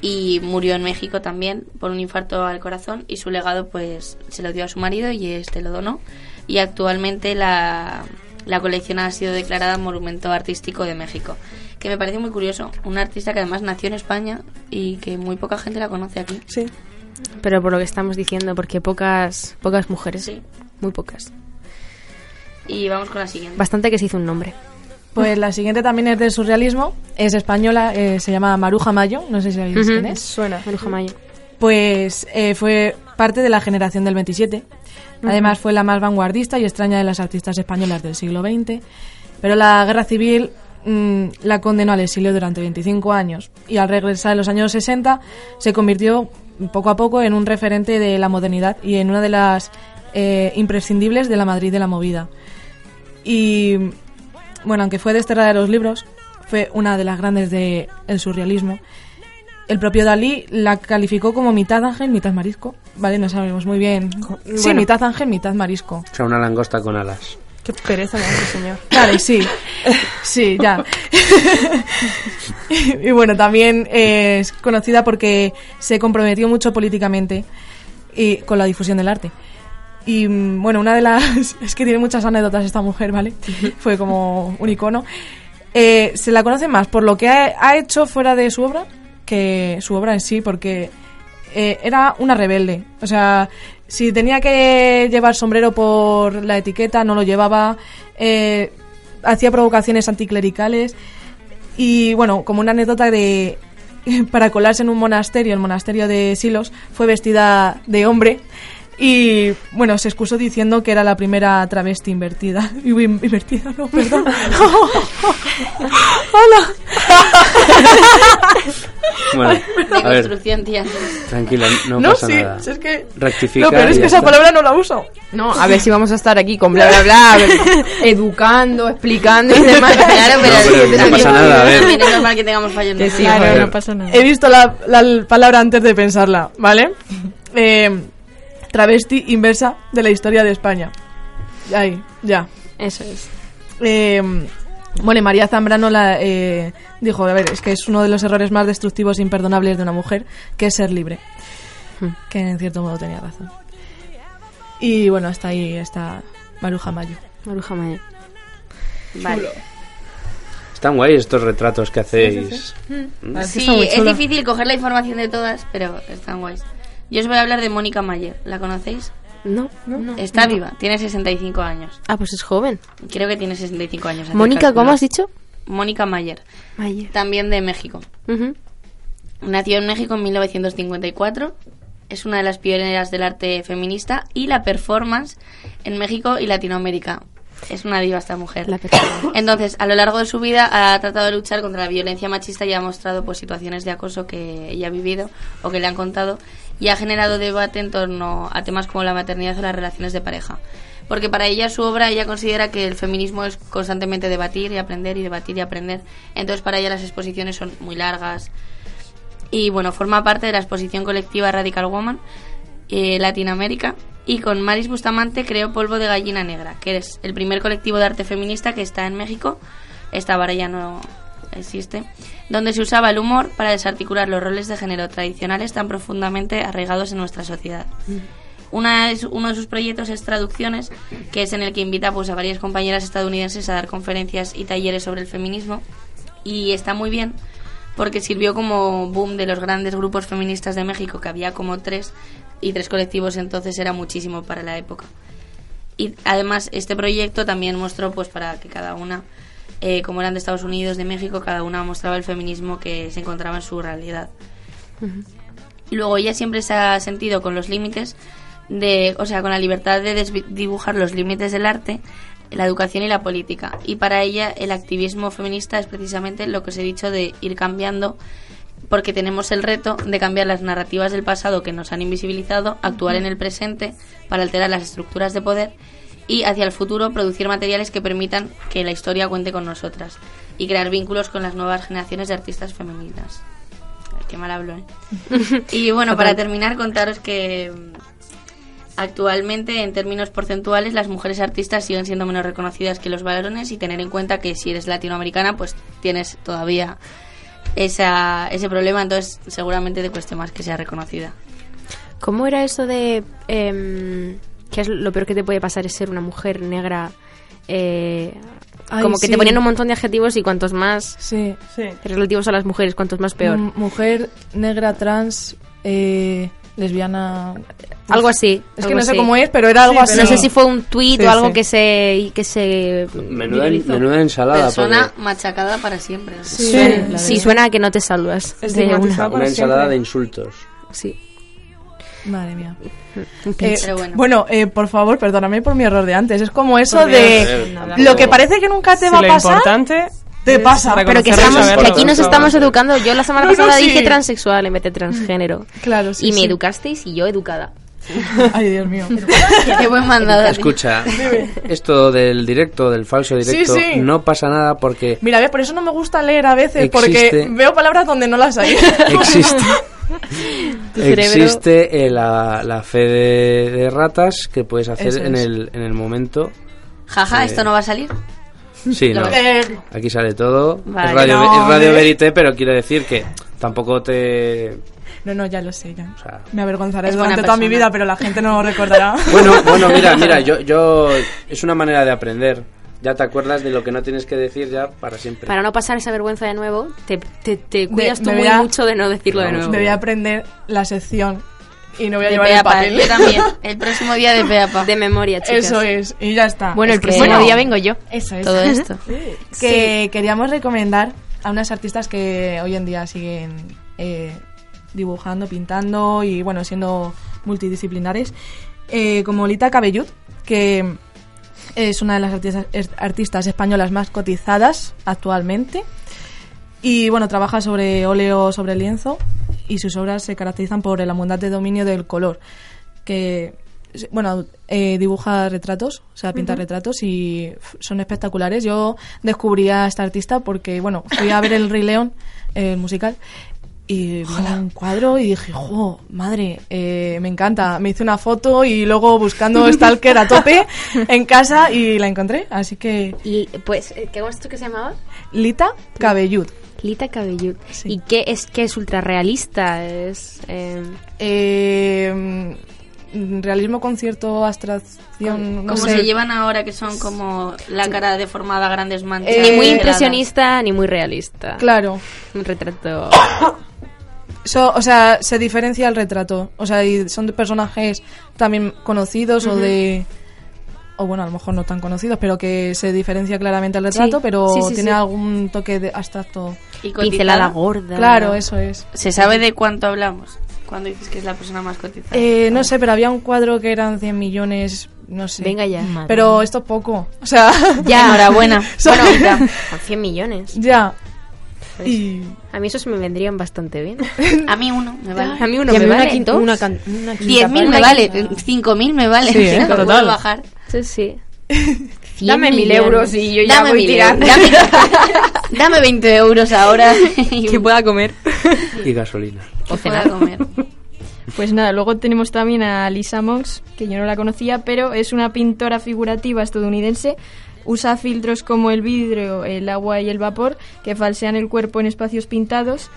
Speaker 23: y murió en México también por un infarto al corazón y su legado pues se lo dio a su marido y este lo donó y actualmente la, la colección ha sido declarada Monumento Artístico de México que me parece muy curioso un artista que además nació en España y que muy poca gente la conoce aquí
Speaker 5: sí pero por lo que estamos diciendo porque pocas pocas mujeres
Speaker 23: sí
Speaker 5: muy pocas
Speaker 23: y vamos con la siguiente
Speaker 5: bastante que se hizo un nombre
Speaker 6: Pues la siguiente también es de surrealismo, es española, eh, se llama Maruja Mayo, no sé si sabéis
Speaker 5: Ujú,
Speaker 6: quién es.
Speaker 5: Suena, Maruja Mayo.
Speaker 6: Pues eh, fue parte de la generación del 27. Además fue la más vanguardista y extraña de las artistas españolas del siglo XX. Pero la guerra civil mm, la condenó al exilio durante 25 años y al regresar en los años 60 se convirtió poco a poco en un referente de la modernidad y en una de las eh, imprescindibles de la Madrid de la movida. Y bueno, aunque fue desterrada de los libros, fue una de las grandes del surrealismo. El propio Dalí la calificó como mitad ángel, mitad marisco. Vale, no sabemos muy bien. Sí,
Speaker 5: Bueno.
Speaker 6: mitad ángel, mitad marisco.
Speaker 3: O sea, una langosta con alas.
Speaker 6: Qué pereza me hace, señor. Claro, y sí. Sí, ya. y bueno, también eh, es conocida porque se comprometió mucho políticamente y con la difusión del arte. Y mm, bueno, una de las. Es que tiene muchas anécdotas esta mujer, ¿vale? Fue como un icono. Eh, se la conoce más por lo que ha, ha hecho fuera de su obra que su obra en sí, porque eh, era una rebelde. O sea, si tenía que llevar sombrero por la etiqueta, no lo llevaba. eh, hacía provocaciones anticlericales. Y bueno, como una anécdota de. Para colarse en un monasterio, el monasterio de Silos, fue vestida de hombre. Y bueno, se excusó diciendo que era la primera travesti invertida. Invertida, no, perdón. ¡Hola!
Speaker 3: Bueno,
Speaker 23: de
Speaker 3: a ver,
Speaker 23: construcción tía
Speaker 3: tranquila, no,
Speaker 6: No,
Speaker 3: pasa
Speaker 6: sí,
Speaker 3: nada.
Speaker 6: es que-
Speaker 3: Rectifica
Speaker 6: No, pero es
Speaker 3: y
Speaker 6: que
Speaker 3: ya
Speaker 6: esa
Speaker 3: está.
Speaker 6: palabra no la uso.
Speaker 1: No, a ver si vamos a estar aquí con bla bla bla, a ver, educando, explicando y demás.
Speaker 23: Claro, pero,
Speaker 3: No, pero no pasa nada, a ver.
Speaker 23: También es normal que tengamos fallos
Speaker 1: Que sí,
Speaker 23: nosotros.
Speaker 1: joder. Claro,
Speaker 6: no He visto la, la palabra antes de pensarla, ¿vale? Eh, travesti inversa de la historia de España. Ahí, ya.
Speaker 5: Eso es.
Speaker 6: Eh, bueno, y María Zambrano la, eh, dijo, a ver, es que es uno de los errores más destructivos e imperdonables de una mujer, que es ser libre.
Speaker 5: Hmm.
Speaker 6: Que en cierto modo tenía razón. Y bueno, hasta ahí está Maruja Mayo.
Speaker 5: Maruja Mayo.
Speaker 23: Vale.
Speaker 3: Están guay estos retratos que hacéis.
Speaker 6: Hmm.
Speaker 5: Ah,
Speaker 3: Mm.
Speaker 23: Sí, es difícil coger la información de todas, pero están guays. Yo os voy a hablar de Mónica Mayer. ¿La conocéis?
Speaker 5: No, no.
Speaker 23: Está
Speaker 5: no.
Speaker 23: viva, tiene 65 años.
Speaker 5: Ah, pues es joven.
Speaker 23: Creo que tiene 65 años. hace
Speaker 5: Mónica, ¿cómo
Speaker 23: cálculos.
Speaker 5: has dicho?
Speaker 23: Mónica Mayer.
Speaker 5: Mayer.
Speaker 23: También de México.
Speaker 5: Ujú.
Speaker 23: Nació en México en 1954. Es una de las pioneras del arte feminista y la performance en México y Latinoamérica. Es una diva esta mujer. Entonces, a lo largo de su vida ha tratado de luchar contra la violencia machista y ha mostrado pues situaciones de acoso que ella ha vivido o que le han contado y ha generado debate en torno a temas como la maternidad o las relaciones de pareja. Porque para ella su obra, ella considera que el feminismo es constantemente debatir y aprender y debatir y aprender. Entonces, para ella las exposiciones son muy largas, y bueno, forma parte de la exposición colectiva Radical Woman eh, Latinoamérica y con Maris Bustamante creó Polvo de Gallina Negra, que es el primer colectivo de arte feminista que está en México, esta vara ya no existe, donde se usaba el humor para desarticular los roles de género tradicionales tan profundamente arraigados en nuestra sociedad. Una es- uno de sus proyectos es Traducciones, que es en el que invita pues, a varias compañeras estadounidenses a dar conferencias y talleres sobre el feminismo. Y está muy bien porque sirvió como boom de los grandes grupos feministas de México, que había como tres, y tres colectivos entonces era muchísimo para la época. Y además este proyecto también mostró pues para que cada una, eh, como eran de Estados Unidos, de México, cada una mostraba el feminismo que se encontraba en su realidad. Y Luego ella siempre se ha sentido con los límites de, o sea, con la libertad de desvi- dibujar los límites del arte, la educación y la política. Y para ella el activismo feminista es precisamente lo que os he dicho de ir cambiando porque tenemos el reto de cambiar las narrativas del pasado que nos han invisibilizado, actuar en el presente para alterar las estructuras de poder y hacia el futuro producir materiales que permitan que la historia cuente con nosotras y crear vínculos con las nuevas generaciones de artistas femeninas. Ay, Qué mal hablo, ¿eh? Y bueno, para terminar, contaros que mm, actualmente, en términos porcentuales, las mujeres artistas siguen siendo menos reconocidas que los varones y tener en cuenta que si eres latinoamericana, pues tienes todavía esa, ese problema, entonces seguramente te cueste más que sea reconocida.
Speaker 2: ¿Cómo era eso de em, que es lo peor que te puede pasar es ser una mujer negra? eh,
Speaker 6: Ay,
Speaker 2: como que
Speaker 6: sí.
Speaker 2: te ponían un montón de adjetivos y cuantos más
Speaker 6: Sí, sí. Mm.
Speaker 2: relativos a las mujeres, cuantos más peor.
Speaker 6: M- Mujer, negra, trans, eh, lesbiana.
Speaker 2: Algo así.
Speaker 6: Es que
Speaker 2: algo
Speaker 6: no sé
Speaker 2: así.
Speaker 6: cómo es, pero era algo así.
Speaker 2: No sé si fue un tuit
Speaker 6: Sí,
Speaker 2: o algo
Speaker 6: sí.
Speaker 2: que se que se
Speaker 3: Menuda- menuda ensalada,
Speaker 23: Persona machacada para siempre.
Speaker 2: Sí, suena, sí, suena a que no te salvas. de una.
Speaker 3: Una ensalada de insultos.
Speaker 2: Sí.
Speaker 6: Madre mía.
Speaker 23: Pero bueno.
Speaker 6: bueno, eh, por favor, perdóname por mi error de antes. Es como eso
Speaker 5: Por Dios,
Speaker 6: de
Speaker 5: eh, nada.
Speaker 6: lo que parece que nunca te
Speaker 5: Si
Speaker 6: va a
Speaker 5: lo
Speaker 6: pasar.
Speaker 5: importante
Speaker 6: te
Speaker 5: es
Speaker 6: pasa,
Speaker 2: Pero que,
Speaker 5: reconocerlo y
Speaker 2: estamos, que
Speaker 5: saberlo.
Speaker 2: aquí nos estamos educando. Yo la semana
Speaker 6: No, no,
Speaker 2: pasada
Speaker 6: sí.
Speaker 2: dije transexual en vez de transgénero.
Speaker 6: Mm. Claro, sí,
Speaker 2: Y me
Speaker 6: sí.
Speaker 2: educasteis y yo educada.
Speaker 6: Ay, Dios mío.
Speaker 23: Qué buen mandado.
Speaker 3: Escucha, esto del directo, del falso directo,
Speaker 6: Sí, sí.
Speaker 3: no pasa nada porque
Speaker 6: Mira, ves, por eso no me gusta leer a veces,
Speaker 3: Existe-
Speaker 6: porque veo palabras donde no las hay.
Speaker 3: Existe.
Speaker 6: Tu cerebro-
Speaker 3: existe eh, la, la fe de, de ratas que puedes hacer
Speaker 23: Eso
Speaker 3: en
Speaker 23: es.
Speaker 3: el, en el momento.
Speaker 23: Jaja,
Speaker 3: Eh,
Speaker 23: esto no va a salir.
Speaker 3: Sí, no.
Speaker 23: Eh,
Speaker 3: Aquí sale todo.
Speaker 23: Vale.
Speaker 3: es radio,
Speaker 23: No,
Speaker 3: es radio
Speaker 23: hombre.
Speaker 3: verité, pero quiero decir que tampoco te...
Speaker 6: No, no, ya lo sé, ya. me avergonzaré
Speaker 23: Es buena
Speaker 6: durante toda mi
Speaker 23: persona.
Speaker 6: vida, pero la gente no lo recordará.
Speaker 3: Bueno, bueno, mira, mira, yo, yo... Es una manera de aprender. Ya te acuerdas de lo que no tienes que decir ya para siempre.
Speaker 2: Para no pasar esa vergüenza de nuevo, te, te, te cuidas tú
Speaker 6: me
Speaker 2: muy
Speaker 6: voy a-
Speaker 2: mucho de no decirlo de
Speaker 3: Vamos,
Speaker 2: nuevo.
Speaker 6: Me voy a aprender la sección y no voy a
Speaker 23: De
Speaker 6: llevar
Speaker 23: pe a
Speaker 6: el
Speaker 23: pa,
Speaker 6: papel.
Speaker 23: yo también. El próximo día de Peapa.
Speaker 2: De memoria, chicas.
Speaker 6: Eso es, y ya está.
Speaker 2: Bueno, el
Speaker 6: Ah, Es que-
Speaker 2: próximo día vengo yo.
Speaker 6: Eso es.
Speaker 23: Todo esto.
Speaker 6: que queríamos recomendar a unas artistas que hoy en día siguen eh, dibujando, pintando y bueno, siendo multidisciplinares, eh, como Lita Cabellut, que es una de las artistas, es- artistas españolas más cotizadas actualmente. Y bueno, trabaja sobre óleo sobre lienzo y sus obras se caracterizan por el abundante dominio del color, que bueno, eh, dibuja retratos, o sea, pinta
Speaker 25: Ujú.
Speaker 6: retratos y f- son espectaculares. Yo descubrí a esta artista porque, bueno, fui a ver el Rey León, el musical, y vi un cuadro y dije, ¡jo, madre! eh, me encanta. Me hice una foto y luego buscando Stalker a tope en casa y la encontré. Así que,
Speaker 2: Y pues, eh, ¿qué esto que se llamaba?
Speaker 6: Lita Cabellut.
Speaker 2: Lita Cabellut. ¿Y qué es que es ultrarrealista? Es eh,
Speaker 6: Eh, mm, realismo concierto, abstracción. no
Speaker 23: Como
Speaker 6: sé.
Speaker 23: se llevan ahora, que son como la cara deformada, grandes manchas.
Speaker 2: ni muy
Speaker 23: alteradas.
Speaker 2: Eh, impresionista ni muy realista.
Speaker 6: Claro.
Speaker 2: Un retrato.
Speaker 6: So- o sea, se diferencia el retrato. O sea, y son de personajes también conocidos o
Speaker 2: Ujú.
Speaker 6: de. O bueno, a lo mejor no tan conocidos, pero que se diferencia claramente el retrato,
Speaker 2: Sí,
Speaker 6: pero
Speaker 2: sí, sí,
Speaker 6: tiene
Speaker 2: sí.
Speaker 6: algún toque de abstracto.
Speaker 23: Y cotizada. Pincelada gorda.
Speaker 6: Claro, eso es.
Speaker 23: ¿Se sabe de cuánto hablamos? Cuando dices que es la persona más cotizada.
Speaker 6: Eh, no sé, pero había un cuadro que eran 100 millones, no sé.
Speaker 2: Venga ya. Madre
Speaker 6: Pero esto es poco. O sea.
Speaker 2: Ya.
Speaker 23: Enhorabuena.
Speaker 2: Bueno, con 100 millones.
Speaker 6: Ya.
Speaker 2: Pues, A mí esos me vendrían bastante bien.
Speaker 23: A mí uno me vale.
Speaker 2: Eh, A mí uno Y a me mí una vale, quin- dos. una can- una
Speaker 23: 10.000
Speaker 2: quinta
Speaker 23: me
Speaker 2: parte.
Speaker 23: vale. 5.000 me vale.
Speaker 2: Sí, ¿eh?
Speaker 23: No puedo
Speaker 2: Total.
Speaker 23: bajar.
Speaker 2: Sí, sí.
Speaker 23: Dame mil
Speaker 2: millones.
Speaker 23: euros y yo ya
Speaker 2: Dame
Speaker 23: voy
Speaker 2: mil
Speaker 23: tirando.
Speaker 2: euros.
Speaker 23: Dame, dame 20 euros ahora.
Speaker 17: Que pueda comer.
Speaker 3: Y gasolina.
Speaker 23: Que pueda comer.
Speaker 17: Pues nada, luego tenemos también a Lisa Monks, que yo no la conocía, pero es una pintora figurativa estadounidense. Usa filtros como el vidrio, el agua y el vapor, que falsean el cuerpo en espacios pintados.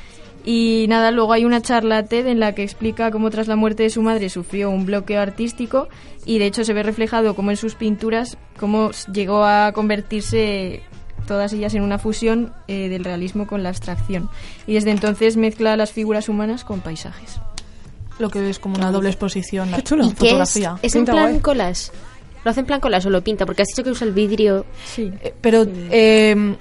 Speaker 17: Y nada, luego hay una charla TED en la que explica cómo tras la muerte de su madre sufrió un bloqueo artístico y de hecho se ve reflejado como en sus pinturas, cómo llegó a convertirse todas ellas en una fusión eh, del realismo con la abstracción. Y desde entonces mezcla las figuras humanas con paisajes.
Speaker 6: Lo que es como una doble exposición. La
Speaker 2: ¿Y qué es?
Speaker 6: fotografía.
Speaker 2: ¿Es en
Speaker 6: Pinta
Speaker 2: plan
Speaker 6: guay.
Speaker 2: collage? ¿Lo hace en plan collage o lo pinta? Porque has dicho que usa el vidrio. mm.
Speaker 17: Sí.
Speaker 6: Pero eh,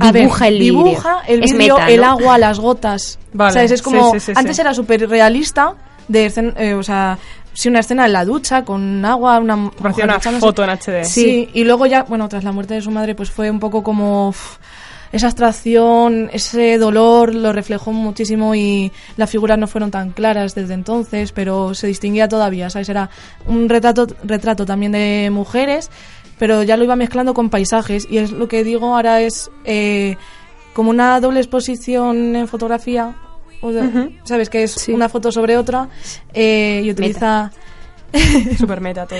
Speaker 6: a ver,
Speaker 2: Dibuja el vidrio.
Speaker 6: dibuja el
Speaker 2: Es
Speaker 6: vidrio,
Speaker 2: meta, ¿no?
Speaker 6: el agua, las gotas.
Speaker 2: Vale,
Speaker 6: ¿Sabes? Es
Speaker 2: sí,
Speaker 6: como
Speaker 2: sí, sí,
Speaker 6: antes
Speaker 2: sí.
Speaker 6: era súper realista de escen- eh, o sea, sí una escena en la ducha con agua, una m- mujer
Speaker 5: una
Speaker 6: duchándose.
Speaker 5: foto en HD.
Speaker 6: Sí, y luego ya, bueno, tras la muerte de su madre pues fue un poco como uf, esa abstracción, ese dolor lo reflejó muchísimo y las figuras no fueron tan claras desde entonces, pero se distinguía todavía, ¿sabes? Era un retrato, retrato también de mujeres, pero ya lo iba mezclando con paisajes y es lo que digo ahora es eh, como una doble exposición en fotografía, o sea,
Speaker 5: Ujú.
Speaker 6: ¿sabes? Que es una foto sobre otra eh, y utiliza...
Speaker 5: Super meta todo.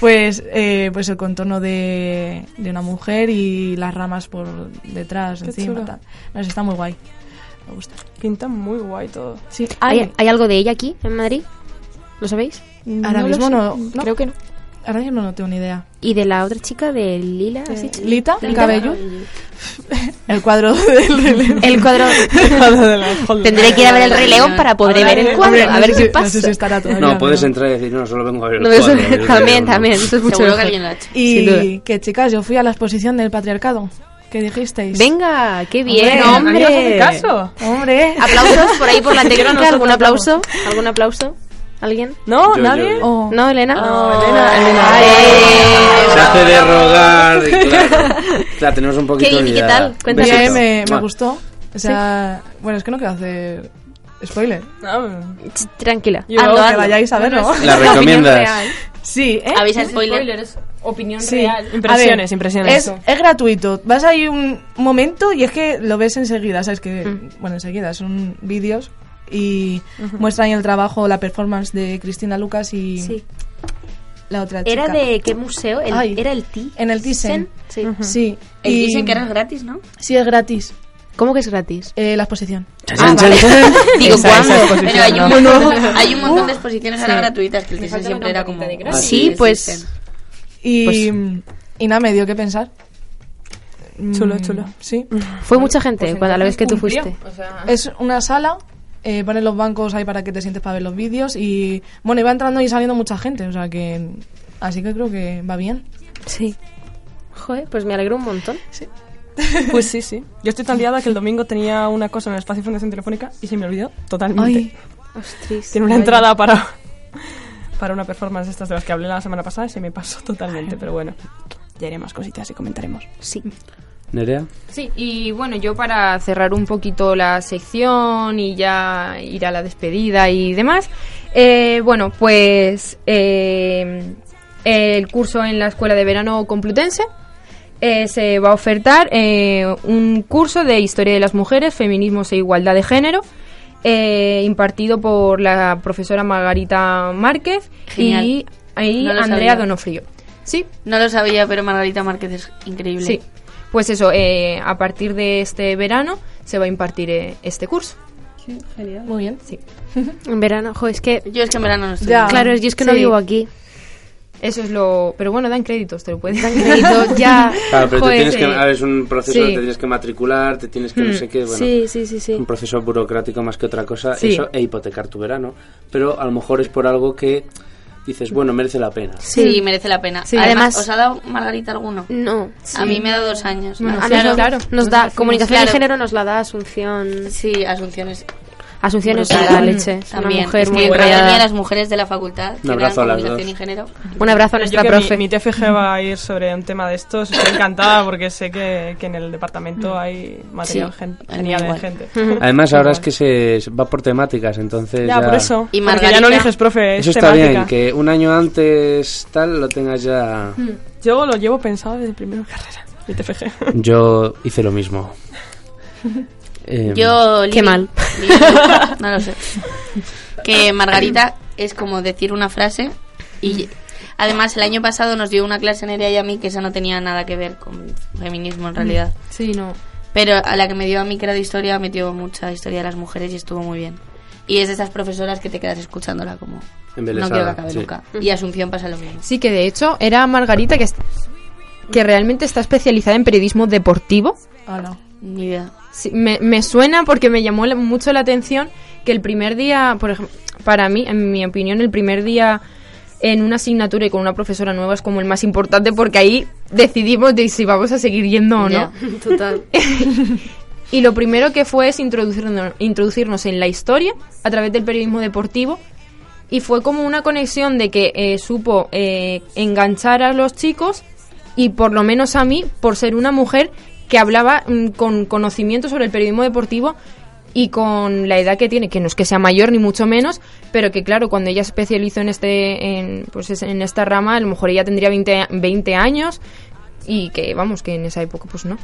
Speaker 6: Pues, eh, pues el contorno de, de una mujer y las ramas por detrás,
Speaker 5: Qué
Speaker 6: encima.
Speaker 5: chulo.
Speaker 6: tal. No sé, está muy guay. Me gusta.
Speaker 5: Pinta muy guay todo.
Speaker 6: Sí.
Speaker 2: ¿Hay, hay algo de ella aquí, en Madrid? ¿Lo sabéis?
Speaker 6: Ahora
Speaker 2: No lo
Speaker 6: mismo
Speaker 2: sé,
Speaker 6: no, no.
Speaker 2: Creo que no.
Speaker 6: Ahora mismo no tengo ni idea.
Speaker 2: ¿Y de la otra chica, de Lila?
Speaker 6: Eh,
Speaker 2: has dicho?
Speaker 6: Lita, el cabello. El cuadro del Rey León.
Speaker 2: El cuadro.
Speaker 6: El cuadro de la-
Speaker 2: Tendré que ir a ver el Rey León para poder ver el cuadro,
Speaker 6: Hombre, no
Speaker 2: a ver
Speaker 6: sé
Speaker 2: qué
Speaker 6: si-
Speaker 2: pasa.
Speaker 6: No sé si estará todavía.
Speaker 3: No, puedes entrar y decir, no, solo vengo a ver el
Speaker 2: No, eso-
Speaker 3: cuadro, el
Speaker 2: también,
Speaker 3: Rey León, ¿no?
Speaker 2: también, eso es mucho
Speaker 23: Seguro
Speaker 2: mejor.
Speaker 23: que alguien lo ha hecho.
Speaker 2: Sin duda.
Speaker 6: Y que, chicas, yo fui a la exposición del patriarcado. ¿Qué dijisteis?
Speaker 2: Venga, qué bien,
Speaker 6: Hombre,
Speaker 2: hombre.
Speaker 6: ¿alguien os hace caso? Hombre.
Speaker 2: Aplausos por ahí por la técnica,
Speaker 6: Nosotros
Speaker 2: algún
Speaker 6: no.
Speaker 2: aplauso, algún aplauso. ¿Alguien?
Speaker 6: No, Yo, nadie. yo.
Speaker 2: No, Elena.
Speaker 6: Elena, Ah, Elena.
Speaker 2: Ay.
Speaker 3: Se hace de rogar. y Claro, la tenemos un poquito
Speaker 6: Kevin, ¿y qué
Speaker 3: olvidada.
Speaker 6: tal? Cuéntanos.
Speaker 3: Besito.
Speaker 6: Bien, me, me
Speaker 3: Mua.
Speaker 6: gustó. O sea, bueno, es que no quiero hacer spoiler.
Speaker 2: Tranquila.
Speaker 6: Yo
Speaker 2: Hazlo,
Speaker 6: que
Speaker 2: hazlo.
Speaker 6: vayáis a verlo.
Speaker 3: La recomiendas.
Speaker 6: Sí, ¿eh?
Speaker 23: Avisa
Speaker 6: Es
Speaker 23: spoiler.
Speaker 6: spoiler,
Speaker 23: opinión
Speaker 6: Sí. A ver,
Speaker 5: Impresiones, impresiones.
Speaker 6: Es, es gratuito. Vas ahí un momento y es que lo ves enseguida, ¿sabes? Que,
Speaker 23: Mm.
Speaker 6: bueno, enseguida, son vídeos y
Speaker 2: Ujú.
Speaker 6: muestran el trabajo, la performance de Cristina Lucas y
Speaker 2: Sí.
Speaker 6: la otra chica.
Speaker 2: ¿Era de qué museo? El-
Speaker 6: Ay.
Speaker 2: ¿Era el T?
Speaker 6: En el Thyssen. Mm.
Speaker 2: Sí.
Speaker 6: Sí.
Speaker 23: El
Speaker 6: y-
Speaker 23: Eh, dicen que eras gratis, ¿no?
Speaker 6: Sí, es gratis.
Speaker 2: ¿Cómo que es gratis?
Speaker 6: Eh, la exposición.
Speaker 23: Ah, vale. Digo,
Speaker 6: Esa-
Speaker 23: ¿cuándo?
Speaker 6: esa exposición,
Speaker 23: Pero hay un,
Speaker 6: ¿no?
Speaker 23: montón, hay un montón
Speaker 2: Uh.
Speaker 23: de exposiciones ahora
Speaker 6: Sí.
Speaker 23: gratuitas que el Thyssen siempre era como... Ah,
Speaker 2: ah,
Speaker 6: Sí, pues- Y,
Speaker 23: Pues-
Speaker 6: y nada, me dio que pensar.
Speaker 2: Chulo,
Speaker 6: Mm,
Speaker 2: chulo.
Speaker 6: Sí.
Speaker 2: Fue mucha gente cuando a la vez que tú
Speaker 6: Pues cumplió,
Speaker 2: fuiste.
Speaker 6: Es una sala, eh, ponen los bancos ahí para que te sientes para ver los vídeos y bueno, iba entrando y saliendo mucha gente, o sea que así que creo que va bien.
Speaker 2: Sí. Joder, pues me alegro un montón.
Speaker 6: Sí.
Speaker 5: Pues sí, sí. Yo estoy tan liada que el domingo tenía una cosa en el espacio Fundación Telefónica y se me olvidó totalmente.
Speaker 6: Ay,
Speaker 2: ostras.
Speaker 5: Tiene una
Speaker 6: vaya.
Speaker 5: entrada para, para una performance de estas de las que hablé la semana pasada y se me pasó totalmente, pero bueno. Ya haré más cositas y comentaremos.
Speaker 2: Sí.
Speaker 3: Nerea.
Speaker 13: Sí, y bueno, yo para cerrar un poquito la sección y ya ir a la despedida y demás, eh, bueno, pues eh, el curso en la Escuela de Verano Complutense eh, se va a ofertar eh, un curso de Historia de las Mujeres, Feminismos e Igualdad de Género, eh, impartido por la profesora Margarita Márquez
Speaker 23: Genial.
Speaker 13: y, y
Speaker 23: No lo
Speaker 13: Andrea
Speaker 23: sabía.
Speaker 13: Donofrio. Sí.
Speaker 23: No lo sabía, pero Margarita Márquez es increíble.
Speaker 13: Sí. Pues eso, eh, a partir de este verano se va a impartir eh, este curso.
Speaker 23: Genial.
Speaker 6: Muy bien.
Speaker 13: Sí.
Speaker 2: En verano, joder, es que.
Speaker 23: Yo es que en verano no estoy.
Speaker 2: Claro, yo es que no
Speaker 13: Sí.
Speaker 2: vivo aquí.
Speaker 13: Eso es lo. Pero bueno, dan créditos, te lo puedes
Speaker 2: Dan créditos, ya.
Speaker 3: Claro, pero
Speaker 13: Joder,
Speaker 3: te tienes que,
Speaker 13: sí.
Speaker 3: a ver, es un proceso,
Speaker 13: Sí.
Speaker 3: te tienes que matricular, te tienes que no
Speaker 13: Mm,
Speaker 3: sé qué, bueno,
Speaker 2: Hmm. Sí, sí, sí, sí.
Speaker 3: un proceso burocrático más que otra cosa,
Speaker 2: Sí.
Speaker 3: eso e hipotecar tu verano, pero a lo mejor es por algo que dices, bueno, merece la pena.
Speaker 23: Sí, merece la pena.
Speaker 2: Sí.
Speaker 23: Además,
Speaker 2: Además-
Speaker 23: ¿os ha dado Margarita alguno?
Speaker 2: No.
Speaker 23: A mí me ha dado dos años.
Speaker 2: Bueno,
Speaker 23: Nada.
Speaker 2: a nosotros Nos da
Speaker 23: Claro.
Speaker 2: comunicación de
Speaker 23: Claro.
Speaker 2: género, nos la da Asunción.
Speaker 23: Sí, Asunciones.
Speaker 2: Asunción es
Speaker 23: Brutal.
Speaker 2: la leche. Es una
Speaker 23: También.
Speaker 2: mujer
Speaker 23: es
Speaker 2: muy
Speaker 23: que para
Speaker 2: enrollada.
Speaker 23: mí a las mujeres de la facultad. que
Speaker 3: Un abrazo
Speaker 23: eran
Speaker 3: a las
Speaker 23: comunicación
Speaker 3: dos.
Speaker 23: y género.
Speaker 2: Un abrazo
Speaker 5: Yo
Speaker 2: a nuestra
Speaker 5: que
Speaker 2: profe.
Speaker 5: Mi, mi TFG va a ir sobre un tema de estos. Estoy encantada porque sé que, que en el departamento hay material
Speaker 23: Sí,
Speaker 5: gen-
Speaker 23: a mí
Speaker 5: genial de
Speaker 23: igual.
Speaker 5: gente.
Speaker 3: Además, ahora es que se se va por temáticas, entonces.
Speaker 5: Ya, por eso. Porque
Speaker 23: Y Margarita-
Speaker 5: ya no eliges, profe, es
Speaker 3: Eso está
Speaker 5: temática.
Speaker 3: bien, que un año antes tal lo tengas ya.
Speaker 5: Yo lo llevo pensado desde primero de carrera, mi TFG.
Speaker 3: Yo hice lo mismo. Em,
Speaker 23: Yo.
Speaker 2: Qué
Speaker 23: Lili-
Speaker 2: mal.
Speaker 23: Lili- no lo sé. Que Margarita es como decir una frase y. Además, el año pasado nos dio una clase Nerea y a mí que esa no tenía nada que ver con feminismo en realidad.
Speaker 13: Sí, Mm. no.
Speaker 23: Pero a la que me dio a mí, que era de historia, metió mucha historia de las mujeres y estuvo muy bien. Y es de esas profesoras que te quedas escuchándola como...
Speaker 3: Embelesada,
Speaker 23: no quiero que acabe
Speaker 3: sí.
Speaker 23: nunca. Y Asunción pasa lo mismo.
Speaker 13: Sí, que de hecho era Margarita que, es- que realmente está especializada en periodismo deportivo.
Speaker 23: Ni idea.
Speaker 13: Sí, me, me suena porque me llamó la- mucho la atención que el primer día, por ejemplo, para mí, en mi opinión, el primer día en una asignatura y con una profesora nueva es como el más importante porque ahí decidimos de si vamos a seguir yendo o no.
Speaker 23: Ya, Total.
Speaker 13: Y lo primero que fue es introducirnos, introducirnos en la historia a través del periodismo deportivo. Y fue como una conexión de que eh, supo eh, enganchar a los chicos y por lo menos a mí por ser una mujer que hablaba mm, con conocimiento sobre el periodismo deportivo y con la edad que tiene, que no es que sea mayor ni mucho menos, pero que claro, cuando ella se especializó en este en, pues es- en esta rama, a lo mejor ella tendría 20, a- 20 años y que vamos, que en esa época pues no.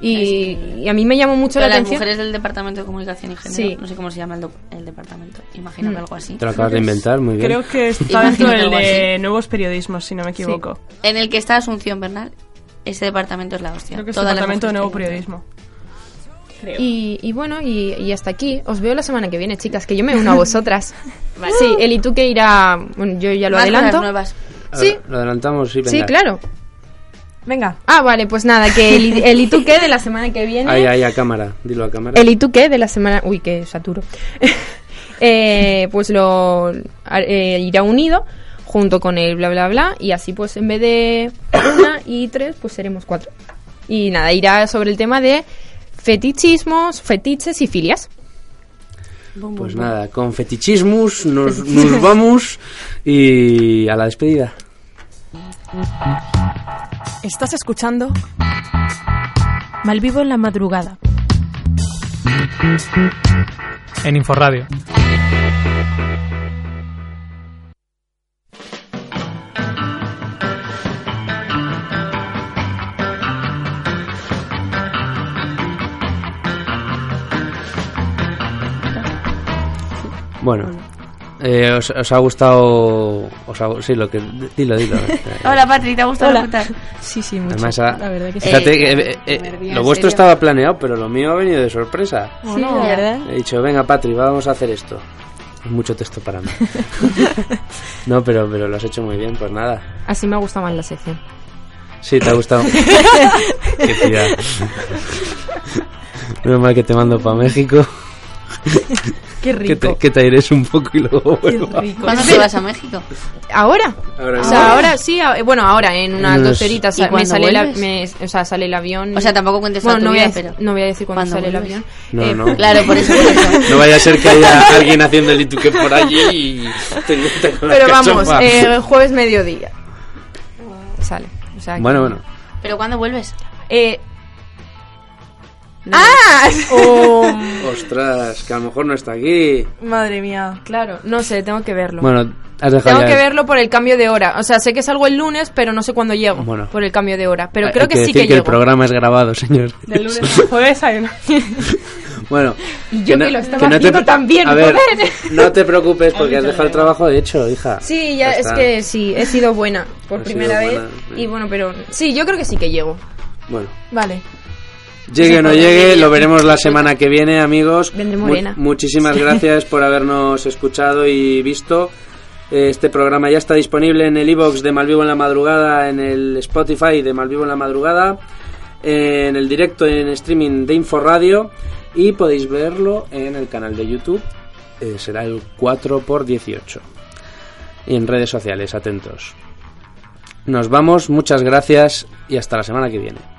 Speaker 13: Y, y a mí me llamó mucho
Speaker 23: Pero
Speaker 13: la
Speaker 23: las
Speaker 13: atención.
Speaker 23: mujeres del Departamento de Comunicación y Género,
Speaker 13: Sí.
Speaker 23: no sé cómo se llama el, do- el departamento, imagino
Speaker 13: Mm.
Speaker 23: que algo así.
Speaker 3: Te lo acabas de inventar, muy bien.
Speaker 23: Creo
Speaker 5: que está dentro
Speaker 23: Imagino
Speaker 5: del
Speaker 23: algo
Speaker 5: de nuevos periodismos, si no me
Speaker 23: Sí.
Speaker 5: equivoco.
Speaker 23: En el que está Asunción Bernal, ese departamento es la hostia.
Speaker 5: Creo que es
Speaker 23: Todas las
Speaker 5: Departamento de
Speaker 23: mujeres
Speaker 5: Nuevo
Speaker 23: que entran.
Speaker 5: Periodismo.
Speaker 13: Y, y bueno, y, y hasta aquí. Os veo la semana que viene, chicas, que yo me uno a vosotras.
Speaker 23: Vale.
Speaker 13: Sí, el y tú que irá. Bueno, yo ya lo
Speaker 23: Más
Speaker 13: adelanto.
Speaker 23: cosas nuevas.
Speaker 13: Sí,
Speaker 3: Lo adelantamos, sí,
Speaker 13: sí,
Speaker 3: venga.
Speaker 13: claro.
Speaker 6: Venga.
Speaker 13: Ah, vale, pues nada, que el, y- el y tú que de la semana que viene.
Speaker 3: Ahí, ahí, a cámara. Dilo a cámara.
Speaker 13: El y tú qué de la semana. Uy, que saturo. Eh, pues lo ar- eh, irá unido junto con el bla bla bla. Y así, pues en vez de una y tres, pues seremos cuatro. Y nada, irá sobre el tema de fetichismos, fetiches y filias.
Speaker 3: Pues nada, con fetichismus nos, nos vamos y a la despedida.
Speaker 12: Estás escuchando Malvivo en la madrugada.
Speaker 4: En Inforradio.
Speaker 3: Bueno, eh, os, os ha gustado. Os ha- sí, lo que. Dilo, dilo. Eh,
Speaker 23: Hola, Patri, ¿te ha gustado
Speaker 12: Hola.
Speaker 23: contar?
Speaker 12: Sí, sí, mucho.
Speaker 3: Además, ah,
Speaker 12: la verdad que sí.
Speaker 3: fíjate que, eh, eh,
Speaker 23: me río,
Speaker 3: lo
Speaker 23: en
Speaker 3: vuestro
Speaker 23: serio.
Speaker 3: estaba planeado, pero lo mío ha venido de sorpresa.
Speaker 23: Sí, la verdad.
Speaker 3: He dicho, venga, Patri, vamos a hacer esto. Es mucho texto para mí. no, pero, pero lo has hecho muy bien, pues nada.
Speaker 13: Así me gusta más la sección.
Speaker 3: Sí, te ha gustado. Qué tía. Menos mal que te mando para México.
Speaker 13: Qué
Speaker 3: Que te,
Speaker 13: rico.
Speaker 3: que te aires un poco y luego vuelvo.
Speaker 23: ¿Cuándo te vas a México?
Speaker 13: ¿Ahora?
Speaker 3: Ahora
Speaker 13: o
Speaker 3: mismo.
Speaker 13: sea, ahora sí, a- eh, bueno, ahora en unas
Speaker 3: Unos-
Speaker 13: dos horitas
Speaker 23: ¿Y
Speaker 13: sa- me
Speaker 23: cuándo
Speaker 13: sale, la-
Speaker 23: vuelves?
Speaker 13: me- o sea, sale el avión.
Speaker 23: O sea, tampoco cuentes toda
Speaker 13: bueno,
Speaker 23: tu
Speaker 13: no voy
Speaker 23: vida,
Speaker 13: a, dec-
Speaker 23: pero-
Speaker 13: no voy a decir cuándo,
Speaker 23: ¿Cuándo
Speaker 13: sale el
Speaker 23: vuelves?
Speaker 13: avión.
Speaker 3: No,
Speaker 13: Eh,
Speaker 3: no.
Speaker 23: Claro, por eso. por eso.
Speaker 3: No vaya a ser que haya alguien haciendo el ituque por allí y te encuentre con la
Speaker 13: Pero vamos,
Speaker 3: cachofa.
Speaker 13: eh, el jueves mediodía. Sale. O sea, que-
Speaker 3: Bueno, bueno.
Speaker 23: ¿Pero cuándo vuelves?
Speaker 13: Eh, ¡Ah!
Speaker 3: Ostras, que a lo mejor no está aquí.
Speaker 13: Madre mía. Claro, no sé, tengo que verlo.
Speaker 3: Bueno, has dejado
Speaker 13: Tengo
Speaker 3: ya-
Speaker 13: que verlo por el cambio de hora. O sea, sé que salgo el lunes, pero no sé cuándo llego.
Speaker 3: Bueno.
Speaker 13: Por el cambio de hora. Pero
Speaker 3: Hay-
Speaker 13: creo
Speaker 3: hay
Speaker 13: que, sí
Speaker 3: decir
Speaker 13: que,
Speaker 3: que el
Speaker 13: llego.
Speaker 3: programa es grabado, señor.
Speaker 5: Del lunes al jueves hay una-
Speaker 3: Bueno,
Speaker 13: Y yo que lo estaba haciendo
Speaker 3: pre-
Speaker 13: tan bien,
Speaker 3: a ver,
Speaker 13: joder.
Speaker 3: No te preocupes porque has dejado el trabajo hecho, hija.
Speaker 13: Sí, ya, es
Speaker 3: está.
Speaker 13: que sí, he sido buena por
Speaker 3: Ha
Speaker 13: primera
Speaker 3: sido
Speaker 13: vez.
Speaker 3: buena,
Speaker 13: Y bueno, pero sí, yo creo que sí que llego.
Speaker 3: Bueno,
Speaker 13: Vale.
Speaker 3: llegue o no llegue, lo veremos la semana que viene, amigos.
Speaker 13: Vendré
Speaker 3: Mu-
Speaker 13: morena.
Speaker 3: muchísimas gracias por habernos escuchado y visto. Este programa ya está disponible en el iBox de Malvivo en la madrugada, en el Spotify de Malvivo en la madrugada, en el directo en streaming de Inforradio y podéis verlo en el canal de YouTube. eh, será el 4x18. Y en redes sociales, atentos. Nos vamos, muchas gracias y hasta la semana que viene.